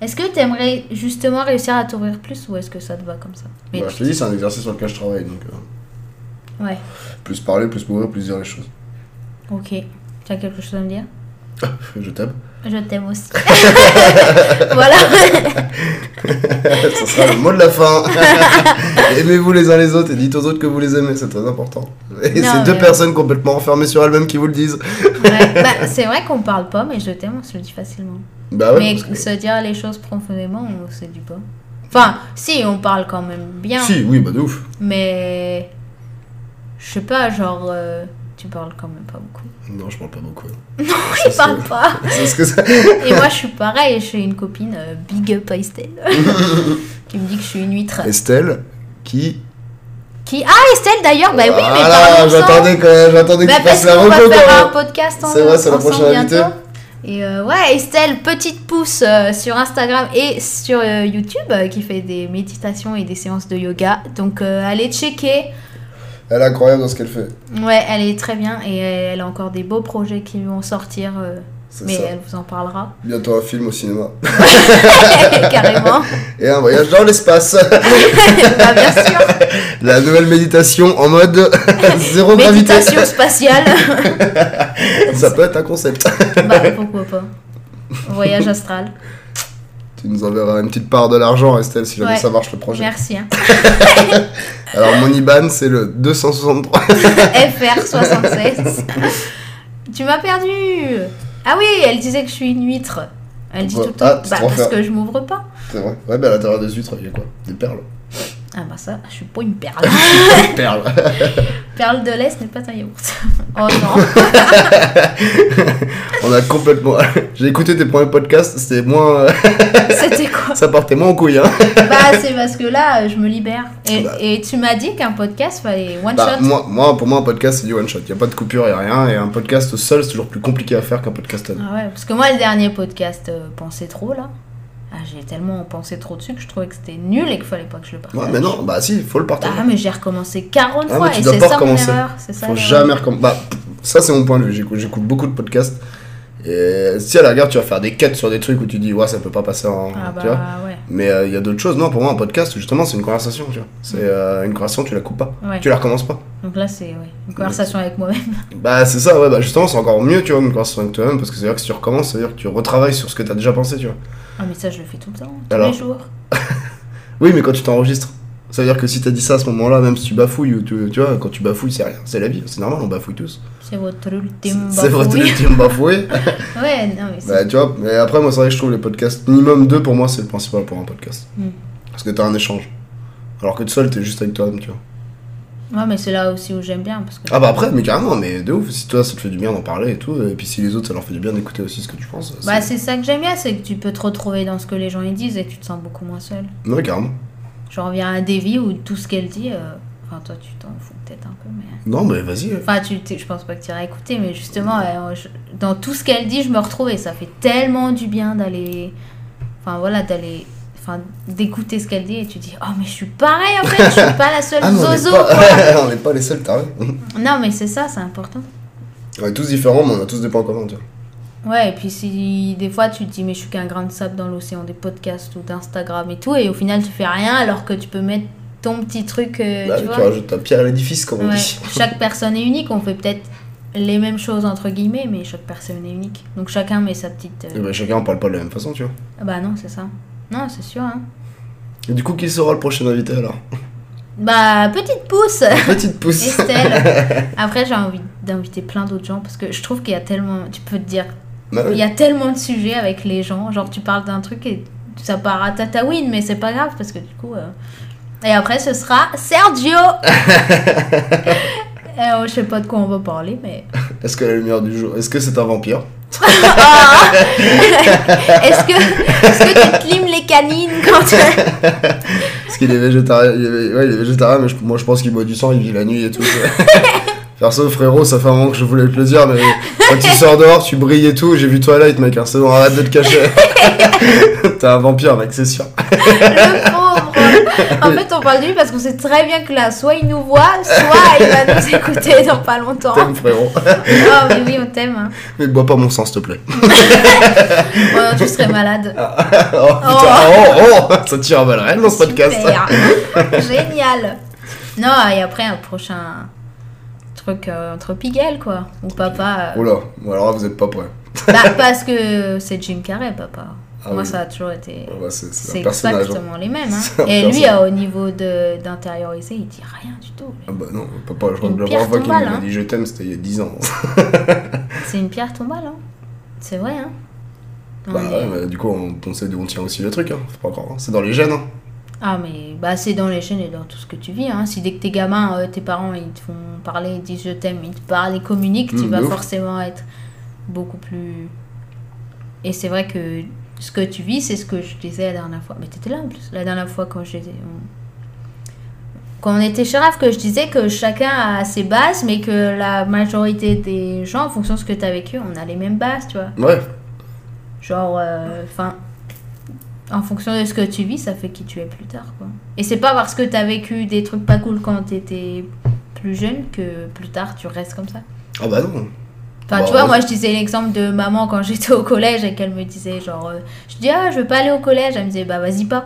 Speaker 2: Est-ce que t'aimerais justement réussir à t'ouvrir plus ou est-ce que ça te va comme ça Mais
Speaker 3: Bah, je te dis, c'est un exercice sur lequel je travaille. Donc, euh,
Speaker 2: ouais
Speaker 3: plus parler, plus mourir, plus dire les choses.
Speaker 2: ok. Tu as quelque chose à me dire
Speaker 3: Je t'aime.
Speaker 2: Je t'aime aussi. voilà.
Speaker 3: Ce sera le mot de la fin. Aimez-vous les uns les autres et dites aux autres que vous les aimez, c'est très important. Et
Speaker 2: Non,
Speaker 3: c'est deux
Speaker 2: mais-
Speaker 3: personnes complètement enfermées sur elles-mêmes qui vous le disent.
Speaker 2: Ouais. Bah, c'est vrai qu'on parle pas, mais je t'aime, on se le dit facilement.
Speaker 3: Bah ouais,
Speaker 2: mais
Speaker 3: parce que-
Speaker 2: se dire les choses profondément, on se dit pas. Enfin, si, on parle quand même bien.
Speaker 3: Si, oui, bah de ouf.
Speaker 2: Mais. Je sais pas, genre. euh, tu parles quand même pas beaucoup.
Speaker 3: Non, je parle pas beaucoup.
Speaker 2: Je parle pas.
Speaker 3: C'est ce que ça.
Speaker 2: Et moi, je suis pareil. J'ai une copine, euh, Big Up Estelle, qui me dit que je suis une huître.
Speaker 3: Estelle, qui.
Speaker 2: Qui... Ah, Estelle d'ailleurs, bah oui, mais
Speaker 3: Voilà,
Speaker 2: parlons ensemble.
Speaker 3: j'attendais que, j'attendais que
Speaker 2: Bah
Speaker 3: tu
Speaker 2: parce
Speaker 3: fasses la
Speaker 2: qu'on va
Speaker 3: reco,
Speaker 2: faire
Speaker 3: toi.
Speaker 2: un podcast en
Speaker 3: C'est vrai, c'est la
Speaker 2: ensemble
Speaker 3: prochaine
Speaker 2: bientôt.
Speaker 3: invitée.
Speaker 2: Et euh, ouais, Estelle, petite pouce euh, sur Instagram et sur euh, YouTube euh, qui fait des méditations et des séances de yoga. Donc euh, allez checker.
Speaker 3: Elle est incroyable dans ce qu'elle fait.
Speaker 2: Ouais, elle est très bien et elle a encore des beaux projets qui vont sortir. euh,
Speaker 3: C'est
Speaker 2: mais
Speaker 3: ça.
Speaker 2: elle vous en parlera
Speaker 3: Bientôt un film au cinéma.
Speaker 2: carrément.
Speaker 3: Et un voyage dans l'espace.
Speaker 2: Bah, bien sûr.
Speaker 3: La nouvelle méditation en mode zéro gravité.
Speaker 2: Méditation spatiale.
Speaker 3: Ça peut être un concept.
Speaker 2: bah pourquoi pas. Voyage astral.
Speaker 3: Tu nous enverras une petite part de l'argent, Estelle, si jamais
Speaker 2: Ouais.
Speaker 3: ça marche le projet.
Speaker 2: Merci. hein.
Speaker 3: Alors, mon IBAN, c'est le 263.
Speaker 2: FR76. tu m'as perdu. Ah oui, elle disait que je suis une huître. Elle dit
Speaker 3: Bah,
Speaker 2: tout le temps.
Speaker 3: ah, tu te
Speaker 2: bah, parce
Speaker 3: refais.
Speaker 2: que je m'ouvre pas.
Speaker 3: C'est vrai. Ouais, mais à l'intérieur des huîtres, il y a quoi Des perles.
Speaker 2: Ah bah ça, je suis pas une perle.
Speaker 3: Des perles.
Speaker 2: perle de l'Est n'est pas un yaourt. oh non.
Speaker 3: On a complètement. J'ai écouté tes premiers podcasts, c'était moins. euh,
Speaker 2: C'était quoi
Speaker 3: Ça partait moins en couille, hein.
Speaker 2: Bah c'est parce que là, je me libère. Et,
Speaker 3: Bah.
Speaker 2: et tu m'as dit qu'un podcast fallait one
Speaker 3: Bah,
Speaker 2: shot.
Speaker 3: moi, moi, pour moi, un podcast, c'est du one shot. Y a pas de coupure, y a rien. Et un podcast seul, c'est toujours plus compliqué à faire qu'un podcast à deux.
Speaker 2: Ah ouais, parce que moi, le dernier podcast, euh, pensait trop là. Ah, j'ai tellement pensé trop dessus que je trouvais que c'était nul et qu'il fallait pas que je le partage.
Speaker 3: Ouais, mais non, bah si, faut le partager.
Speaker 2: Ah mais j'ai recommencé 40
Speaker 3: Ah,
Speaker 2: fois
Speaker 3: mais tu
Speaker 2: et
Speaker 3: dois
Speaker 2: c'est
Speaker 3: pas
Speaker 2: ça mon
Speaker 3: recommencer.
Speaker 2: erreur. C'est ça.
Speaker 3: Faut
Speaker 2: l'erreur.
Speaker 3: jamais recommencer. Bah, pff, ça c'est mon point de vue. J'écoute, j'écoute beaucoup de podcasts. Et si à la gare tu vas faire des quêtes sur des trucs où tu dis ouais ça peut pas passer en.
Speaker 2: Ah
Speaker 3: tu vois
Speaker 2: bah ouais.
Speaker 3: mais il y a d'autres choses. Non, pour moi, un podcast, justement, c'est une conversation. Tu vois. C'est euh, une conversation, tu la coupes pas.
Speaker 2: Mm. Ouais.
Speaker 3: Tu la recommences pas.
Speaker 2: Donc là, c'est ouais, une conversation avec moi-même.
Speaker 3: Bah, c'est ça, ouais. Bah, justement, c'est encore mieux, tu vois, une conversation avec toi-même. Parce que c'est-à-dire que si tu recommences, c'est-à-dire que tu retravailles sur ce que t'as déjà pensé, tu vois.
Speaker 2: Ah mais ça, je le fais tout le temps, tous
Speaker 3: Alors.
Speaker 2: les jours.
Speaker 3: Oui, mais quand tu t'enregistres, ça veut dire que si t'as dit ça à ce moment-là, même si tu bafouilles, ou tu, tu vois, quand tu bafouilles, c'est rien. C'est la vie. C'est normal, on bafouille tous.
Speaker 2: C'est votre
Speaker 3: C'est
Speaker 2: ultime.
Speaker 3: c'est votre
Speaker 2: bafouille.
Speaker 3: ultime bafoué.
Speaker 2: Ouais, non mais c'est
Speaker 3: Bah, tu vois, mais après, moi, c'est vrai que je trouve les podcasts, minimum deux pour moi, c'est le principal pour un podcast.
Speaker 2: Mm.
Speaker 3: Parce que t'as un échange. Alors que tout seul, t'es juste avec toi-même, tu vois.
Speaker 2: Ouais, mais c'est là aussi où j'aime bien parce que.
Speaker 3: Ah, bah après, mais carrément, mais de ouf, si toi, ça te fait du bien d'en parler et tout, et puis si les autres, ça leur fait du bien d'écouter aussi ce que tu penses.
Speaker 2: Bah,
Speaker 3: c'est-
Speaker 2: c'est ça que j'aime bien, c'est que tu peux te retrouver dans ce que les gens ils disent et tu te sens beaucoup moins seul.
Speaker 3: Ouais, carrément.
Speaker 2: Je reviens à Davy où tout ce qu'elle dit, euh, enfin toi tu t'en fous peut-être un peu, mais.
Speaker 3: Non, mais vas-y. euh.
Speaker 2: Enfin, tu, t'es- je pense pas que tu iras écouter, mais justement, euh, je- dans tout ce qu'elle dit, je me retrouve et ça fait tellement du bien d'aller. Enfin voilà, d'aller. Enfin, d'écouter ce qu'elle dit et tu dis, oh mais je suis pareil en fait, je suis pas la seule
Speaker 3: Ah, non, on n'est
Speaker 2: zozo quoi.
Speaker 3: pas... on est pas les seuls, t'as raison.
Speaker 2: Non, mais c'est ça, c'est important.
Speaker 3: On est tous différents, mais on a tous des points communs, tu vois.
Speaker 2: Ouais, et puis si des fois tu te dis mais je suis qu'un grain de sable dans l'océan des podcasts ou d'Instagram et tout, et au final tu fais rien alors que tu peux mettre ton petit truc, euh,
Speaker 3: Là,
Speaker 2: tu
Speaker 3: Bah, tu
Speaker 2: vois.
Speaker 3: rajoutes ta pierre à l'édifice, comme on
Speaker 2: Ouais.
Speaker 3: dit.
Speaker 2: Chaque personne est unique, on fait peut-être les mêmes choses entre guillemets, mais chaque personne est unique. Donc chacun met sa petite... euh,
Speaker 3: Et bah, chacun, on parle pas de la même façon, tu vois.
Speaker 2: Ah Bah non, c'est ça. Non, c'est sûr. Hein.
Speaker 3: Et du coup, qui sera le prochain invité alors
Speaker 2: Bah, petite pouce
Speaker 3: Petite pouce.
Speaker 2: Estelle. Après, j'ai envie d'inviter plein d'autres gens parce que je trouve qu'il y a tellement... Tu peux te dire
Speaker 3: Bah oui.
Speaker 2: Il y a tellement de sujets avec les gens. Genre, tu parles d'un truc et ça part à Tatawin, mais c'est pas grave parce que du coup. euh, Et après, ce sera Sergio Et, euh, Je sais pas de quoi on va parler, mais.
Speaker 3: Est-ce que la lumière du jour, est-ce que c'est un vampire
Speaker 2: Ah Est-ce que... est-ce que tu te limes les canines quand tu.
Speaker 3: Parce qu'il est végétarien, il est, ouais, il est végétarien, mais je- moi je pense qu'il boit du sang, il vit la nuit et tout. Perso, frérot, ça fait un moment que je voulais te le dire, mais quand tu sors dehors, tu brilles et tout. J'ai vu Twilight, mec, hein, c'est bon, arrête de te cacher. T'es un vampire, mec, c'est sûr.
Speaker 2: Le pauvre En fait, on parle de lui parce qu'on sait très bien que là, soit il nous voit, soit il va nous écouter dans pas longtemps.
Speaker 3: T'aimes, frérot.
Speaker 2: Oh, mais oui, on t'aime. hein.
Speaker 3: Mais bois pas mon sang, s'il te plaît.
Speaker 2: Oh, non, tu serais malade.
Speaker 3: Oh putain, oh, oh, ça tire à balles réelles dans ce podcast.
Speaker 2: Super. Génial. Non, et après un prochain truc euh, entre Pigel quoi. Ou papa. euh,
Speaker 3: Oula, bon, alors là, vous êtes pas prêts.
Speaker 2: bah, parce que c'est Jim Carrey, papa.
Speaker 3: Ah
Speaker 2: Moi,
Speaker 3: oui.
Speaker 2: ça a toujours été.
Speaker 3: Ouais, c'est c'est
Speaker 2: C'est
Speaker 3: un personnage. hein.
Speaker 2: exactement les mêmes. hein.
Speaker 3: C'est un
Speaker 2: Et lui,
Speaker 3: personnage.
Speaker 2: euh, au niveau de- d'intérioriser, il dit rien du tout.
Speaker 3: Ah bah non, papa, je crois
Speaker 2: Une
Speaker 3: que la
Speaker 2: pierre
Speaker 3: première fois qu'il m'a
Speaker 2: tombale, hein.
Speaker 3: dit je t'aime, c'était il y a 10 ans.
Speaker 2: C'est une pierre tombale. Hein. C'est vrai. Hein. On
Speaker 3: Bah
Speaker 2: est-
Speaker 3: ouais, bah, du coup, on, on sait d'où on tient aussi le truc, hein. Faut pas croire, hein. C'est dans les gènes, hein.
Speaker 2: Ah mais bah c'est dans les chaînes et dans tout ce que tu vis. Hein. Si dès que t'es gamin, euh, tes parents ils te font parler, ils disent je t'aime, ils te parlent, ils communiquent, tu
Speaker 3: Mm,
Speaker 2: vas
Speaker 3: de ouf.
Speaker 2: forcément être beaucoup plus. Et c'est vrai que ce que tu vis, c'est ce que je disais la dernière fois. Mais t'étais là en plus. La dernière fois quand j'étais. on- Quand on était chez Raph, que je disais que chacun a ses bases, mais que la majorité des gens, en fonction de ce que t'as vécu, on a les mêmes bases, tu vois.
Speaker 3: Ouais.
Speaker 2: Genre, euh, enfin, en fonction de ce que tu vis, ça fait qui tu es plus tard, quoi. Et c'est pas parce que t'as vécu des trucs pas cool quand t'étais plus jeune que plus tard tu restes comme ça.
Speaker 3: Ah bah non.
Speaker 2: Enfin,
Speaker 3: Bah,
Speaker 2: tu vois,
Speaker 3: ouais.
Speaker 2: moi je disais l'exemple de maman quand j'étais au collège et qu'elle me disait genre, euh, je dis ah, je veux pas aller au collège. Elle me disait bah vas-y pas.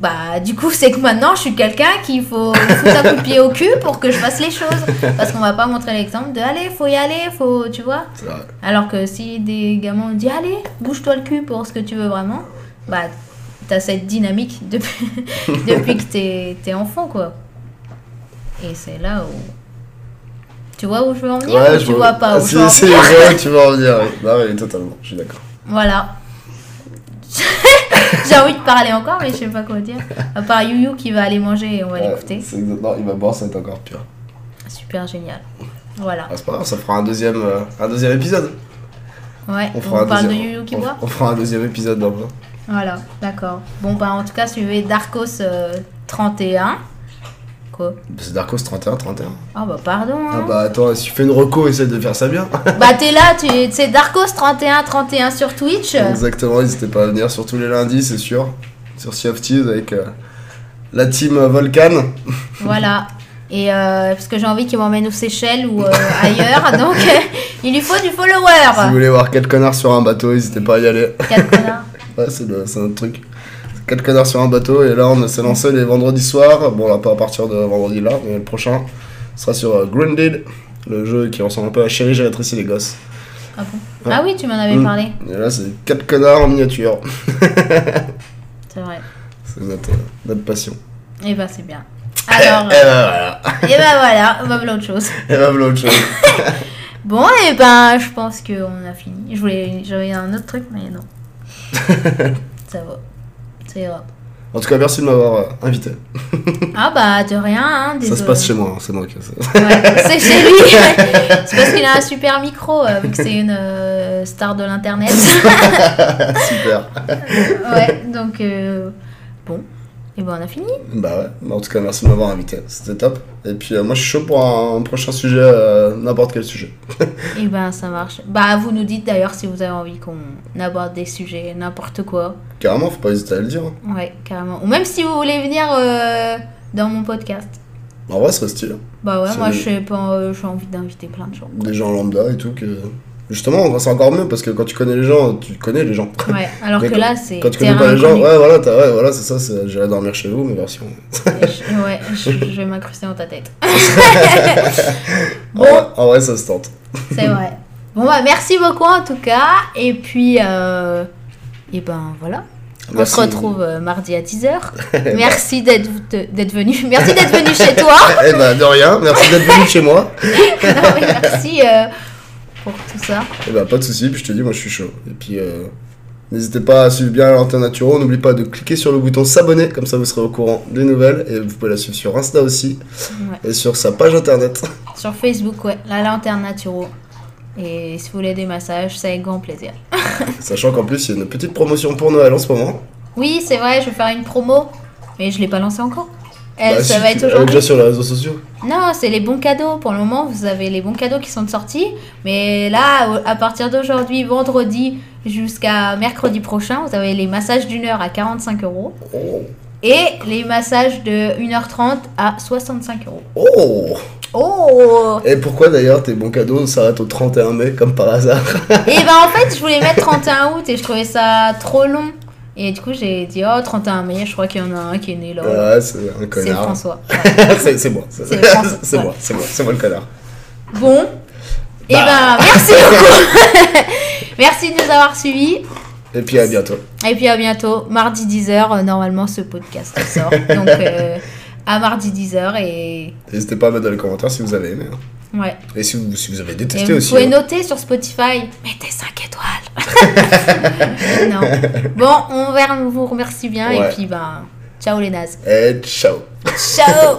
Speaker 2: Bah du coup c'est que maintenant je suis quelqu'un qu'il faut foutre un coup de pied au cul pour que je fasse les choses parce qu'on va pas montrer l'exemple de allez faut y aller faut tu vois
Speaker 3: C'est vrai.
Speaker 2: alors que si des gamins ont dit allez, bouge-toi le cul pour ce que tu veux vraiment, bah t'as cette dynamique depuis, depuis que t'es t'es enfant quoi. Et c'est là où. Tu vois où je veux en venir ou
Speaker 3: Ouais, je Ah,
Speaker 2: tu vois pas où je veux en
Speaker 3: Si, si,
Speaker 2: venir
Speaker 3: ouais, tu vas en venir. ouais. Non, mais totalement, je suis d'accord.
Speaker 2: Voilà. J'ai envie de parler encore, mais je sais pas quoi dire. À part Youyou qui va aller manger et on va
Speaker 3: Ouais,
Speaker 2: l'écouter.
Speaker 3: c'est- Non, il va boire, ça va être encore pire.
Speaker 2: Super génial. Voilà.
Speaker 3: Ah, c'est pas grave, ça fera un deuxième, euh, un deuxième épisode.
Speaker 2: Ouais,
Speaker 3: On fera un
Speaker 2: parle de
Speaker 3: deuxième-
Speaker 2: Youyou qui
Speaker 3: on-
Speaker 2: boit
Speaker 3: On fera un deuxième épisode dans le-
Speaker 2: Voilà, d'accord. Bon, bah en tout cas, suivez Darkos euh, 31. Quoi
Speaker 3: C'est Darkos 31, 31.
Speaker 2: Ah bah pardon.
Speaker 3: Ah
Speaker 2: hein.
Speaker 3: bah attends, si tu fais une reco, essaie de faire ça bien.
Speaker 2: Bah, t'es là, tu c'est Darkos 31 31 sur Twitch.
Speaker 3: Exactement, n'hésitez pas à venir sur tous les lundis, c'est sûr. Sur Sea of Thieves avec euh, la team euh, Volcan.
Speaker 2: voilà. Et euh, parce que j'ai envie qu'il m'emmène aux Seychelles ou euh, ailleurs, donc il lui faut du
Speaker 3: Si vous
Speaker 2: follower.
Speaker 3: voulez voir 4 connards sur un bateau, n'hésitez pas à y aller.
Speaker 2: Quatre connards.
Speaker 3: Ouais, c'est le- c'est notre truc. 4 connards sur un bateau, et là on s'est lancé les vendredis soirs. Bon, là pas à partir de vendredi là, mais le prochain sera sur euh, Grounded, le jeu qui ressemble un peu à Chérie, j'ai rétréci les gosses.
Speaker 2: Ah, bon ah oui, tu m'en avais
Speaker 3: Mm.
Speaker 2: parlé.
Speaker 3: Et là, c'est 4 connards en miniature.
Speaker 2: C'est vrai.
Speaker 3: C'est notre, euh, notre passion.
Speaker 2: Et bah, c'est bien. Alors,
Speaker 3: Et ben voilà,
Speaker 2: et bah voilà, on va voir autre chose.
Speaker 3: et ben voilà autre chose.
Speaker 2: Bon, et ben, je pense qu'on a fini. Je voulais, j'avais un autre truc, mais non. Ça va. C'est grave.
Speaker 3: En tout cas, merci de m'avoir euh, invité.
Speaker 2: Ah bah, de rien, hein.
Speaker 3: Ça
Speaker 2: désolé.
Speaker 3: se passe chez moi, hein, c'est moi qui.
Speaker 2: Ouais, c'est chez lui. c'est parce qu'il a un super micro, euh, vu que c'est une euh, star de l'internet.
Speaker 3: Super.
Speaker 2: ouais, donc euh, bon. Et ben on a fini.
Speaker 3: Bah ouais, mais en tout cas, merci de m'avoir invité, c'était top. Et puis, euh, moi, je suis chaud pour un prochain sujet, euh, n'importe quel sujet.
Speaker 2: Et ben ça marche. Bah vous nous dites d'ailleurs si vous avez envie qu'on aborde des sujets, n'importe quoi.
Speaker 3: Carrément, faut pas hésiter à le dire. hein.
Speaker 2: Ouais, carrément. Ou même si vous voulez venir euh, dans mon podcast.
Speaker 3: En vrai, ce serait stylé.
Speaker 2: Bah ouais,
Speaker 3: C'est-
Speaker 2: moi je sais pas, euh, j'ai envie d'inviter plein de gens.
Speaker 3: Des gens lambda et tout, que. Justement, c'est encore mieux parce que quand tu connais les gens, tu connais les gens.
Speaker 2: Ouais, alors
Speaker 3: Mais
Speaker 2: que là c'est.
Speaker 3: Quand tu
Speaker 2: terrain
Speaker 3: connais pas les gens,
Speaker 2: inconnu.
Speaker 3: ouais, voilà, t'as- ouais, voilà c'est ça, c'est- j'irai dormir chez vous, mais version.
Speaker 2: Et je- Ouais, je, je vais m'incruster dans ta tête.
Speaker 3: En, vrai, en vrai, ça se tente.
Speaker 2: C'est vrai. Bon bah merci beaucoup en tout cas et puis euh, et ben voilà.
Speaker 3: Merci.
Speaker 2: On se retrouve euh, mardi à 10h. merci d'être d'être venu. Merci d'être venu chez toi.
Speaker 3: Eh bah, de rien, merci d'être venu chez moi.
Speaker 2: Non, mais merci euh, pour tout ça.
Speaker 3: Et bah pas de soucis, puis je te dis, moi je suis chaud. Et puis euh, n'hésitez pas à suivre bien l'antenne Naturo, n'oubliez pas de cliquer sur le bouton s'abonner, comme ça vous serez au courant des nouvelles. Et vous pouvez la suivre sur Insta aussi,
Speaker 2: Ouais.
Speaker 3: et sur sa page internet.
Speaker 2: Sur Facebook, ouais, la lanterne naturo. Et si vous voulez des massages, c'est avec grand plaisir.
Speaker 3: Sachant qu'en plus il y a une petite promotion pour Noël en ce moment.
Speaker 2: Oui, c'est vrai, je vais faire une promo, mais je l'ai pas lancée encore. Elle,
Speaker 3: Bah,
Speaker 2: Eh, ça
Speaker 3: si
Speaker 2: va
Speaker 3: tu-
Speaker 2: être
Speaker 3: elle est
Speaker 2: aujourd'hui.
Speaker 3: déjà sur les réseaux sociaux.
Speaker 2: Non, c'est les bons cadeaux. Pour le moment, vous avez les bons cadeaux qui sont sortis. Mais là, au- à partir d'aujourd'hui, vendredi jusqu'à mercredi prochain, vous avez les massages d'une heure à 45 euros
Speaker 3: Oh,
Speaker 2: et les massages de 1h30 à 65 euros.
Speaker 3: oh
Speaker 2: Oh
Speaker 3: Et pourquoi d'ailleurs tes bons cadeaux s'arrêtent au 31 mai, comme par hasard
Speaker 2: Et ben en fait, je voulais mettre 31 août et je trouvais ça trop long. Et du coup, j'ai dit, oh, 31 mai, je crois qu'il y en a un qui est né là.
Speaker 3: Ouais, Ah, c'est un
Speaker 2: Ah c'est
Speaker 3: Euh, connard.
Speaker 2: François.
Speaker 3: C'est c'est moi, c'est
Speaker 2: C'est François,
Speaker 3: c'est
Speaker 2: ouais.
Speaker 3: moi, c'est moi, c'est moi le connard.
Speaker 2: Bon. Et ben,
Speaker 3: Bah.
Speaker 2: merci beaucoup. merci de nous avoir suivis.
Speaker 3: Et puis à bientôt.
Speaker 2: Et puis à bientôt, mardi 10h, euh, normalement ce podcast sort. Donc euh, à mardi 10h et
Speaker 3: N'hésitez pas à mettre dans les commentaires si vous avez aimé. hein.
Speaker 2: ouais.
Speaker 3: Et si vous, si vous avez
Speaker 2: Et
Speaker 3: détesté
Speaker 2: vous
Speaker 3: aussi.
Speaker 2: pouvez
Speaker 3: hein.
Speaker 2: noter sur Spotify, mettez 5 étoiles. non. Bon, on ver- on vous remercie bien
Speaker 3: Ouais.
Speaker 2: et puis ben ciao les nazes.
Speaker 3: And ciao.
Speaker 2: Ciao